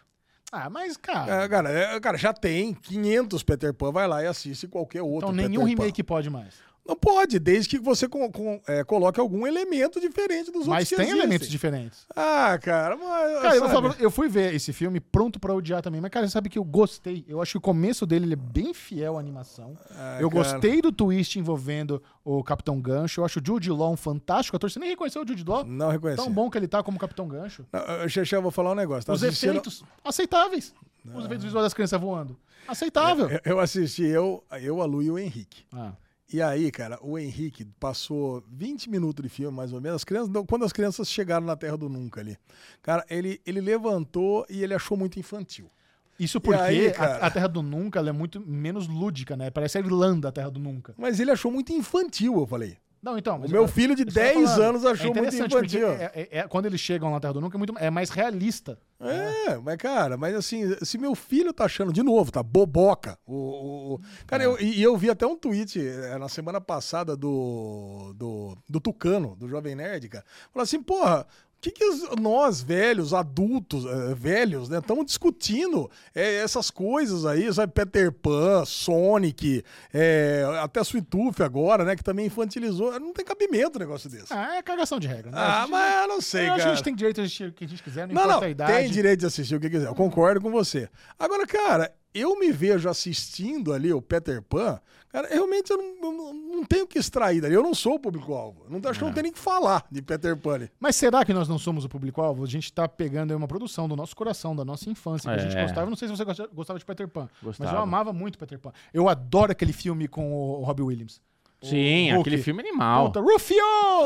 Ah, mas, cara.
É, cara, é, cara, já tem 500 Peter Pan, vai lá e assiste qualquer outro.
então,
Peter
nenhum
Pan.
remake pode mais.
Não pode, desde que você com- com- é, coloque algum elemento diferente dos
Mas
outros.
tem
que
elementos
existem.
diferentes.
Ah, cara, mas.
Cara, eu, vou
sabe,
falar pra- eu fui ver esse filme pronto pra odiar também, mas, cara, você sabe que eu gostei. Eu acho que o começo dele ele é bem fiel à animação. eu
Ah, cara.
gostei do twist envolvendo o Capitão Gancho. Eu acho o Jude Law um fantástico ator. Você nem reconheceu o Jude Law?
Não reconheci.
Tão bom que ele tá como Capitão Gancho.
Não, Xexé, eu vou falar um negócio. tá? Ah.
Os
Assistiram-
efeitos aceitáveis. Os efeitos visuais das crianças voando. Aceitável.
Eu- Eu assisti, eu, eu, a Lu e o Henrique.
Ah,
E aí, cara, o Henrique passou 20 minutos de filme, mais ou menos. As crianças, não, quando as crianças chegaram na Terra do Nunca ali, cara, ele, ele levantou e ele achou muito infantil.
Isso porque
aí,
a-
cara?
a, Terra do Nunca ela é muito menos lúdica, né? Parece a Irlanda, a Terra do Nunca.
Mas ele achou muito infantil, eu falei.
Não, então.
O
mas
meu
eu-
filho de
isso que eu tô
10
falando.
anos achou muito
interessante, porque
infantil.
é- é- é- quando eles chegam lá na Terra do Nunca, é, muito, é mais realista.
É, mas cara, mas assim, se meu filho tá achando de novo, tá boboca. O, o- o-
É.
cara, eu, e e eu vi até um tweet eh, na semana passada do, do, do Tucano, do Jovem Nerd, cara. Falou assim, porra. O que, que os- nós, velhos, adultos, eh, velhos, né, estamos discutindo eh, essas coisas aí, sabe? Peter Pan, Sonic, eh, até Sweet Tooth agora, né? Que também infantilizou. Não tem cabimento um negócio desse.
Ah, é cagação de regra, né? A
Ah,
gente-
mas eu não sei,
eu acho
cara.
que a gente tem direito de assistir o que a gente quiser, não,
Não,
importa
não,
a idade.
tem direito de assistir o que quiser. Eu concordo com você. Agora, cara, eu me vejo assistindo ali o Peter Pan, cara, realmente eu não, eu não- não tenho o que extrair dali. Eu não sou o público-alvo. Não, acho que
É.
não tem nem o que falar de Peter Pan ali.
Mas será que nós não somos o público-alvo? A gente tá pegando aí uma produção do nosso coração, da nossa infância, que a gente
É.
gostava. Eu Não sei se você gosta- gostava de Peter Pan, mas eu
Gostava.
amava muito Peter Pan. Eu adoro aquele filme com o o Robbie Williams.
Sim,
Hulk.
aquele filme é animal.
Puta, Rufio!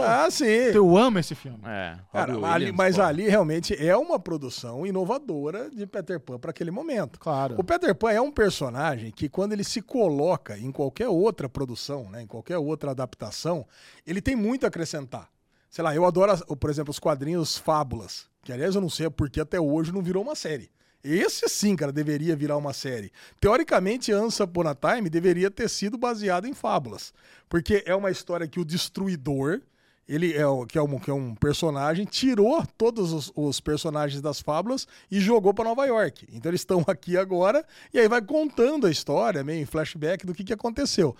Ah, sim.
Eu amo esse filme.
É,
Cara,
Robbie
ali-
Williams,
mas
pô.
ali realmente é uma produção inovadora de Peter Pan para aquele momento.
Claro.
O Peter Pan é um personagem que, quando ele se coloca em qualquer outra produção, né, em qualquer outra adaptação, ele tem muito a acrescentar. Sei lá, eu adoro, as- por exemplo, os quadrinhos Fábulas, que aliás eu não sei porque até hoje não virou uma série. Esse sim, cara, deveria virar uma série. Teoricamente, Ansa Upon a Time deveria ter sido baseado em fábulas. Porque é uma história que o destruidor, ele é, o- que, é um, que é um personagem, tirou todos os, os personagens das fábulas e jogou para Nova York. Então eles estão aqui agora e aí vai contando a história, meio em flashback do que, que aconteceu.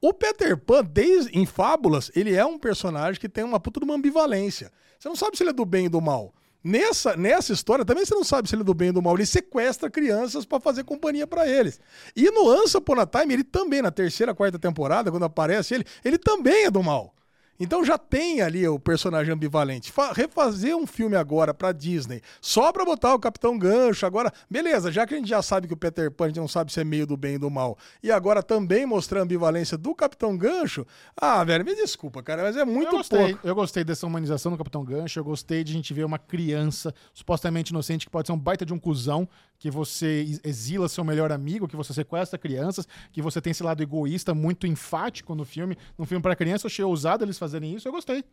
O Peter Pan, desde, em Fábulas, ele é um personagem que tem uma puta de uma ambivalência. Você não sabe se ele é do bem e do mal. Nessa, nessa história, também você não sabe se ele é do bem ou do mal. Ele sequestra crianças pra fazer companhia pra eles. E no Ansa Upon a Time, ele também, na terceira, quarta temporada, quando aparece ele, ele também é do mal. Então já tem ali o personagem ambivalente. Fa- refazer um filme agora pra Disney, só pra botar o Capitão Gancho, agora, beleza, já que a gente já sabe que o Peter Pan a gente não sabe se é meio do bem e do mal, e agora também mostrar a ambivalência do Capitão Gancho, ah, velho, me desculpa, cara, mas é muito
eu gostei,
pouco.
Eu gostei dessa humanização do Capitão Gancho, eu gostei de a gente ver uma criança supostamente inocente que pode ser um baita de um cuzão, que você ex- exila seu melhor amigo, que você sequestra crianças, que você tem esse lado egoísta muito enfático no filme. Num filme pra criança, eu achei ousado eles fazerem isso, eu gostei.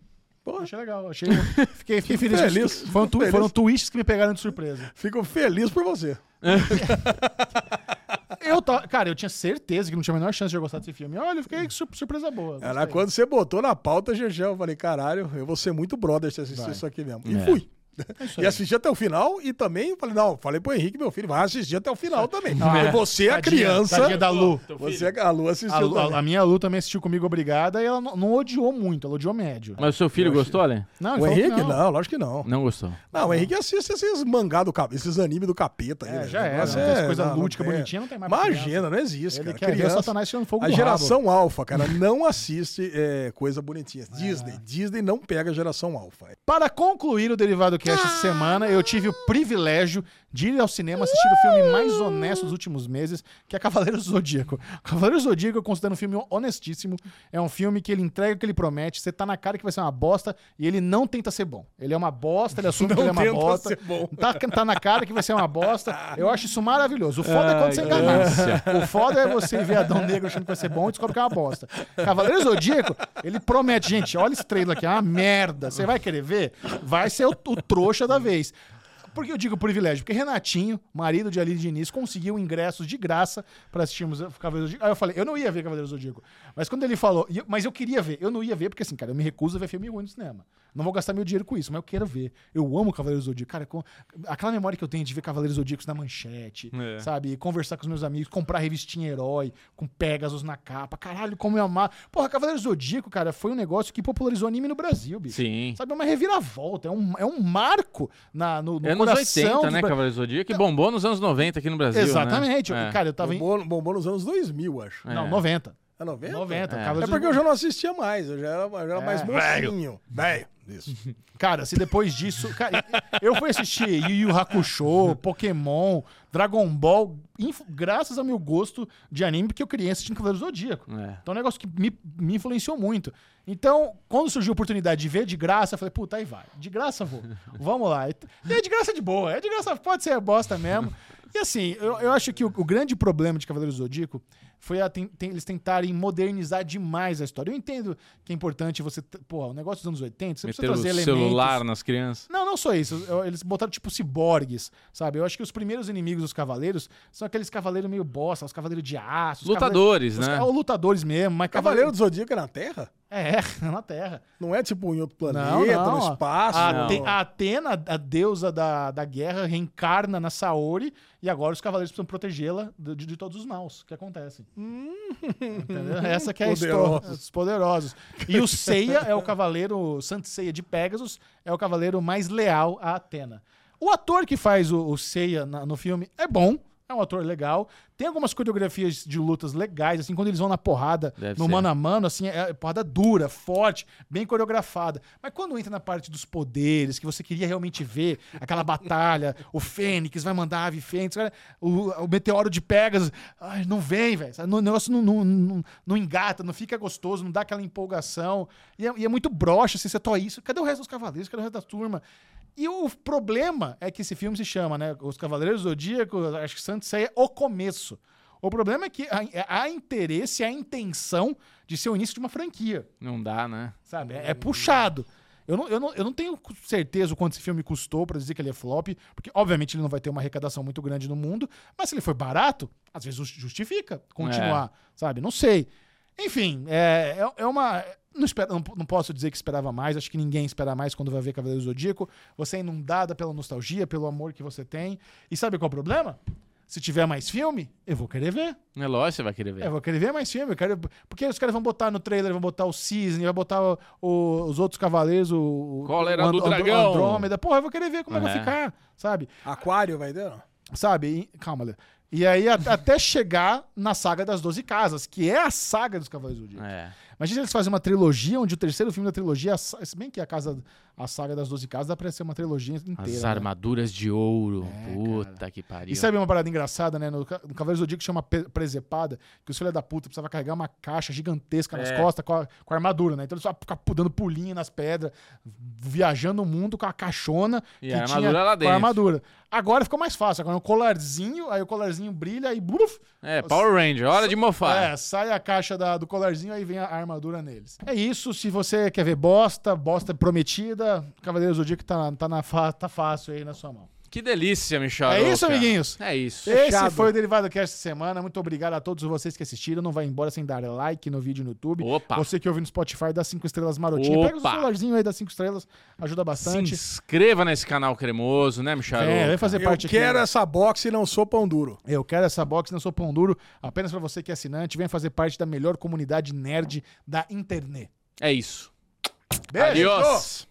Pô.
Achei legal, achei. Fiquei, fiquei feliz.
Feliz.
Foram, tu-
Feliz.
foram twists que me pegaram de surpresa.
Fico feliz por você.
Eu ta- cara, eu tinha certeza que não tinha a menor chance de eu gostar desse filme. Olha, eu fiquei com sur- surpresa boa.
Cara,
gostei.
quando você botou na pauta, GG, eu falei, caralho, eu vou ser muito brother se assistir isso aqui mesmo. E
É.
fui. e assisti até o final e também falei, não, falei pro Henrique, meu filho, vai assistir até o final também. Porque você, é a
é. Tadinha-
criança.
tadinha da Lu.
Você, a Lu assistiu
A, Lu- a-
também.
a minha Lu também assistiu comigo, obrigada, e ela não, não odiou muito, ela odiou médio.
Mas o seu filho gostou, Alen?
Não, ele
O
falou que
Henrique? Não. lógico que não.
Não gostou.
Não, o Henrique assiste esses mangá do capeta, esses anime do capeta. aí,
É,
né?
já era.
Mas
Essas coisas lúdicas, bonitinhas, não tem mais pra
Imagina,
criança.
não existe,
Ele
cara.
quer ver Satanás tirando fogo
a
do
geração alfa, cara, não
É.
assiste é, coisa bonitinha. Disney. Disney não pega a geração alfa.
Para concluir o Derivado podcast essa semana, eu tive o privilégio de ir ao cinema assistir o filme mais honesto dos últimos meses, que é Cavaleiro do Zodíaco. Cavaleiro do Zodíaco eu considero um filme honestíssimo. É um filme que ele entrega o que ele promete, você tá na cara que vai ser uma bosta e ele não tenta ser bom. Ele é uma bosta, ele assume que ele é uma
tenta
bosta.
ser bom.
Tá, tá na cara que vai ser uma bosta. Eu acho isso maravilhoso. O foda é quando você enganar. O foda é você ver Adão Negro achando que vai ser bom e descobre que é uma bosta. Cavaleiro Zodíaco, ele promete, gente, olha esse trailer aqui, é uma merda. Você vai querer ver? Vai ser o, o trouxa da vez. Por que eu digo privilégio? Porque Renatinho, marido de Aline Diniz, conseguiu ingressos de graça pra assistirmos Cavaleiro Zodíaco. Aí eu falei, eu não ia ver Cavaleiro Zodíaco. Mas quando ele falou, e eu- mas eu queria ver, eu não ia ver, porque assim, cara, eu me recuso a ver filme ruim no cinema. Não vou gastar meu dinheiro com isso, mas eu quero ver. Eu amo Cavaleiros Zodíaco. Cara, com- aquela memória que eu tenho de ver Cavaleiros Zodíacos na manchete,
É.
sabe? Conversar com os meus amigos, comprar revistinha herói, com Pegasus na capa. Caralho, como eu amar. Porra, Cavaleiros Zodíaco, cara, foi um negócio que popularizou anime no Brasil, bicho.
Sim.
Sabe, é uma reviravolta, é um, é um marco na, no, no
Anos
coração
80,
dos
né,
bra-
Cavaleiro do Zodíaco? Que bombou nos anos 90 aqui no Brasil.
Exatamente.
Né? É.
Cara, eu tava em...
Bombou, bombou nos anos 2000, acho.
Não,
É.
90.
É 90?
90.
É.
É
Cavaleiros
porque
do-
eu já não assistia mais, eu já era, eu já era
É.
mais mocinho. Velho. Isso.
Cara, se depois disso. Cara, eu fui assistir Yu Yu Hakusho, Pokémon, Dragon Ball, inf- graças ao meu gosto de anime, porque eu criei assistindo Cavaleiros do Zodíaco.
É.
Então é um negócio que me, me influenciou muito. Então, quando surgiu a oportunidade de ver de graça, eu falei, puta, aí vai. De graça vou. Vamos lá. E é de graça de boa. É de graça, pode ser bosta mesmo. E assim, eu, eu acho que o, o grande problema de Cavaleiros do Zodíaco foi a ten- ten- eles tentarem modernizar demais a história. Eu entendo que é importante você. t- Pô, o negócio dos anos 80, você
Meter
precisa
o
trazer elementos.
celular né? nas crianças.
Não, não só isso. Eu- Eles botaram tipo ciborgues, sabe? Eu acho que os primeiros inimigos dos cavaleiros são aqueles cavaleiros meio bosta, os cavaleiros de aço. os
Lutadores,
cavaleiros-
né?
Os, ca- ou lutadores mesmo, mas
Cavaleiro
cavaleiro.
do Zodíaco é na Terra?
É, na Terra.
Não é tipo em outro planeta,
Não, Ah, não.
no espaço.
a,
não.
Ate- a Atena, a deusa da, da guerra, reencarna na Saori e agora os cavaleiros precisam protegê-la de, de todos os maus que acontecem. Entendeu? Essa que é a história.
Hum. Poderosos.
Os poderosos. E o Seiya é o cavaleiro, Santo Seiya de Pegasus, é o cavaleiro mais leal a Atena. O ator que faz o, o Seiya na- no filme é bom. É um ator legal. Tem algumas coreografias de lutas legais, assim, quando eles vão na porrada,
Deve
no
ser.
mano a mano, assim, é porrada dura, forte, bem coreografada. Mas quando entra na parte dos poderes, que você queria realmente ver, aquela batalha, o Fênix vai mandar a ave Fênix, cara, o, o meteoro de Pegasus, ai, não vem, velho. sabe? O negócio não, não, não, não engata, não fica gostoso, não dá aquela empolgação. E é, e é muito broxa, assim, você tó isso. Cadê o resto dos cavaleiros? Cadê o resto da turma? E o problema é que esse filme se chama, né? Os Cavaleiros do Zodíaco, acho que Santos é o começo. O problema é que há- há interesse, há intenção de ser o início de uma franquia,
Não dá, né?
sabe? É, é puxado. Eu não, eu, não, eu não tenho cu- certeza o quanto esse filme custou pra dizer que ele é flop, porque obviamente ele não vai ter uma arrecadação muito grande no mundo, mas se ele foi barato, às vezes jus- justifica continuar, sabe? Não sei. Enfim, é, é, é uma. Não, espero, não, não posso dizer que esperava mais, acho que ninguém espera mais quando vai ver Cavaleiro do Zodíaco. Você é inundada pela nostalgia, pelo amor que você tem. E sabe qual é o problema? Se tiver mais filme, eu vou querer ver.
É lógico que você vai querer
É,
ver.
eu vou querer ver mais filme. Eu quero... Porque os caras vão botar no trailer, vão botar o Cisne, vai botar o- o- os outros cavaleiros, o. o-
Cólera
o
do dragão.
Andrômeda. Porra, eu vou querer ver como é que vai
É.
ficar, sabe?
Aquário vai ter? não?
Sabe? E- calma, Lê. E aí, a- até chegar na saga das Doze Casas, que é a saga dos Cavaleiros do Dia.
É.
Imagina eles fazem uma trilogia, onde o terceiro filme da trilogia, é a sa- se bem que a, casa, a saga das Doze Casas dá pra ser uma trilogia inteira.
As
né? É,
armaduras de ouro. Puta que pariu.
E sabe uma parada engraçada, né? No, ca- no Cavaleiro do Zodíaco chama pe- presepada, que os filhos da puta precisava carregar uma caixa gigantesca
É.
nas costas com a, com a armadura, né? Então eles só ficavam dando pulinho nas pedras, viajando o mundo com a caixona
E a armadura lá
com a
dentro.
armadura. Agora ficou mais fácil, agora é um colarzinho, aí o colarzinho brilha e buf,
É, Power Ranger, hora de mofar.
é, sai a caixa da- do colarzinho aí vem a armadura neles. É isso, se você quer ver bosta, bosta prometida, Cavaleiro do Zodíaco tá, tá, na fa- tá fácil aí na sua mão.
Que delícia, Michel.
É isso, amiguinhos?
É isso.
Esse foi o Derivado Cast essa semana. Muito obrigado a todos vocês que assistiram. Não vai embora sem dar like no vídeo no YouTube.
Opa.
Você que ouve no Spotify, dá 5 estrelas marotinho. Pega o
Opa.
celularzinho aí, dá 5 estrelas. Ajuda
Se
bastante.
inscreva nesse canal cremoso, né, Michel?
É, vem fazer
Eu
parte
quero
aqui.
essa boxe e não sou pão duro.
Eu quero essa box, não sou pão duro. Apenas pra você que é assinante. Vem fazer parte da melhor comunidade nerd da internet.
É isso.
Beijo!
Adiós.